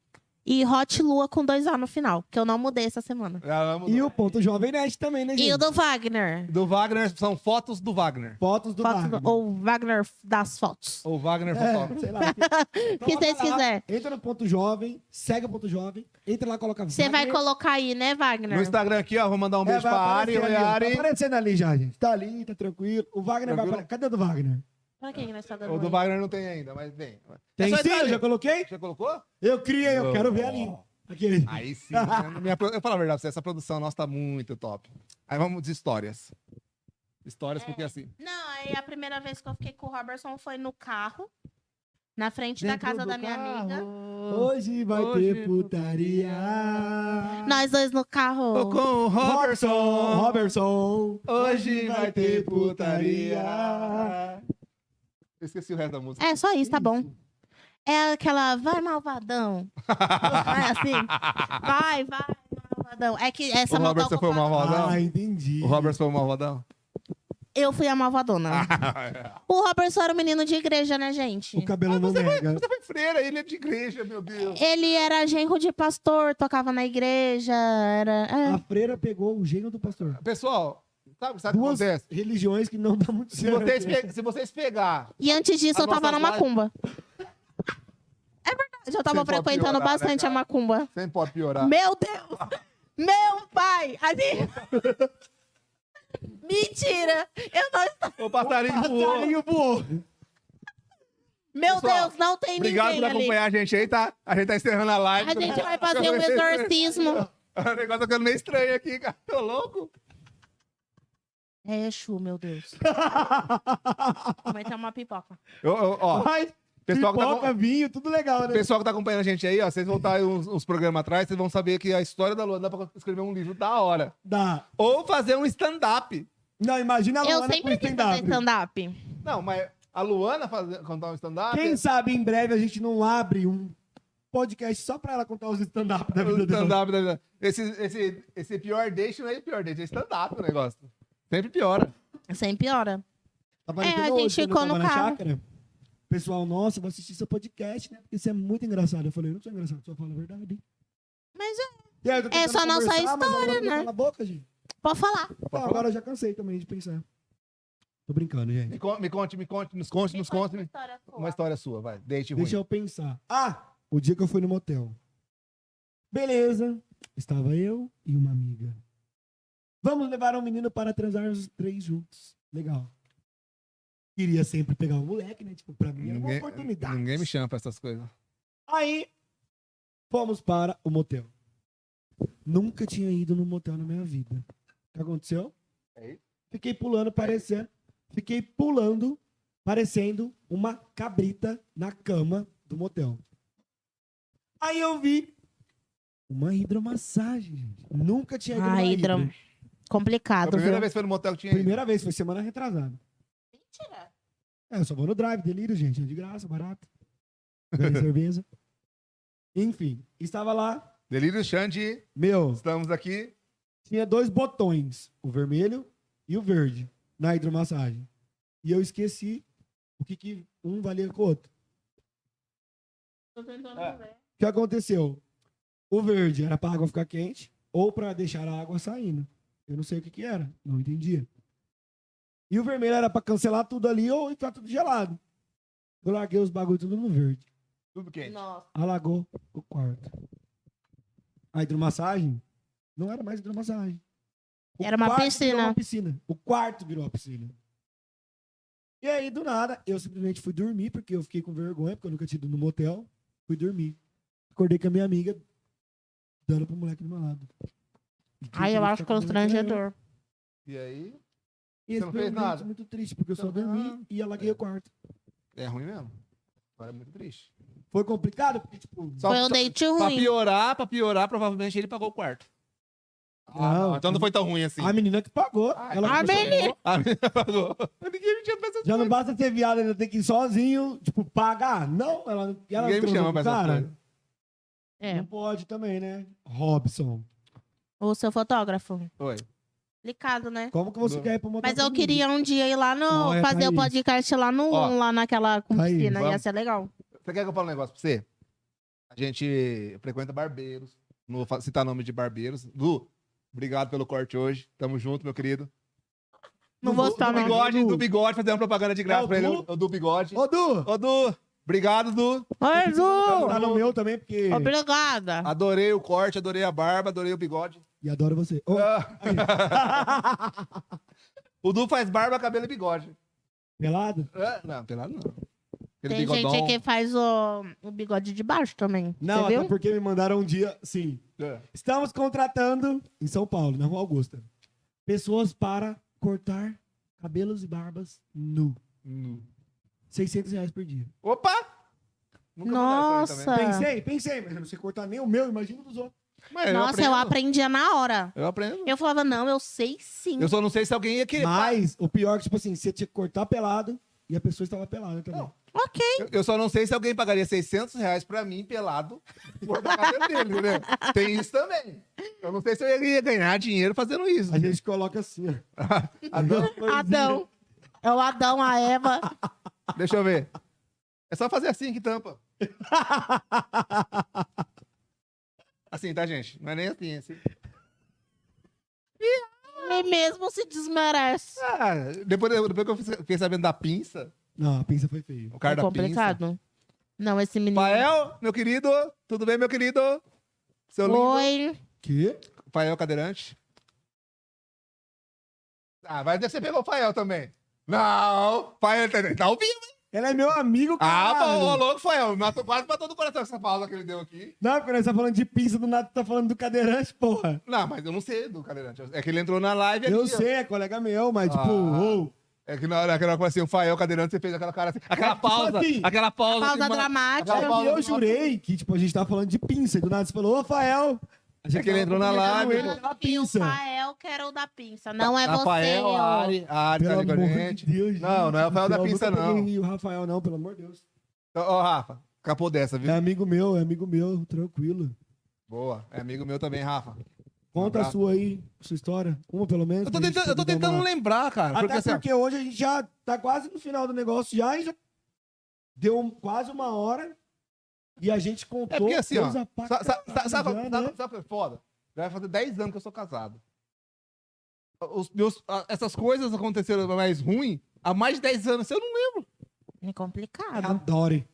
C: E Hot Lua com dois A no final, que eu não mudei essa semana.
A: Já vamos
B: E
A: lá.
B: o Ponto Jovem Net também, né, gente?
C: E o do Wagner.
A: Do Wagner, são fotos do Wagner.
B: Fotos do
C: Foto
B: Fotos
C: do- ou Wagner das fotos.
A: Ou Wagner fotógrafo.
B: É, sei lá. Então,
C: O que vocês quiserem.
B: Entra no Ponto Jovem, segue o Ponto Jovem, entra lá, coloca
C: Você vai
B: Wagner.
C: colocar aí, né,
A: No
C: Wagner?
A: Instagram aqui, ó, vou mandar um
B: É,
A: beijo
B: vai
A: pra Ari.
B: aparecer
A: Oi,
B: ali, ó.
A: Ari.
B: Tá aparecendo ali já, gente. Tá ali, tá tranquilo. O Wagner vai
A: Tranquilo?
B: aparecer. Cadê o do Wagner?
C: Pra quem que nós tá dando
A: O do
C: aí?
A: Wagner não tem ainda, mas vem.
B: Tem
A: só
B: sim,
A: entrar
B: eu
A: ali.
B: já coloquei.
A: Você colocou?
B: Eu criei, eu
A: Oh.
B: quero ver ali. Aquele.
A: Aí sim. né? Minha pro- eu falo a verdade pra você, essa produção nossa tá muito top. Aí vamos de histórias. Histórias,
C: É,
A: porque assim.
C: Não, aí a primeira vez que eu fiquei com o Robertson foi no carro, na frente da
A: Dentro
C: casa
A: do
C: da minha amiga.
A: carro,
B: Hoje vai
A: Hoje
B: ter putaria.
C: Nós dois no
A: tô
C: carro.
A: Com o
B: Robertson,
A: Robertson.
B: Robertson.
A: Hoje vai ter putaria. Eu esqueci o resto da música.
C: É só isso, tá bom. É aquela, vai malvadão. é assim. Vai, vai, malvadão. É que essa
A: O Robertson foi o
C: malvadão.
A: malvadão?
B: Ah, entendi.
A: O Robertson foi o malvadão?
C: Eu fui a malvadona. o Robertson era um menino de igreja, né, gente?
B: O cabelo não nega.
A: Ah, Você foi freira, ele é de igreja, meu Deus.
C: Ele era genro de pastor, tocava na igreja, era... é.
A: Ah.
B: A freira pegou o gênio do pastor.
A: Pessoal, sabe sabe o que
B: Duas
A: acontece?
B: religiões que não dá muito
A: Se
B: certo.
A: vocês, pe- se vocês pegar.
C: E antes disso,
A: A
C: eu tava
A: nossa
C: na
A: live-
C: macumba. É verdade, eu tava
A: Você pode
C: frequentando
A: piorar, né,
C: bastante a
A: cara? Ah.
C: macumba.
A: Sempre pode piorar.
C: Meu Deus! Meu pai! Ali... Mentira! Eu não estou...
A: O passarinho voou.
B: Passarinho voou.
C: Meu
A: Pessoal,
C: Deus, não tem
A: Obrigado por
C: ninguém ali.
A: acompanhar a gente aí, tá? A gente tá encerrando a live.
C: A gente vai fazer
A: Ficou
C: um
A: meio
C: exorcismo.
A: estranho. O negócio tá ficando meio estranho aqui, cara. Tô louco.
C: É Exu, meu Deus. Vai ter uma pipoca.
A: Ô, ô, ó,
B: Mas,
A: pessoal, que tá
B: pipoca,
A: com-
B: vinho, tudo legal, né?
A: pessoal que tá acompanhando a gente aí, ó, vocês voltarem uns, uns programas atrás, vocês vão saber que a história da Luana dá pra escrever um livro da hora.
B: Dá.
A: Ou fazer um stand-up.
B: Não,
A: Tá
B: imagina a
C: Eu
B: Luana com
C: sempre quis fazer
B: stand-up.
C: stand-up.
A: Não, mas a Luana fazer, contar um stand-up.
B: Quem sabe em breve a gente não abre um podcast só pra ela contar os stand-up da
A: O
B: vida dela.
A: stand-up da vida. Esse, esse, esse pior deixa não é pior deixa, é stand-up o negócio. Sempre piora.
C: Sem piora.
B: Tá
C: É, a
B: hoje,
C: gente
B: quando eu
C: ficou no
B: tava na
C: carro.
B: chácara, Pessoal, nossa, vou assistir seu podcast, né? Porque isso é muito engraçado. Eu falei, eu não sou engraçado, só falo a verdade.
C: Mas
B: é. E aí, eu tô
C: É
B: tentando
C: só a nossa
B: conversar, mas ela
C: história,
B: vai me botar
C: né?
B: Na boca, gente.
C: Pode falar.
B: Não, agora eu já cansei também de pensar. Tô brincando, gente.
A: Me, con- me conte, me conte, nos conte, nos conte. me- Uma história sua, vai. Date ruim.
B: Deixa eu pensar. Ah, o dia que eu fui no motel. Beleza. Estava eu e uma amiga. Vamos levar um menino para transar os três juntos. Legal. Queria sempre pegar um moleque, né? Tipo, pra mim era uma
A: Ninguém,
B: oportunidade. Ah,
A: ninguém me chama pra essas coisas.
B: Aí, fomos para o motel. Nunca tinha ido num motel na minha vida. O que aconteceu?
A: É isso?
B: Fiquei pulando, parecendo. Fiquei pulando, parecendo uma cabrita na cama do motel. Aí eu vi uma hidromassagem, gente. Nunca tinha ido
C: Ah,
B: numa
C: hidro-
B: hidra.
A: A
C: Complicado,
A: primeira
C: viu?
A: vez que foi no motel que tinha ido.
B: Primeira vez, foi semana retrasada.
C: Mentira.
B: É, eu só vou no drive, delírio, gente. É de graça, barato. Ganhei cerveja. Enfim, estava lá,
A: Delírio Xande,
B: meu.
A: estamos aqui.
B: tinha dois botões, o vermelho e o verde, na hidromassagem. E eu esqueci o que, que um valia com o outro. O que aconteceu? O verde era para a água ficar quente ou para deixar a água saindo. Eu não sei o que, que era, não entendia. E o vermelho era para cancelar tudo ali ou ficar tudo gelado. Eu larguei os bagulho tudo no verde.
A: Tudo quente.
C: Nossa.
B: Alagou o quarto. A hidromassagem não era mais hidromassagem. O
C: Era uma
B: quarto
C: piscina.
B: virou uma piscina. O quarto virou uma piscina. E aí, do nada, eu simplesmente fui dormir, porque eu fiquei com vergonha, porque eu nunca tinha ido no motel. Fui dormir. Acordei com a minha amiga, dando pro moleque do meu lado. tá
C: Ai, eu
A: tá
C: acho constrangedor.
A: E aí?
B: E esse
A: Você não
B: foi um
A: fez
B: momento
A: nada?
B: muito triste, porque eu só
A: Não.
B: dormi e alaguei o quarto.
A: É ruim mesmo. Agora é muito triste.
B: Foi complicado, porque, tipo...
A: Só-
C: Foi um date
A: Pra
C: ruim.
A: piorar, pra piorar, provavelmente ele pagou o quarto. Ah,
B: Não.
A: não, então não foi tão ruim assim.
B: A menina que pagou.
A: Ah,
B: ela
C: a
B: começou-
C: menina.
A: Ah, pagou. Ninguém me chama pra essas
B: Já
A: coisas.
B: não basta ser viado, ainda tem que ir sozinho, tipo, pagar. Não, ela, e ela
A: Ninguém me
B: transou
A: chama
B: com
A: pra
B: o
A: essas
B: cara.
A: coisas.
C: É.
B: Não pode também, né? Robson.
C: O seu fotógrafo.
A: Oi.
C: Complicado, né?
B: Como que você
A: Do-
B: quer ir pro motel
C: Mas eu
B: comigo?
C: queria um dia ir lá no.
B: Olha,
C: fazer o
B: Thaís.
C: podcast lá no um,
A: Ó,
C: lá naquela com
B: Thaís,
C: piscina. Ia
A: vamos.
C: ser legal.
A: Você quer que eu fale um negócio pra você? A gente frequenta barbeiros. Não vou fa- citar nome de barbeiros. Lu, obrigado pelo corte hoje. Tamo junto, meu querido.
C: Não
B: Do-
C: vou
B: do
C: citar
A: do
C: nome.
A: bigode,
B: Lu.
A: do bigode, fazer uma propaganda de
B: É
A: graça
B: o
A: pra ele.
B: Du?
A: O do bigode.
B: Ô, Du!
A: Ô, Du, obrigado, Du.
C: Oi,
B: Tá
C: Ju!
B: no meu também, porque...
A: Ah,
C: Obrigada.
A: Adorei o corte, adorei a barba, adorei o bigode.
B: E adoro você. Ô,
A: Ah,
B: aí.
A: o Du faz barba, cabelo e bigode.
B: Pelado?
A: Ah, não, pelado não. Aquele
C: Tem gente
A: bigodão.
C: aí que faz o, o bigode de baixo também.
B: Não,
C: você
B: até
C: viu?
B: porque me mandaram um dia, sim.
A: É.
B: Estamos contratando, em São Paulo, na Rua Augusta, pessoas para cortar cabelos e barbas nu.
A: Nu.
B: 600 reais por dia.
A: Opa! Nunca mandaram isso pra mim
C: Nossa.
B: Pensei, pensei, mas eu não sei cortar nem o meu, imagina o dos outros.
A: também. Mas
C: Nossa, eu
A: é, aprendo.
C: aprendia na hora.
A: Eu aprendo.
C: Eu falava, não, eu sei sim.
A: Eu só não sei se alguém ia querer.
B: Mas o pior é que, tipo assim, você tinha que cortar pelado e a pessoa estava pelada também.
A: Não.
C: Ok.
A: Eu- Eu só não sei se alguém pagaria 600 reais pra mim, pelado, por dar cabelo dele, entendeu? Tem isso também. Eu não sei se eu ia ganhar dinheiro fazendo isso. Ah,
B: A gente coloca assim, ó.
A: Adão,
C: Adão. É o Adão, a Eva.
A: deixa eu ver. É só fazer assim que tampa. Assim, tá, gente? Não é nem assim, é assim.
C: Ele mesmo se desmerece.
A: Ah, depois, depois que eu fiz- fiquei sabendo da pinça,
B: Não, a pinça foi feia.
A: o cara
C: é
A: da pinça.
C: complicado. Não, esse menino.
A: Pael, meu querido, tudo bem, meu querido? Seu lindo.
C: Oi.
B: Que?
A: Fael Cadeirante. Ah, mas você pegou o Fael também. Não, Fael tá, tá ao vivo. hein?
B: Ela é meu amigo,
A: Ah,
B: cara.
A: bom, ô, louco, Fael. Matou, quase matou do coração essa pausa que ele deu aqui.
B: Não, porque nós tá falando de pinça, do nada tu tá falando do cadeirante, porra.
A: Não, mas eu não sei do Cadeirante. É que ele entrou na live aqui.
B: Eu
A: ó.
B: sei, é colega meu, mas tipo,
A: Ah.
B: ou.
A: É que na hora que ela falou assim, o Fael Cadeirante, você fez aquela cara assim. Aquela pausa.
B: assim,
A: aquela pausa.
C: Pausa
A: assim, mano.
C: dramática.
A: Aquela pausa
B: eu
A: dramática.
B: jurei que, tipo, a gente tava falando de pinça, e do nada você falou, ô, Rafael.
A: É que ele entrou na live.
B: Ele pela pinça.
C: O Rafael que era o da pinça. Não é
A: Rafael, a
C: você. ó.
A: Ari, a Ari tá
B: Pelo
A: ali com a
B: amor de
A: gente.
B: Deus.
A: Não, não é o Rafael da
B: Eu
A: Pinça,
B: nunca
A: não.
B: peguei O Rafael, não, pelo amor de Deus.
A: Ô, Rafa, Capô dessa,
B: É
A: viu?
B: amigo meu, é amigo meu, tranquilo.
A: Boa. É amigo meu também, Rafa.
B: Conta a
A: Abraço.
B: sua aí, sua história. Uma pelo menos.
A: Eu tô
B: pra gente
A: tentando, eu tô
B: poder dar
A: tentando
B: uma-
A: lembrar, cara.
B: Até
A: Porque,
B: porque,
A: assim, ó,
B: hoje a gente já tá quase no final do negócio já e já deu um, quase uma hora e a gente contou
A: é porque assim, ó.
B: coisa pra
A: sa- sa- sa- Sabe
B: caralho já,
A: sabe-
B: né?
A: sabe o que é foda? Já vai fazer 10 anos que eu sou casado. Os meus, a- essas coisas aconteceram mais ruim há mais de 10 anos. Se eu não
C: É complicado.
B: Adore.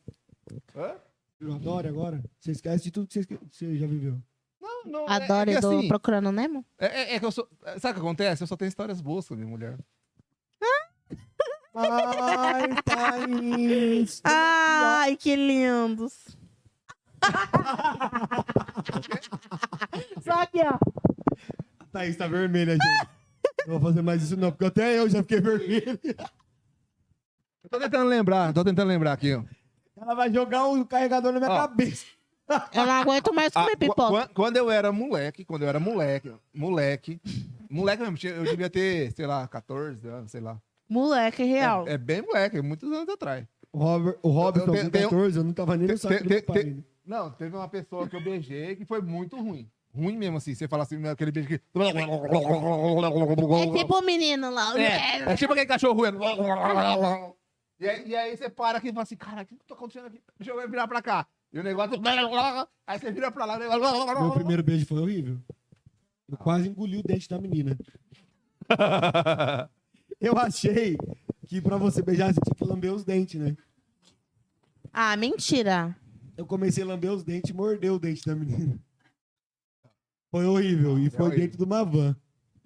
A: lembro.
B: Virou Adore agora. Você esquece de tudo que você, esque- você já viveu.
A: Não, não.
C: Adoro
A: é, é, que,
C: do
A: assim,
C: Procurando Nemo.
A: é, é- é que eu sou. é, Sabe o que acontece? Eu só tenho histórias boas com a minha mulher.
B: Ai, Thaís.
A: Ah.
C: Ai, que lindos. Só aqui, ó.
B: Thaís tá vermelha, gente. Não vou fazer mais isso não, porque até eu já fiquei vermelho.
A: Eu tô tentando lembrar, tô tentando lembrar aqui, ó.
B: Ela vai jogar um carregador na minha
A: Ó.
B: cabeça.
C: Eu não aguento mais
A: Ah,
C: comer
A: qu-
C: pipoca.
A: quan- quando eu era moleque, quando eu era moleque, moleque, moleque mesmo, tinha- eu devia ter, sei lá, 14 anos, sei lá.
C: Moleque real.
A: É, é bem moleque, é muitos anos atrás.
B: O Robert, o Robson,
A: Eu- eu tenho-
B: com 14, eu não tava nem no
A: tenho-
B: saco do
A: tenho-
B: meu pai.
A: tenho- Não, teve uma pessoa que eu beijei que foi muito ruim. Ruim mesmo, assim. Você fala assim, aquele beijo que.
C: É, tipo o menino lá. o-
A: um É, é tipo aquele cachorro ruim. E aí, e aí você para aqui e fala assim, cara, o que que tá acontecendo aqui? Deixa eu virar pra cá. E o negócio. Aí você vira pra lá.
B: Meu primeiro beijo foi horrível. Eu quase engoli o dente da menina. Eu achei que pra você beijar, você tinha que lamber os dentes, né?
C: Ah, mentira.
B: Eu comecei a lamber os dentes e mordeu o dente da menina. Foi horrível. E
A: É
B: foi
A: horrível.
B: dentro de uma van.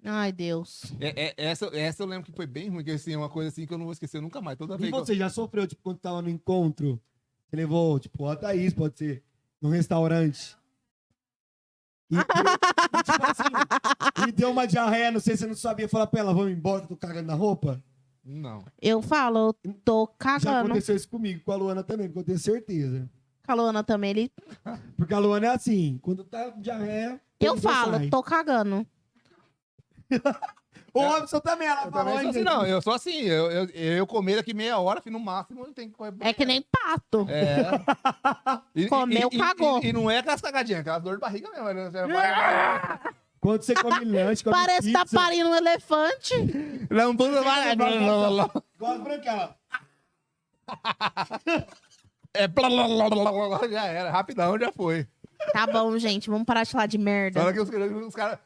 C: Ai, Deus.
A: É, é, essa, essa eu lembro que foi bem ruim, que assim, é uma coisa assim que eu não vou esquecer nunca mais. Toda
B: E
A: vez que eu-
B: você já sofreu, tipo, quando tava no encontro? Você levou, tipo, a Thaís, pode ser, num restaurante. E, deu- e, tipo assim, e deu uma diarreia, não sei se você não sabia falar pra ela, vamos embora, tô cagando na roupa.
A: Não.
C: Eu falo, eu tô
B: Já
C: Tá cagando.
B: aconteceu isso comigo, com a Luana também, porque eu tenho certeza.
C: Com a Luana também, ele...
B: Porque a Luana é assim, quando tá com diarreia.
C: Eu
B: todo mundo
C: falo,
B: sai.
C: tô cagando.
B: O Robson também, ela
A: Eu
B: falou
A: também sou assim,
B: ainda.
A: não. Eu sou assim, eu, eu, eu comer daqui meia hora, filho, no máximo eu tenho que correr.
C: É que nem pato.
A: É. E-
C: Comeu,
A: e- e-
C: cagou.
A: E, e não é aquelas cagadinhas, aquelas dor de barriga mesmo. né? Você vai-
B: Quando você come lanche, come
C: Parece que
B: pizza,
C: tá parindo um elefante.
A: Não, bunda vai- blá,
B: Vai-
A: blá, blá.
B: igual a Branquela.
A: É. blá, blá, blá, blá, blá, blá, Já era, rapidão já foi.
C: Tá bom, gente, vamos parar de falar de
A: Na hora
C: merda.
A: que os, os caras.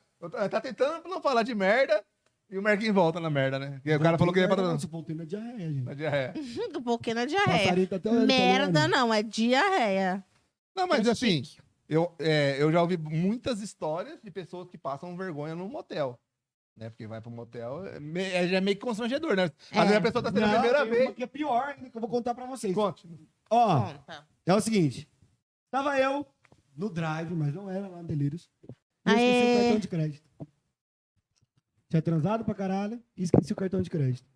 A: Tá tentando não falar de merda e o Marquinhos volta na merda, né? E aí o cara falou que ia pra.
B: Não, só faltei minha diarreia, gente.
A: na diarreia.
C: Um pouquinho na diarreia.
B: Passarinho tá até olhando pra
C: Merda
B: Luana.
C: não, é diarreia.
A: Não, mas assim, eu, é, eu já ouvi muitas histórias de pessoas que passam vergonha num motel. Né? Porque vai pro motel, é, me- é, já é meio que constrangedor, né?
C: É.
A: Às vezes a pessoa tá tendo a
B: Não,
A: primeira
B: tem uma
A: vez.
B: que é pior ainda, que eu vou contar pra vocês.
A: Conte.
B: Ó,
C: Conta.
B: é o seguinte. Tava eu no drive, mas não era lá no Delírios. E eu
C: Aê.
B: esqueci o cartão de crédito. Tinha transado pra caralho e esqueci o cartão de crédito.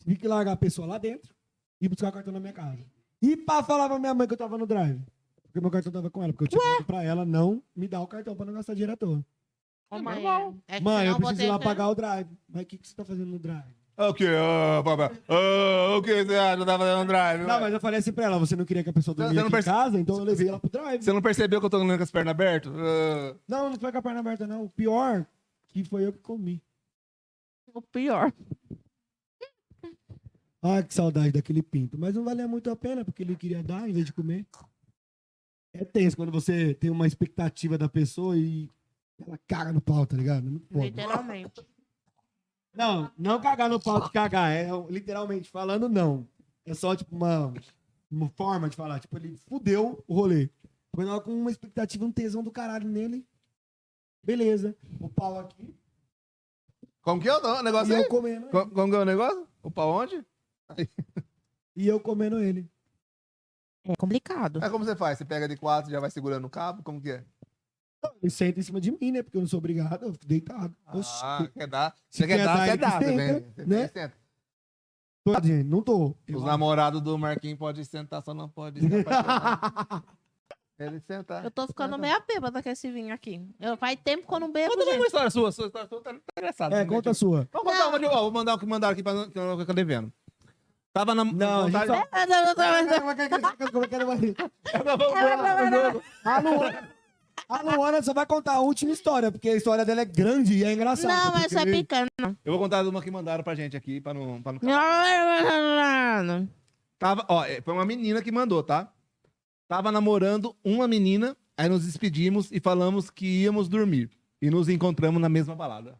B: Tive que largar a pessoa lá dentro e buscar o cartão na minha casa. E pra falar pra minha mãe que eu tava no drive. Porque meu cartão tava com ela. Porque eu tinha falado pra ela não me dar o cartão pra não gastar dinheiro à toa.
C: Ô, mãe, é que
B: Mãe,
C: senão
B: eu preciso
C: vou
B: ir lá
C: ter-
B: pagar o drive. Mas o que, que você tá fazendo no drive?
A: O que? Ô, papai. Ô, O que você acha? Tá fazendo drive?
B: Não, mas eu falei assim pra ela, você não queria que a pessoa
A: Você-
B: dormisse
A: você não
B: aqui em
A: perce-
B: casa, então eu levei ela pro drive.
A: Você não percebeu que eu tô andando com as pernas abertas? Ah. Ô.
B: Não, não foi com a perna aberta, não. O pior que foi eu que comi.
C: O pior.
B: Ah, que saudade daquele pinto. Mas não valia muito a pena, porque ele queria dar em vez de comer. É tenso quando você tem uma expectativa da pessoa e ela caga no pau, tá ligado? É Muito foda.
C: Literalmente.
B: Não, não cagar no pau de cagar. É literalmente falando, não. É só, tipo, uma, uma forma de falar. Tipo, ele fudeu o rolê. Foi na hora com uma expectativa, um tesão do caralho nele. Beleza. O pau aqui.
A: Como que é o
B: E
A: negócio aí?
B: eu comendo. ele.
A: Co- Como que é o negócio? O pau onde?
B: E eu comendo ele.
C: É complicado.
A: É como você faz? Você pega de quatro e já vai segurando o cabo? Como que é?
B: Ele senta em cima de mim, né? Porque eu não sou obrigado, eu fico deitado. Oxi,
A: Ah, quer dar?
B: Se
A: Você quer
B: quer
A: dar,
B: dar,
A: quer
B: ele
A: dar. Você
B: senta,
A: vem- você
B: né?
A: vem e senta.
B: tô errado, gente, não tô.
A: Os
B: Eu-
A: namorados do Marquinhos podem sentar, só não pode se apaixonar. Ele sentar.
C: Eu tô ficando meia bêbada com esse vinho aqui. Eu, faz tempo que eu não bebo,
A: Conta mais
C: gente.
A: uma história sua, sua história sua tá, tá engraçada.
B: é,
A: Também,
B: conta a
A: tipo.
B: sua.
A: Vamos contar uma de. Ó, vou mandar o que mandaram aqui pra não que eu tô devendo. Tava na
B: Não, a gente
A: vontade-
B: só- é
C: É
B: A Luana, a Luana só vai contar a última história, porque a história dela é grande e é engraçada.
C: Não, mas
B: porque-
C: é picante.
A: Eu vou contar uma que mandaram pra gente aqui, pra não... Pra não...
C: Não,
A: Tava, ó, é, foi uma menina que mandou, tá? Tava namorando uma menina, aí nos despedimos e falamos que íamos dormir. E nos encontramos na mesma balada.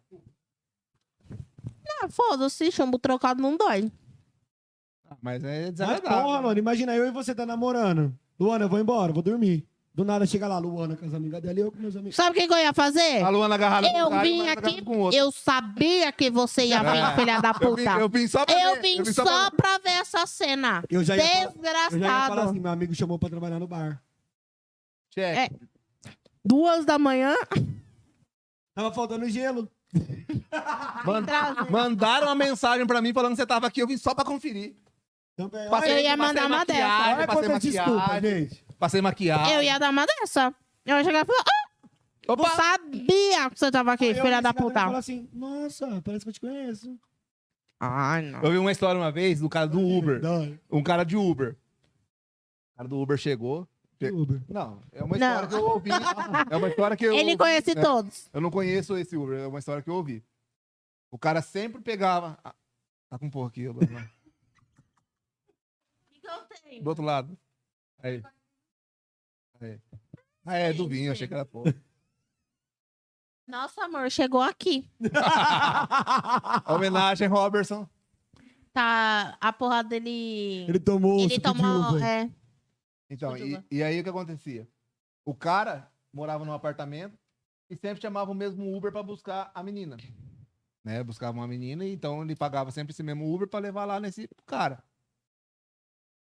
C: Ah, foda-se, chumbo trocado não dói.
A: Mas é
B: Mas
A: desagradável.
B: porra, mano, imagina eu e você tá namorando. Luana, eu vou embora, vou dormir. Do nada chega lá, Luana com as amigas dela e eu com meus amigos.
C: Sabe o que que eu ia fazer?
A: A Luana agarrada com um
C: Eu
A: cara e o
C: vim
A: Marcos
C: aqui,
A: agarrado com o outro.
C: eu sabia que você ia vir,
A: É.
C: filha da
A: Eu vim, eu
C: puta.
A: vim só pra
C: Eu
A: ver,
C: vim
A: só pra-
C: só pra ver essa cena.
B: Eu já ia, falar, eu já ia falar assim,
C: Desgraçado.
B: meu amigo chamou pra trabalhar no bar.
A: Check.
C: É. Duas da manhã,
B: Tava faltando gelo.
C: É,
A: Man- Mandaram uma mensagem pra mim falando que você tava aqui, eu vim só pra conferir.
B: Também.
A: Passei-
C: Eu ia
A: passei
C: mandar uma dessa.
A: maquiagem,
B: Olha
A: Passei
B: quanta desculpa,
A: maquiagem,
B: gente.
A: passei
B: Ah.
A: maquiagem.
C: eu ia dar uma dessa. Eu ia chegar e falar, ah, eu
A: Opa!
C: sabia que você tava aqui,
B: Eu
C: filha
B: olhei
C: da
B: esse cara e
C: puta.
B: falei assim, nossa, parece que eu te conheço.
C: Ai, não.
A: Eu vi uma história uma vez do cara do Uber.
B: Da hora.
A: Um cara de Uber. O cara do Uber chegou. Che-
B: Uber.
A: Não, é uma
C: Não.
A: história que eu ouvi. É uma história que eu.
C: Ele
A: ouvi.
C: conhece
B: né?"
A: É.
C: todos.
A: Eu não conheço esse Uber, é uma história que eu ouvi. O cara sempre pegava. Ah, Tá com porra aqui, eu do outro lado. Aí. Aí. Ah, é, do vinho, achei que era porra.
C: Nossa, amor, chegou aqui.
A: Homenagem, Robertson.
C: Tá, a porra dele...
B: Ele assim, tomou
C: Ele
B: suco de
C: tomou,
B: uva.
C: é,
A: Então, e,
C: Jujuba.
A: e aí o que acontecia? O cara morava num apartamento e sempre chamava o mesmo Uber pra buscar a menina. Né? Buscava uma menina, e então ele pagava sempre esse mesmo Uber pra levar lá nesse cara.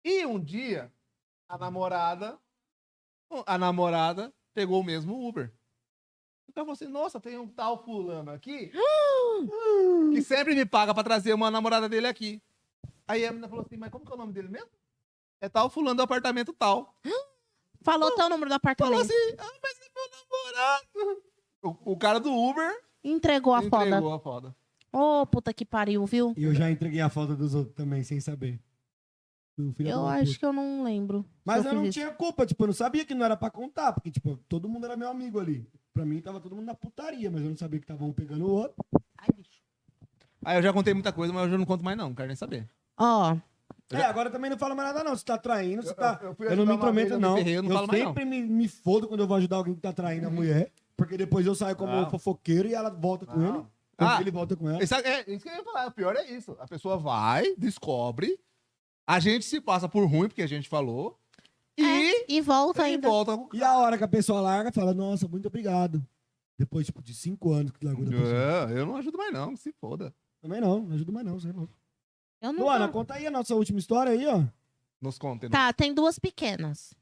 A: E um dia, a namorada, a namorada pegou o mesmo Uber. Então falou assim, nossa, tem um tal fulano aqui que sempre me paga pra trazer uma namorada dele aqui. Aí a menina falou assim, mas como que é o nome dele mesmo? É tal fulano do apartamento tal.
C: é. falou teu número do
A: Falou
C: apartamento.
A: assim, ah, mas é meu namorado. O, o cara do Uber
B: assim,
C: Entregou a foda.
A: entregou a foda.
C: Ô, puta que pariu, viu?
B: E eu já entreguei a falta dos outros também, sem saber. Do filho
C: Eu
B: da puta.
C: acho que eu não lembro. se
B: Mas eu,
C: fiz
B: não
C: isso.
B: tinha culpa, tipo, eu não sabia que não era pra contar, porque, tipo, todo mundo era meu amigo ali. Pra mim, tava todo mundo na putaria, mas eu não sabia que tava um pegando o outro.
A: Aí eu já contei muita coisa, mas eu já não conto mais não, não quero nem saber.
C: Ó,
B: É, agora também não fala mais nada não, você tá traindo, você tá...
A: eu
B: Eu,
A: fui
B: não
A: ajudar
B: me
A: uma
B: intrometo
A: vez, eu me
B: não.
A: ferrei, eu
B: eu
A: não Uhum. falo mais,
B: sempre me, me fodo quando eu vou ajudar alguém que tá traindo a mulher, porque depois eu saio como
A: Não.
B: fofoqueiro e ela volta com
A: Não.
B: ele, ou
A: Ah.
B: ele volta com ela.
A: Isso, é, é isso que eu ia falar, o pior é isso. A pessoa vai, descobre, a gente se passa por ruim, porque a gente falou, e,
C: é, e volta
A: e
C: ainda.
A: volta com o
B: E a hora que a pessoa larga, fala, nossa, muito obrigado. Depois, tipo, de cinco anos que largou da pessoa.
A: cara. É, eu não ajudo mais não, se foda.
B: Também não, não ajuda mais não, você é louco.
C: Eu não tá.
B: Luana,
C: lembro.
B: conta aí a nossa última história aí, ó.
A: Nos então. contem.
C: Tá, tem duas pequenas.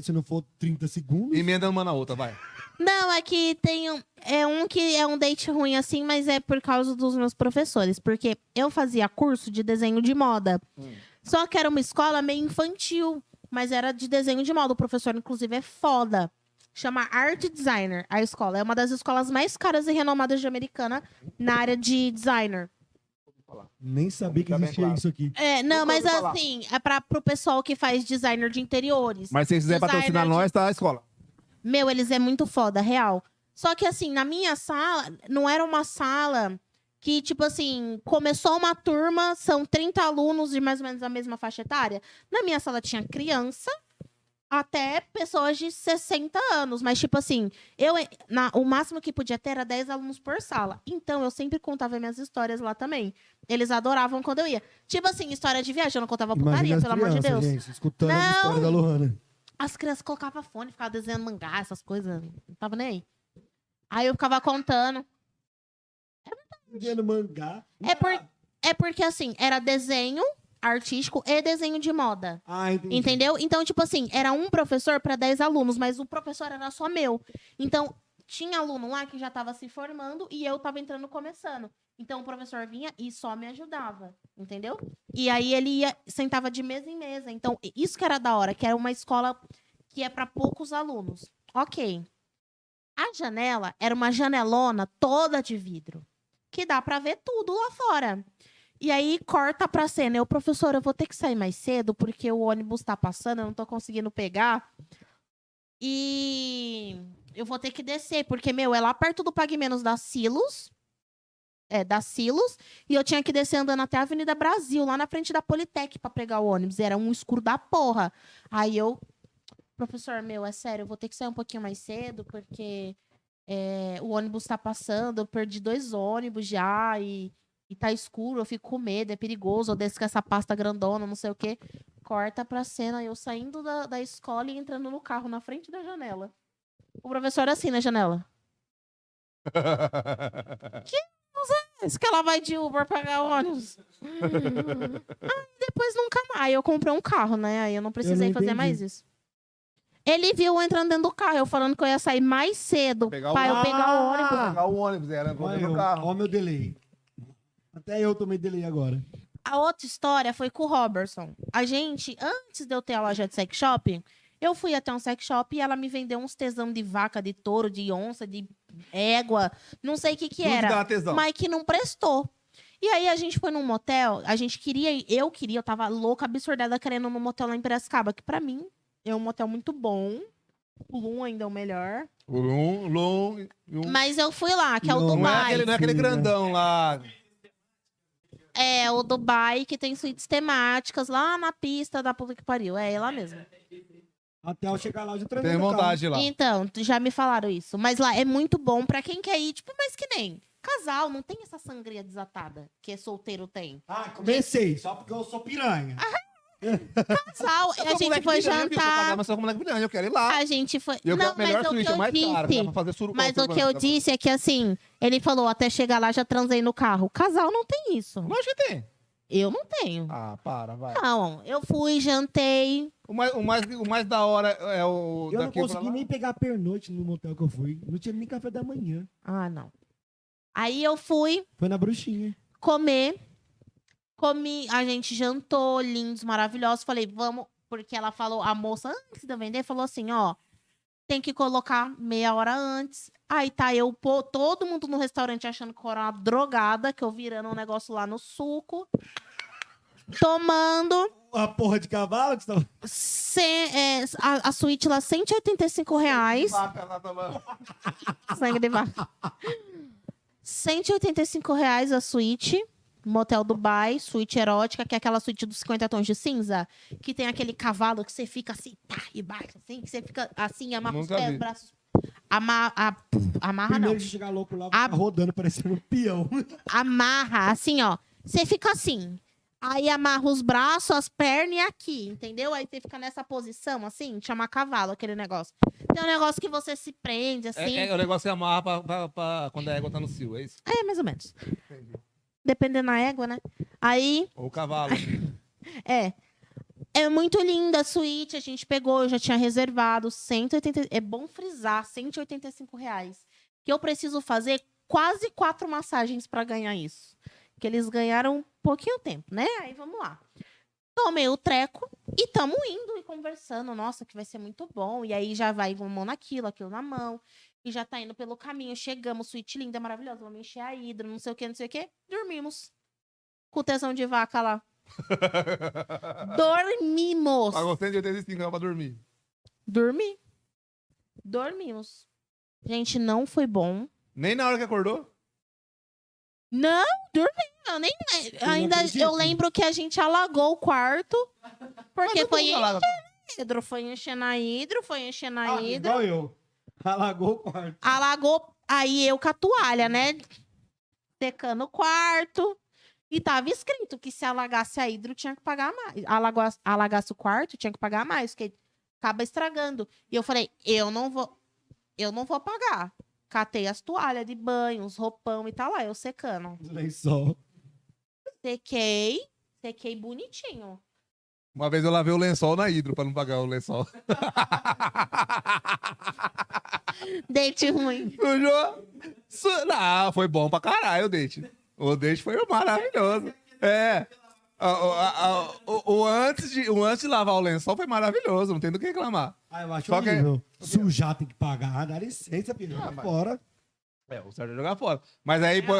B: Se não for 30 segundos...
A: Emenda uma na outra, vai.
C: Não, é que tem um. É um que é um date ruim assim, mas é por causa dos meus professores. Porque eu fazia curso de desenho de moda.
A: Hum.
C: Só que era uma escola meio infantil, mas era de desenho de moda. O professor, inclusive, é foda. Chama Art Designer a escola. É uma das escolas mais caras e renomadas de americana na área de designer.
B: Nem sabia que
A: Tá bem
B: existia
A: claro.
B: isso aqui.
C: É, não,
A: Nunca
C: mas
A: ouvi falar.
C: assim, é pra, pro pessoal que faz designer de interiores.
A: Mas se vocês quiserem
C: Designer
A: patrocinar
C: de-
A: nós, tá? A escola.
C: Meu, eles é muito foda, real. Só que assim, na minha sala, não era uma sala que, tipo assim, começou uma turma, são 30 alunos de mais ou menos a mesma faixa etária. Na minha sala tinha criança até pessoas de 60 anos. Mas, tipo assim, eu na- o máximo que podia ter era 10 alunos por sala. Então, eu sempre contava minhas histórias lá também. Eles adoravam quando eu ia. Tipo assim, história de viagem, eu não contava putaria,
B: Imagina as
C: tá pelo amor de
B: crianças,
C: Deus.
B: gente, escutando a
C: Não.
B: história da Luana.
C: As crianças colocavam fone, ficavam desenhando mangá, essas coisas. Não tava nem aí. Aí eu ficava contando.
B: Vendo mangá.
C: É, por, é porque, assim, era desenho artístico e desenho de moda.
B: Ah, entendi.
C: Entendeu? Então, tipo assim, era um professor para 10 alunos, mas o professor era só meu. Então, tinha aluno lá que já tava se formando e eu tava entrando começando. Então, o professor vinha e só me ajudava, entendeu? E aí ele ia, sentava de mesa em mesa. Então, isso que era da hora, que era uma escola que é para poucos alunos. Ok. A janela era uma janelona toda de vidro, que dá para ver tudo lá fora. E aí corta pra cena. Eu, professora, eu vou ter que sair mais cedo porque o ônibus tá passando, eu não tô conseguindo pegar. E eu vou ter que descer, porque, meu, é lá perto do Pague Menos da Silos. É, da Silos. E eu tinha que descer andando até a Avenida Brasil, lá na frente da Politec, pra pegar o ônibus. Era um escuro da porra. Aí eu, professor, meu, é sério, eu vou ter que sair um pouquinho mais cedo, porque é, o ônibus tá passando, eu perdi dois ônibus já e, e tá escuro, eu fico com medo, é perigoso, eu desço com essa pasta grandona, não sei o quê. Corta pra cena, eu saindo da, da escola e entrando no carro na frente da janela. O professor assim na janela. Ah. Isso que ela vai de Uber pagar ônibus. Ah, depois nunca mais. Aí eu comprei um carro, né? Aí eu não precisei fazer
B: entendi.
C: mais isso. Ele viu eu entrando dentro do carro, eu falando que eu ia sair mais cedo
A: Pegar o
C: pra eu
A: ônibus.
C: pegar o ônibus.
B: Ah!
A: Pegar o ônibus, era encontrei
B: Olha
A: no
B: eu,
A: carro.
B: ó meu delay. Até eu tomei delay agora.
C: A outra história foi com o Robertson. A gente, antes de eu ter a loja de sex shop, eu fui até um sex shop e ela me vendeu uns tesão de vaca, de touro, de onça, de égua, não sei o que que
A: Tudo que
C: era.
A: dava tesão.
C: Mas que não prestou. E aí a gente foi num motel, a gente queria, ir- eu queria, eu tava louca, absurdada, querendo ir num motel lá em Piracicaba, que pra mim é um motel muito bom. O Lum ainda é o melhor.
A: Um, long, e um.
C: Mas eu fui lá, que é o
B: Não,
A: Não é,
C: Dubai.
A: aquele, não é aquele grandão lá.
C: É, o Dubai, que tem suítes temáticas lá na pista da puta que pariu. É, é lá mesmo.
B: Até eu chegar lá, eu já treinei.
A: Tem
B: no carro.
A: vontade lá.
C: Então, tu- já me falaram isso. Mas lá é muito bom pra quem quer ir, tipo, mas que nem casal, não tem essa sangria desatada que solteiro tem.
B: Ah, comecei, só porque eu sou piranha.
A: Ah,
C: Casal,
A: Eu
C: a
A: sou
C: gente
A: moleque
C: foi
A: piranha, viu? Eu sou casado,
C: jantar,
A: Mas sou moleque brilhante, eu quero ir lá.
C: a gente foi.
A: E eu
C: não,
A: quero melhor
C: mas o que
A: suíte,
C: eu
A: é mais caro. Dá
C: disse,
A: pra fazer suruba.
C: mas o
A: suruba,
C: que eu
A: tá bom.
C: disse é que assim, ele falou, até chegar lá já transei no carro. Casal não tem isso.
A: Lógico que tem.
C: Eu não tenho.
A: Ah, para, vai.
C: Não, eu fui, jantei,
A: O mais, o mais, o mais da hora é o.
B: Eu não
A: daqui pra
B: consegui
A: lá.
B: nem pegar pernoite no motel que eu fui. Não tinha nem café da manhã.
C: Ah, não. Aí eu fui
B: Foi na bruxinha.
C: comer. Comi, a gente jantou, lindos, maravilhosos. Falei, vamos, porque ela falou, a moça antes de eu vender falou assim, ó, tem que colocar meia hora antes. Aí tá eu, pô, todo mundo no restaurante achando que eu era uma drogada, que eu virando um negócio lá no suco. Tomando
B: A porra de cavalo que você tava...
C: cem- é, a, a suíte lá, R$ 185 reais.
A: Vaca lá tá tomando.
C: Sangue de vaca. 185 reais a suíte. Motel Dubai, suíte erótica, que é aquela suíte dos 50 tons de cinza, que tem aquele cavalo que você fica assim, pá, e baixa, assim, que você fica assim, amarra os
A: Nunca
C: pés,
A: vi.
C: os braços. Ama a- amarra
B: Primeiro
C: Ah, não.
B: de chegar louco lá,
C: Ah.
B: ficar rodando parecendo um peão.
C: Amarra, assim, ó. Você fica assim. Aí amarra os braços, as pernas e aqui, entendeu? Aí você fica nessa posição, assim, chama cavalo, aquele negócio. Tem um negócio que você se prende, assim.
A: É, é o negócio que amarra pra, pra, pra quando a égua tá no cio, é isso?
C: É, mais ou menos. Dependendo da égua, né? Aí,
A: Ou o cavalo.
C: é. É muito linda a suíte, a gente pegou, eu já tinha reservado 180, é bom frisar, 185 reais. Que eu preciso fazer quase quatro massagens para ganhar isso. Que eles ganharam um pouquinho tempo, né? Aí vamos lá. Tomei o treco e tamo indo e conversando. Nossa, que vai ser muito bom. E aí já vai uma mão naquilo, aquilo na mão. E já tá indo pelo caminho. Chegamos, suíte linda, maravilhosa. Vamos encher a hidra, não sei o que, não sei o que. Dormimos. Com tesão de vaca lá. Dormimos.
A: Pagou 185 reais pra dormir.
C: Dormi. Dormimos. Gente, não foi bom.
A: Nem na hora que acordou?
C: Não, dormi. Eu nem, ainda
B: acredito.
C: eu lembro que a gente alagou o quarto. Porque
A: Todo
C: foi
A: mundo
C: enchendo
A: lá,
C: hidro, foi enchendo a hidro, foi enchendo a
B: Ah,
C: hidro.
B: igual eu. Alagou o quarto.
C: Alagou. Aí eu com a toalha, né? Secando o quarto. E tava escrito que se alagasse a hidro, tinha que pagar mais. Alagasse, alagasse o quarto, tinha que pagar mais, porque acaba estragando. E eu falei, eu não vou, eu não vou pagar. Catei as toalhas de banho, os roupão e tá lá, eu secando.
B: Lençol.
C: Sequei, sequei bonitinho.
A: Uma vez eu lavei o lençol na hidro pra não pagar o lençol.
C: Dente ruim.
A: Sujou? Su- Não, foi bom pra caralho o date. O date foi maravilhoso. É. A- a- a- O, o antes de, o antes de lavar o lençol foi maravilhoso, não tem do que reclamar.
B: Ah, eu acho
A: Só que- é- Ah,
B: horrível. Sujar tem que pagar. Dá licença, filho. Vai
A: mas-
B: Fora.
A: É, o Sérgio ia jogar fora. é Mas aí, pô,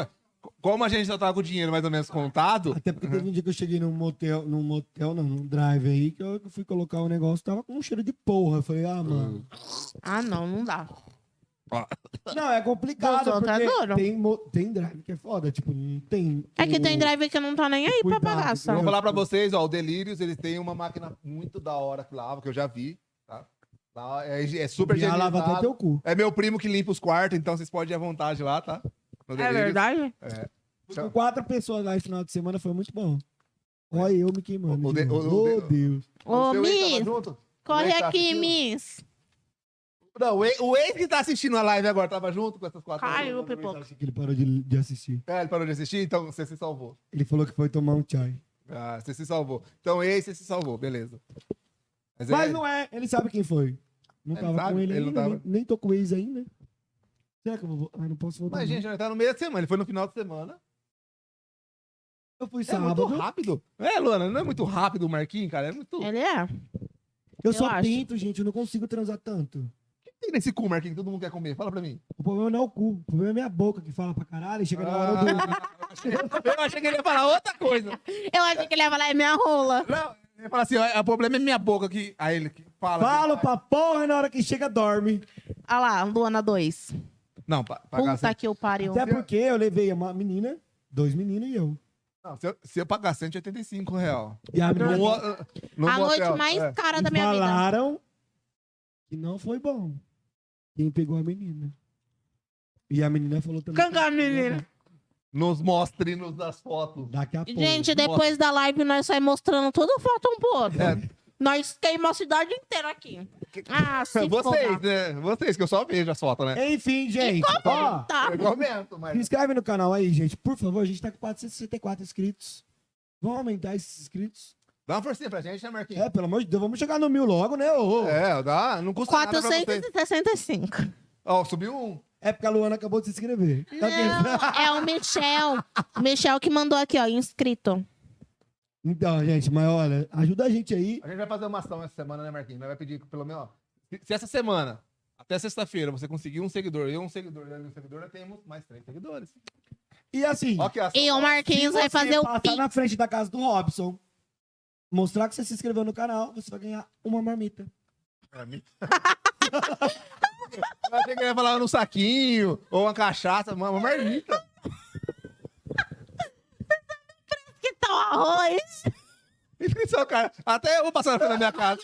A: Como a gente já tava com o dinheiro mais ou menos contado,
B: Até porque teve um dia que eu cheguei num motel, num motel, não, num drive aí, que eu fui colocar o negócio, tava com um cheiro de porra. Eu falei, ah, mano.
C: Ah, não, não dá.
B: Não, é complicado,
C: Dos outros, adoro.
B: porque tem, mo- tem drive que é foda, tipo, não tem... um
C: É que
B: o-
C: tem driver que não tá nem aí pra
B: Cuidado,
C: pagar só.
A: vou falar pra vocês, ó, o Delírios, eles têm uma máquina muito da hora que lava, que eu já vi, tá? Lá É, é super
B: Já lava até
A: higienizado.
B: teu cu.
A: É meu primo que limpa os quartos, então vocês podem ir à vontade lá, tá? No
C: É
A: Delírios.
C: verdade?
B: Fui com quatro pessoas lá esse final de semana, foi muito bom. Olha eu me queimando.
A: O- o
B: de
A: de-
B: novo.
A: o- o-
B: Ô, Deus.
A: O
C: Ô,
A: seu ex tava
C: Miss,
A: junto? O
C: corre
A: ex tá
C: aqui,
A: assistindo?
C: Miss.
A: Não, o ex, o ex que tá assistindo a live agora tava junto com essas quatro
C: Caiu.
A: pessoas?
C: o pipoca.
B: Que ele parou de, de assistir.
A: É, ele parou de assistir, então você se salvou.
B: Ele falou que foi tomar um chai.
A: Ah, você se salvou. Então, ex, você se salvou, beleza.
B: Mas não é, ele sabe quem foi. Não
A: Ele
B: tava
A: sabe?
B: com ele,
A: Ele não
B: ainda,
A: tava.
B: nem, nem tô com o ex ainda. Será que eu vou... Ai, não posso voltar.
A: Mas,
B: não.
A: gente, já tá no meio da semana. Ele foi no final de semana.
B: eu fui
A: É muito
B: sábado.
A: rápido. É, Luana, não é muito rápido o Marquinhos, cara? É muito...
C: Ele é.
B: eu
C: eu
B: só
C: acho.
B: pinto, gente, eu não consigo transar tanto.
A: O que tem nesse cu, Marquinhos, que todo mundo quer comer? Fala pra mim.
B: O problema não é o cu, o problema é a minha boca que fala pra caralho e chega na hora do...
A: Ah, eu achei que ele ia falar outra coisa.
C: Eu achei que ele ia falar, é minha rola.
A: Não, ele ia falar assim, ó, o problema é minha boca que... Aí ele que fala... assim,
B: Falo pra porra e na hora que chega dorme.
C: Olha lá, Luana 2.
A: Não, pa- pagar...
C: Puta que o pariu.
B: Até porque eu levei uma menina, dois meninos e eu.
A: Não, se, eu, se eu pagar 185 real.
B: E a
A: No,
B: menina
A: mo- no
C: A noite
A: motel,
C: mais
A: é.
C: cara
B: Me
C: da minha vida.
B: falaram que não foi bom. Quem pegou a menina. E a menina falou também.
C: Canga, menina.
A: Nos mostrinos das fotos.
B: Daqui a pouco.
C: Gente, depois da live nós sai mostrando toda foto um pro outro.
A: É.
C: Nós queimamos a cidade inteira aqui. Ah, se
A: Vocês,
C: foda.
A: né? Vocês, que eu só vejo as fotos, né?
B: Enfim, gente. Ó,
C: Tá.
A: Eu comento, mas...
B: se inscreve no canal aí, gente. Por favor, a gente tá com 464 inscritos. Vamos aumentar esses inscritos.
A: Dá uma forcinha pra gente, né, Marquinhos?
B: É, pelo amor de Deus, vamos chegar no mil logo, né? Ô, ô. É.
A: É, dá, não custa nada pra vocês.
C: 465.
A: Ó, subiu um.
B: É porque a Luana acabou de se inscrever. Tá ok?
C: Não, é o Michel. O Michel que mandou aqui, ó, inscrito.
B: Então, gente, mas olha, ajuda a gente aí.
A: A gente vai fazer uma ação essa semana, né, Marquinhos? Nós vai pedir que pelo menos, ó, se- se essa semana, até sexta-feira, você conseguir um seguidor e um seguidor e um seguidor, nós temos mais três seguidores.
B: E assim.
A: Ó, que ação.
C: E o Marquinhos
B: Se
C: vai
B: você
C: fazer o
B: passar
C: pi.
B: na frente da casa do Robson, mostrar que você se inscreveu no canal, você vai ganhar uma marmita.
A: Pra mim. Eu achei que ele ia falar no saquinho, ou uma cachaça, uma, uma marmita.
C: Que tal tá um arroz?
A: Inscrição, cara. Até eu vou passar na frente da minha casa.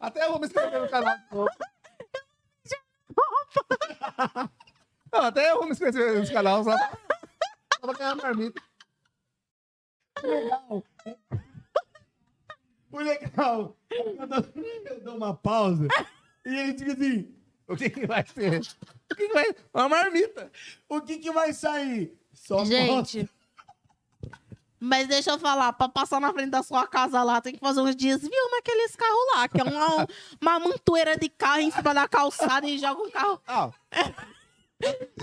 A: Até eu vou me inscrever no canal de novo. Não, até eu vou me inscrever nos canal só, só pra ganhar uma marmita.
B: Legal. O legal é que eu dou, eu dou uma pausa e ele fica assim:
A: O que, que vai ser? O que, que vai Uma marmita.
B: o que, que vai sair? Só
C: Gente. Mas deixa eu falar, pra passar na frente da sua casa lá, tem que fazer uns desvios naqueles carros lá, que é uma, uma mantoeira de carro em cima da calçada e joga um carro.
A: Ah,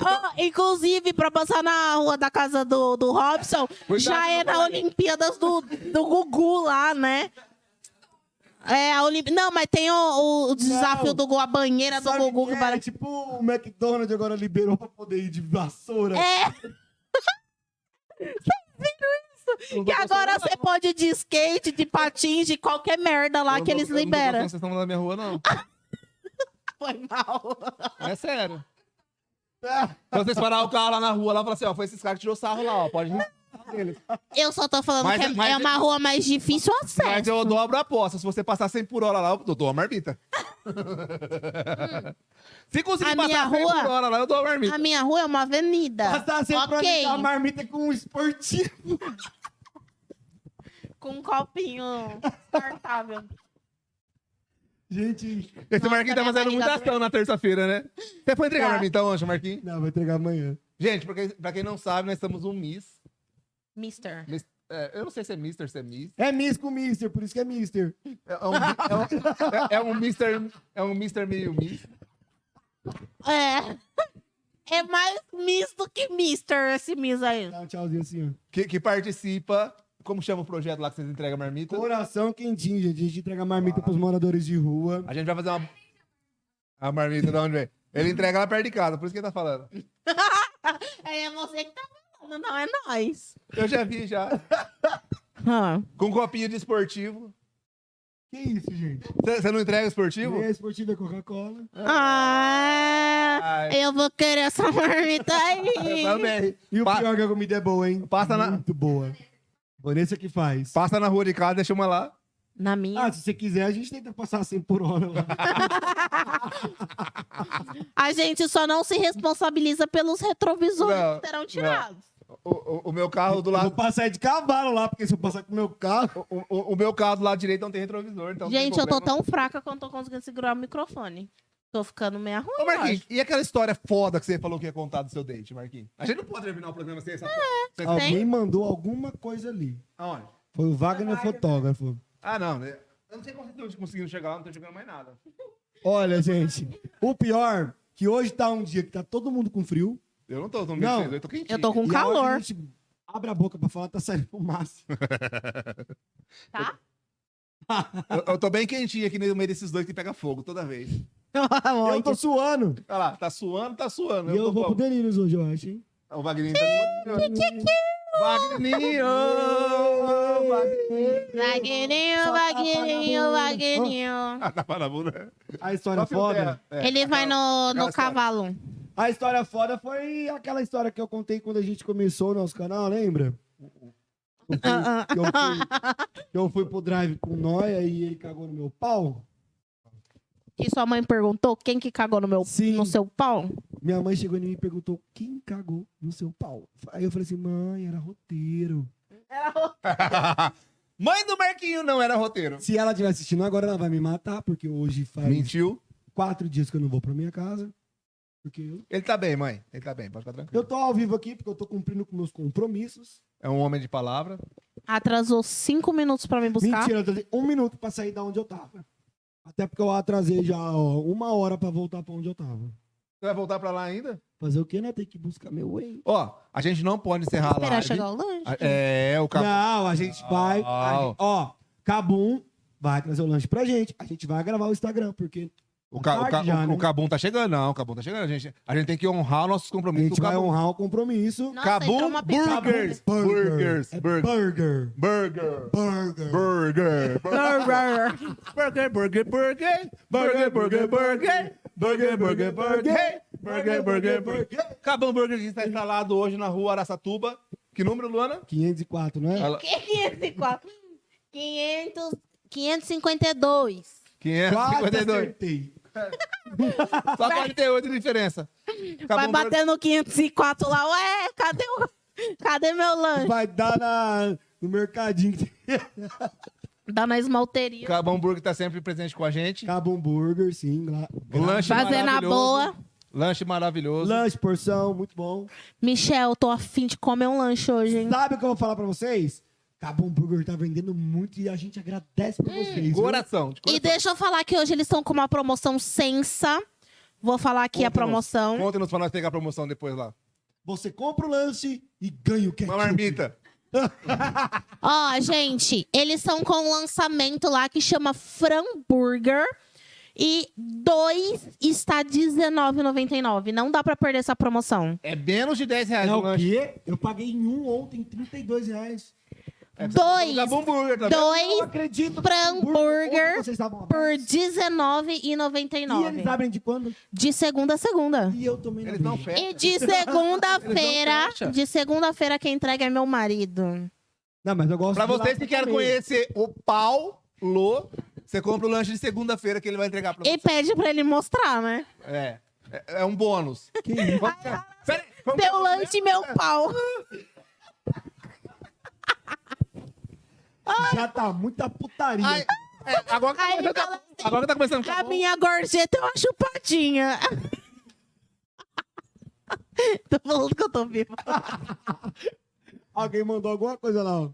C: Ah, inclusive, pra passar na rua da casa do, do Robson,
A: Cuidado,
C: já é
A: não
C: na
A: vai.
C: Olimpíadas do, do Gugu lá, né? É, a Olimp... Não, mas tem o, o- o desafio
B: Não.
C: do Gugu, a banheira né, do
B: Sabe
C: Gugu
B: que
C: que
B: é?
C: parece.
B: tipo o McDonald's agora liberou pra poder ir de vassoura.
C: É! Vocês viram isso? E agora você pode ir de skate, de patins, de qualquer merda lá que eles
A: Não
C: liberam.
A: vocês estão na minha rua, não.
C: Foi mal.
A: É sério.
B: É.
A: Quando vocês parar o carro lá na rua, lá fala assim, ó, foi esses caras que tirou sarro lá, ó. Pode rir deles.
C: Eu só tô falando
A: Mas-
C: que é,
A: mas-
C: é uma rua mais difícil o acesso.
A: Mas eu dobro a aposta. Se você passar 100 por hora lá, eu dou a marmita. Se conseguir
C: A minha
A: passar 100
C: rua-
A: por hora lá, eu dou a
C: A
A: marmita.
C: minha rua é uma avenida.
B: Passar tá sempre
C: Ok.
B: a marmita com um esportivo.
C: Com um copinho descartável.
B: Gente,
A: Esse Marquinhos tá
C: minha
A: fazendo muita
C: barriga
A: ação na terça-feira, né? Você foi entregar a
C: é Tá.
A: marmita ontem, Marquinhos?
B: não, vai entregar amanhã.
A: Gente, pra quem, pra quem não sabe, nós estamos um Miss.
C: Mister.
A: Miss- é, eu não sei se é Mister, se é Miss.
B: É Miss com Mister, por isso que é Mister.
A: É, é um, é, um, é, um Mister, é um Mister meio Miss.
C: É. É mais Miss do que Mister esse Miss aí.
B: Dá um tchauzinho assim, ó.
A: que, que participa. Como chama o projeto lá que vocês entregam a marmita?
B: Coração quentinho, gente. A gente entrega marmita pros moradores de rua.
A: A gente vai fazer uma. A marmita de onde vem? Ele entrega lá perto de casa, por isso que ele tá falando.
C: É você que tá Não, não, é nós.
A: Eu já vi já.
C: Ah,
A: Com copinha de esportivo.
B: Que isso, gente?
A: Você não entrega esportivo?
B: É esportivo é Coca-Cola.
C: Ah,
A: Ai,
C: eu vou querer essa marmita
A: eu
C: aí.
A: também.
B: E o
A: Pa-
B: pior é que a comida é boa, hein?
A: Passa na-
B: Muito boa. Vanessa que faz.
A: Passa na rua de casa, deixa uma lá.
C: Na minha.
B: Ah, se você quiser, a gente tenta passar 100 por hora lá.
C: A gente só não se responsabiliza pelos retrovisores
A: Não,
C: que serão tirados.
A: O, o- o meu carro do
B: Eu Vou
A: lado.
B: passar de cavalo lá, porque se eu passar com o meu carro.
A: O, o- o meu carro do lado direito não tem retrovisor. Então não tem
C: gente, eu tô
A: problema.
C: tão fraca que eu não tô conseguindo segurar o microfone. Tô ficando meia ruim.
A: Ô, Marquinhos, e aquela história foda que você falou que ia contar do seu date, Marquinhos? A gente não pode terminar o programa sem essa. sem essa-
B: Alguém mandou alguma coisa ali.
A: Aonde?
B: Foi o Wagner fotógrafo.
A: Ah, não. né? Eu não sei como vocês estão conseguindo chegar lá, não tô chegando mais nada.
B: Olha, gente, o pior que hoje tá um dia que tá todo mundo com frio.
A: Eu não tô, tô
B: Não.
A: não. eu tô quentinho.
C: Eu tô
B: e a
C: com
B: hora que
C: calor.
B: a gente abre a boca pra falar, tá saindo fumaça.
C: Tá?
A: Eu, eu tô bem quentinho aqui no meio desses dois que pega fogo toda vez.
B: eu tô suando.
A: Olha lá, tá suando, tá suando.
B: E eu
A: tô
B: vou
A: como?
B: pro Danilo hoje, eu acho, hein?
A: O Wagner tá Wagner! Wagner!
C: Vagueirinho,
B: Só tá
C: vagueirinho,
B: parado.
C: vagueirinho.
A: Ah, tá parabunda.
B: A história foda.
A: é.
C: Ele vai no,
A: aquela
C: no
A: história.
C: cavalo.
B: A história foda foi aquela história que eu contei quando a gente começou o nosso canal, lembra? Eu fui, que eu fui, que eu fui pro drive com o Noia e ele cagou no meu pau.
C: E sua mãe perguntou quem que cagou no meu
B: Sim.
C: no seu pau?
B: Minha mãe chegou em mim e perguntou quem cagou no seu pau. Aí eu falei assim, mãe, era roteiro.
C: É.
A: Mãe do Marquinho não era roteiro.
B: Se ela estiver assistindo agora, ela vai me matar, porque hoje faz
A: Mentiu.
B: quatro dias que eu não vou pra minha casa. Porque eu...
A: Ele tá bem, mãe. Ele tá bem, pode ficar
B: eu
A: tranquilo.
B: tô ao vivo aqui, porque eu tô cumprindo com meus compromissos.
A: É um homem de palavra.
C: Atrasou cinco minutos pra me buscar.
B: Mentira, eu atrasei um minuto pra sair da onde eu tava. Até porque eu atrasei já ó, uma hora pra voltar pra onde eu tava.
A: Você vai voltar pra lá ainda?
B: Fazer o quê, né? Tem que buscar meu whey.
A: Ó, a gente não pode encerrar a
C: Esperar
A: live.
C: chegar o lanche.
A: A- É, o cara.
B: Não, a gente vai. a gente- ó, Cabum vai trazer o lanche pra gente. A gente vai gravar o Instagram, porque
A: O, ca, o, ca,
B: Tarde já,
A: o-
B: né?
A: o Cabum tá chegando, não. O Cabum tá chegando. A gente, a gente tem que honrar nossos
B: a
A: compromissos
B: gente
A: com o
B: vai
A: Cabum.
B: honrar o compromisso.
C: Nossa, entrou
A: Cabum
C: uma pizza.
A: Burgers.
B: Cabum
A: Burgers.
B: É
A: Burgers.
B: burger.
A: Burger.
B: Burger.
A: Burger. Burger. Burger. Burger. Burger. Burger. Burger. Burger. Burger. Burger. Burger. Burger. Burger. Burger. Cabum Burger que está instalado hoje na rua Araçatuba. Que número, Luana?
B: 504, não é?
A: Ela-
C: 504. 500, 552.
A: 552.
B: acertei.
A: Só 48 de diferença.
C: Vai
A: Cabum Burger.
C: bater no 504 lá. Ué, cadê, o, cadê meu lanche?
B: Vai dar na, no mercadinho. que tem.
C: Dá na esmalteria.
A: Cabum Burger tá sempre presente com a gente.
B: Cabum um Burger, sim. Lá.
A: Lanche
C: Fazendo a
A: maravilhoso.
C: boa.
A: Lanche maravilhoso.
B: Lanche, porção, muito bom.
C: Michel, tô afim de comer um lanche hoje, hein?
B: Sabe o que eu vou falar pra vocês? Cabum Burger tá vendendo muito e a gente agradece pra vocês. viu?
A: Coração. De
C: E
A: coração.
C: deixa eu falar que hoje eles estão com uma promoção sensa. Vou falar aqui a
A: Conta-nos.
C: promoção.
A: Conta-nos pra nós pegar a promoção depois lá.
B: Você compra o lanche e ganha o ketchup.
A: Uma marmita.
C: Ó, gente, eles são com um lançamento lá que chama Framburger. E dois está R$19,99. Não dá pra perder essa promoção.
A: É menos de 10 reais
B: É
A: o
B: o
A: lanche.
B: quê? Eu paguei em um ontem, 32 reais.
C: dois,
A: Acabou o hambúrguer, É, tá vendo?
B: Eu não
C: dois
B: acredito.
C: Framburger
B: Ontem vocês estavam
C: por
B: abertos. E eles
C: R$19,99.
B: abrem de quando?
C: De segunda a segunda.
B: E eu também
A: Eles não
B: vejo.
A: fecham.
C: E de segunda-feira,
A: fecham.
C: de segunda-feira quem entrega é meu marido.
B: Não, mas eu gosto
A: Pra
B: de ir lá
A: vocês que querem
B: comer.
A: conhecer o Paulo, você compra o lanche de segunda-feira que ele vai entregar pra
C: E
A: você.
C: pede pra ele mostrar, né?
A: É. É- É um bônus.
B: Que isso?
A: Vamos- Pera aí, vamos-
C: assim, Teu lanche, meu pau.
B: Já tá muita putaria.
A: Ai, é, agora, que tá
C: Aí ele
A: começando-
C: fala assim,
A: agora que tá começando.
C: A minha gorjeta é uma chupadinha. tô falando que eu tô viva.
B: Alguém mandou alguma coisa lá, ó.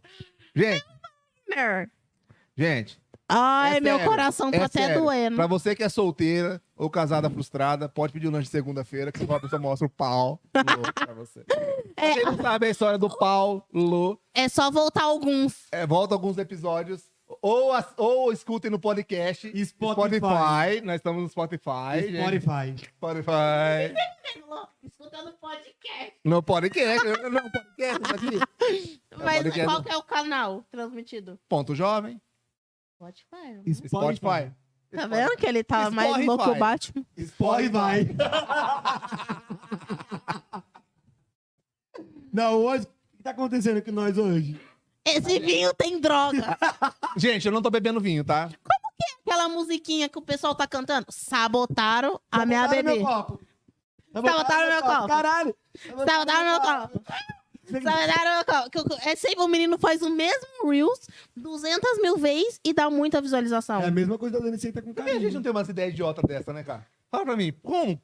A: Gente, gente.
C: Ai,
A: É
C: meu
A: sério,
C: coração tá
A: é
C: até
A: sério.
C: doendo.
A: Pra você que é solteira ou casada frustrada, pode pedir o lanche de segunda-feira, que a pessoa mostra o Paulo pra você. Pra Quem não sabe a história do Paulo,
C: É só voltar alguns.
A: é, volta alguns episódios Ou, as- ou escutem no podcast.
B: Spotify.
A: Nós estamos no Spotify. gente.
B: Spotify.
A: Spotify.
C: Escutando podcast.
A: No podcast. Não, não, podcast isso aqui.
C: Mas
A: podcast. né?
C: qual que é o canal transmitido?
A: Ponto jovem.
C: Spotify.
A: Spotify.
C: Tá vendo que ele tá mais
A: Spotify.
C: louco que o Batman?
B: Spotify. Não, hoje. O que tá acontecendo com nós hoje?
C: Esse vinho tem droga.
A: Gente, eu não tô bebendo vinho, tá?
C: Aquela musiquinha que o pessoal tá cantando. Sabotaram a
B: Tá
C: minha
B: botaram
C: bebê.
B: meu copo. Tá
C: Tá
B: botaram
C: botaram meu copo.
B: Caralho.
C: Sabotaram meu copo. Sabotaram meu copo. né, Que- que- É sempre o menino faz o mesmo Reels 200 mil vezes e dá muita visualização.
B: É a mesma coisa da Dani, você tá com
A: Por é que a gente
B: carinho.
A: não tem umas ideias idiota dessa, né, cara? Fala pra mim, como?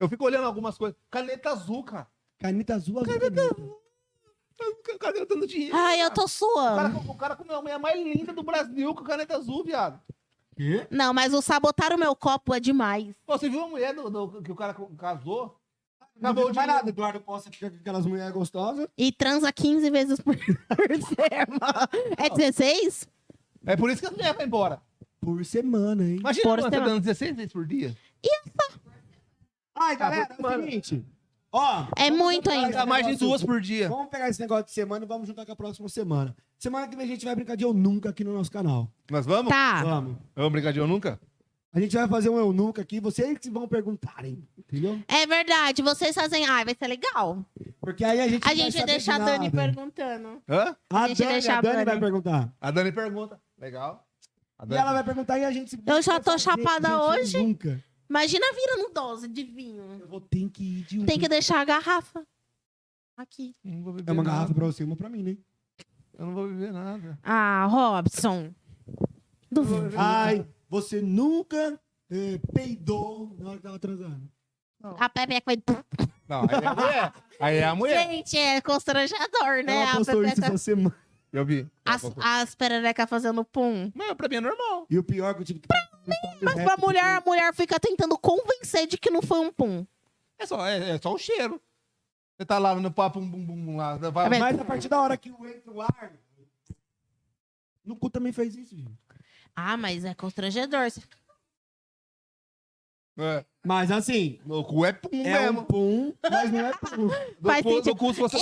A: Eu fico olhando algumas coisas. Caneta azul, cara.
B: Caneta azul, azul.
A: Caneta
B: também.
A: azul. Cadê eu dando dinheiro?
C: Ai, eu tô
A: O cara,
C: suando.
A: o cara comeu a mulher mais linda do Brasil com caneta azul, viado.
C: Não, mas o sabotar o meu copo é demais.
A: Pô, você viu a mulher do, do- que o cara casou?
B: Não
A: Acabou
B: deu
A: de
B: mais nada. Eduardo Costa fica com aquelas mulheres gostosas.
C: E transa 15 vezes por, por semana. É 16?
A: É por isso que as mulheres vão embora.
B: Por semana, hein?
A: Imagina
C: Por
A: mano, você
C: semana.
A: dando 16 vezes por dia.
B: Ai, galera,
A: por
B: é o
A: semana.
B: seguinte. Ó.
C: É
B: vamos
C: muito
B: juntar
C: ainda.
B: esse
A: Dá mais de
B: negócio-
A: duas por dia.
B: Vamos pegar esse negócio de semana e vamos juntar com a próxima semana. Semana que vem a gente vai brincar de Eu Nunca aqui no nosso canal.
A: Nós vamos?
C: Tá.
B: Vamos.
A: Vamos brincar de eu nunca?
B: A gente vai fazer um Eu Nunca aqui, vocês que vão perguntarem, entendeu?
C: É verdade. Vocês fazem. Ai, vai ser legal.
B: Porque aí a gente
C: A
B: não vai
C: gente vai
B: saber
C: deixar a
B: de nada.
C: Dani perguntando.
A: Hã?
B: A,
C: a gente
B: Dani,
C: deixa
B: a
C: a
B: Dani vai
C: Dani.
B: perguntar.
A: A Dani pergunta. Legal. A
B: E
A: Dani...
B: ela vai perguntar e a gente...
C: Eu já tô chapada
B: eu
C: hoje.
B: nunca.
C: Imagina virando dose de vinho.
B: Eu vou ter que ir de um.
C: Tem que deixar a garrafa. Aqui.
A: Não vou beber
B: É uma
A: nada.
B: garrafa pra você e uma pra mim, né?
A: Eu não vou beber nada.
C: Ah, Robson. Duvido.
B: Ai, você nunca eh, peidou na hora que tava transando.
C: A Pepeca vai.
A: Não, aí é a mulher. Aí é a mulher.
C: Gente, é constrangedor, né?
B: Ela
C: A
B: postou isso
C: Pepeca.
B: essa semana.
A: Eu vi.
C: As, as pererecas fazendo pum. É,
A: Mas pra mim é normal.
B: E o pior que eu tive que...
C: Mas pra mulher, a mulher fica tentando convencer de que não foi um pum.
A: É só, é, é só o cheiro. Você tá lá no papo, bum, bum, bum, lá. Vai,
C: Tá vendo?
B: Mas a partir da hora que o entra o ar. No cu também fez isso, gente.
C: Ah, mas é constrangedor.
A: É,
B: Mas assim,
A: o cu é pum
B: é um
A: mesmo.
B: pum, mas não é pum.
A: Do
C: Faz
A: cu, do
C: sentido.
A: cu, se você...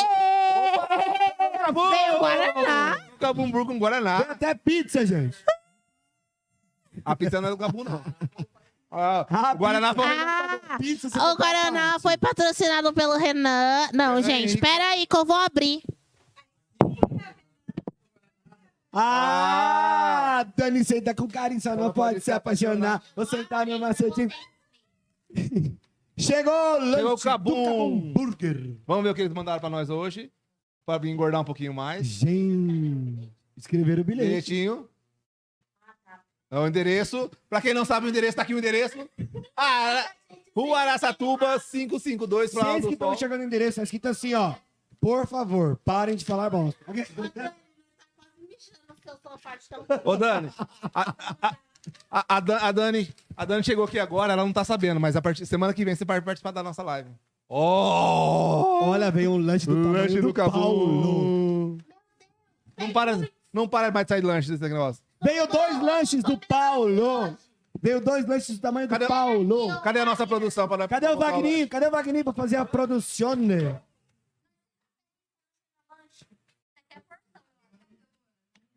C: Acabou! Veio o Guaraná.
A: Cabumbu com
B: Tem
A: Guaraná.
B: até pizza, gente.
A: A pizza não é do Cabu, não. Ah,
B: Ah,
A: o Guaraná foi...
C: Ah,
B: tá Pizza, você
C: o Guaraná foi patrocinado pelo Renan. Não,
A: Pera
C: gente,
A: aí.
C: pera aí que eu vou abrir.
B: Ah, Dani, você tá com carinho, só não,
A: Ela
B: pode se apaixonar. Você tá no macetinho. Chegou o lanche
A: Chegou o
B: do
A: Cabum.
B: Cabum Burger.
A: Vamos ver o que eles mandaram pra nós hoje. Pra vir engordar um pouquinho mais.
B: Gente, escreveram o bilhete.
A: Direitinho. É o endereço. Pra quem não sabe o endereço, tá aqui o endereço. Ara... Rua Araçatuba 552, pra
B: Vocês que
A: do
B: estão
A: Sol.
B: chegando no endereço, tá escrito assim, ó. Por favor, parem de falar bosta.
A: Ô, Dani. A, a- a- a Dan- a Dani, a Dani chegou aqui agora, ela não tá sabendo, mas a partir, semana que vem você vai participar da nossa live. Oh!
B: Olha, veio um lanche do tamanho
A: Lanche do Cabum.
B: Paulo.
A: Não para, não para mais de sair lanche desse negócio.
B: Veio dois lanches do Paulo. Veio dois lanches do tamanho
A: Cadê-
B: do Paulo.
A: Cadê a nossa produção? Para
B: Cadê o
A: botar
B: Vagninho? Cadê o Vagninho pra fazer a produção? né?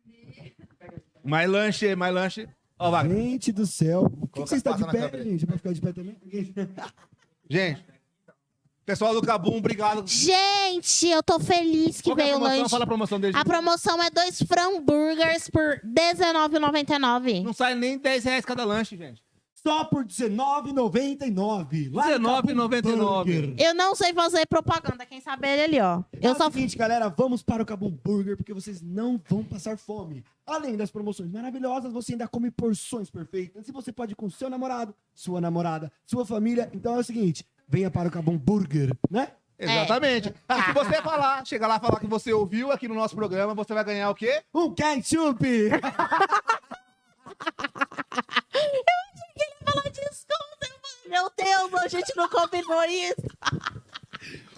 A: lanche? Mais lanche, mais lanche. Ó, Wagner.
B: Gente do céu. Por que,
A: Coloca-
B: que você está de
A: passa na
B: pé,
A: câmera.
B: gente? Vai ficar de pé também?
A: Gente, pessoal do Cabum, obrigado.
C: Gente, eu tô feliz que
A: Qual é a
C: veio o
A: promoção?
C: lanche.
A: Fala a promoção dele.
C: A promoção é dois framburgers por R$19,99.
A: Não sai nem 10 reais cada lanche, gente.
B: Só por R$19,99. Lá no Cabum Burger.
A: R$19,99.
C: Eu não sei fazer propaganda, quem sabe ele ali, ó. Eu
B: é o
C: só
B: seguinte, galera, vamos para o Cabum Burger porque vocês não vão passar fome. Além das promoções maravilhosas, você ainda come porções perfeitas. E você pode ir com seu namorado, sua namorada, sua família. Então é o seguinte, venha para o Cabum Burger, né?
C: É.
A: Exatamente.
C: Ah.
A: E se você falar, chegar lá e falar que você ouviu aqui no nosso programa, você vai ganhar o quê?
B: Um ketchup!
C: falar desconto. eu falei, Meu Deus, a gente não combinou isso.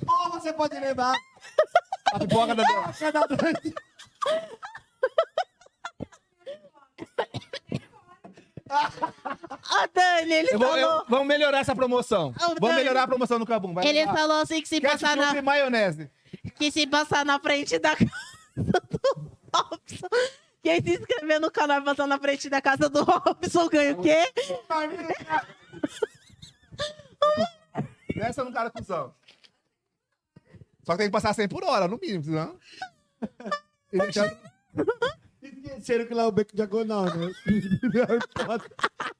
B: Ou você pode levar
A: A pipoca da
B: cada dois.
C: Ô, Dani, ele
A: Eu vou-
C: falou.
A: eu- vamos melhorar essa promoção.
C: Então, Ô, Dani.
A: Vamos melhorar a promoção do Cabum. Vai
C: Ele
A: lá.
C: falou assim que se, passar
A: Ketchup
C: na,
A: e maionese.
C: que se passar na frente da casa do Robson. E aí se inscrever no canal e passar na frente da casa do Robson, ganha o quê?
A: Nessa eu não cara cuzão. Só que tem que passar 100 por hora, no mínimo, senão. E deixar-
B: Esqueceram que lá é o beco diagonal, né?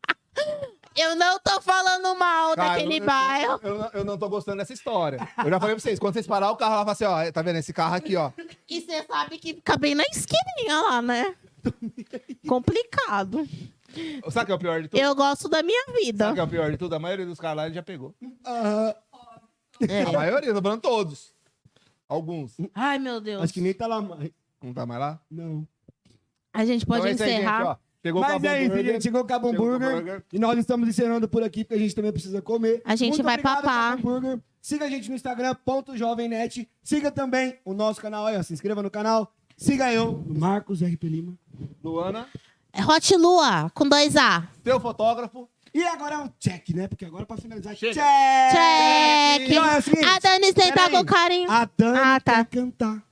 C: Eu não tô falando mal
A: Cara,
C: daquele
A: eu- eu-
C: bairro.
A: Eu, não- eu não tô gostando dessa história. Eu já falei pra vocês, quando vocês parar o carro, ela fala assim, ó, tá vendo? Esse carro aqui, ó.
C: E você sabe que fica bem na esquininha lá, né? Complicado.
A: Sabe o que é o pior de tudo?
C: Eu gosto da minha
A: Sabe o
C: vida.
A: que é o pior de tudo? A maioria dos caras lá ele já pegou.
B: Aham.
C: É.
A: A maioria, tô falando todos. Alguns.
C: Ai, meu Deus.
B: Acho que nem tá lá mais.
A: Não tá mais lá?
B: Não.
C: A gente pode
A: Então é isso aí, gente,
C: encerrar.
A: ó. Chegou
B: Mas
A: com a
B: é isso,
A: Bamburger.
B: gente. Chegou o Cabo
A: Chegou o Cabo
B: Burger.
A: Burger.
B: E nós estamos encerrando por aqui, porque a gente também precisa comer.
C: A gente
B: Muito
C: vai
B: obrigado,
C: papar.
B: Cabo Burger. Siga a gente no Instagram, ponto jovemnet. Siga também o nosso canal aí, ó. Se inscreva no canal. Siga eu, Marcos RP Lima.
A: Luana,
C: É Hot Lua, com dois A.
A: seu fotógrafo.
B: E agora é um check, né? Porque agora pra finalizar,
A: Chega.
B: check!
C: Check!
B: Não, é o seguinte,
C: A Dani sentar
B: peraí.
C: com carinho.
B: A Dani
C: Ah, tá.
B: quer cantar.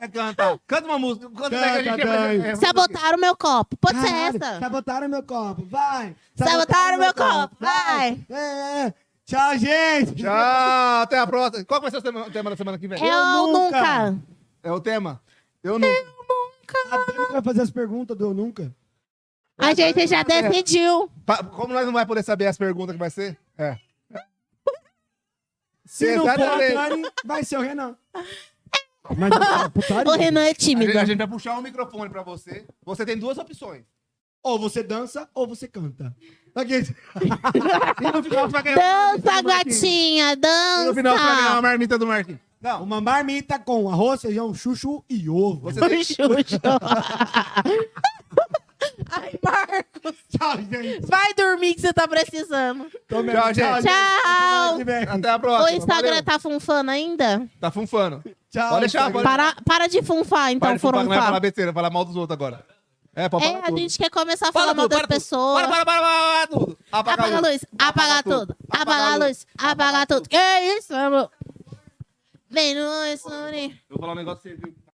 A: É cantar. Canta uma música. Canta,
B: Canta,
A: né, que a gente
B: Dani.
A: é,
C: Sabotaram meu copo. Pode ser
B: Caralho,
A: tá
C: essa.
B: Sabotaram meu copo, vai!
C: Sabotaram meu copo, vai.
B: É, é. Tchau, gente!
A: Tchau, até a próxima. Qual que vai ser o tema- tema da semana que vem?
C: É o
B: nunca.
C: nunca.
A: É o tema? Eu não.
B: A Dani vai fazer as perguntas do Eu Nunca.
C: A gente já decidiu.
A: Pa- Como nós não vai poder saber as perguntas que vai ser? É.
B: Se não for a
A: Exatamente.
B: Dani, vai ser o Renan. Mas ah, putaria.
C: É. O Renan é
A: A gente,
C: tímido.
A: a gente vai puxar um microfone pra você. Você tem duas opções.
B: Ou você dança, ou você canta. Aqui.
A: E no final você vai ganhar uma marmita
C: Dança,
A: do Marquinhos.
C: gatinha,
A: E tá no final você vai ganhar uma
C: dança.
A: marmita do Marquinhos. Não,
B: Uma marmita com arroz, feijão, chuchu e ovo.
A: você tem...
C: Xuxa. Ai, Marcos.
B: Tchau, gente.
C: Vai dormir que você tá precisando.
B: Tô mesmo.
A: Tchau, gente.
C: Tchau.
A: Até a
C: O
A: próxima.
C: Instagram
A: valeu.
C: tá funfando ainda?
A: Tá funfando.
B: Tchau,
A: Pode deixar,
B: Instagram.
A: pode-
C: Para, para de funfar, então,
A: Para de falar, não
C: foram
A: é vai falar
C: funfar.
A: besteira, vai falar mal dos outros agora. É, pode
C: É,
A: falar
C: a
A: tudo.
C: gente quer começar a
A: Fala
C: falar mal
A: tudo,
C: das
A: para tudo.
C: pessoas.
A: Para, para, para, para, para tudo. Apaga,
C: Apaga a luz, apaga tudo, apaga a luz, apaga tudo. Que isso, amor? Vem no escuro.
A: Eu vou falar um negócio pra você, viu?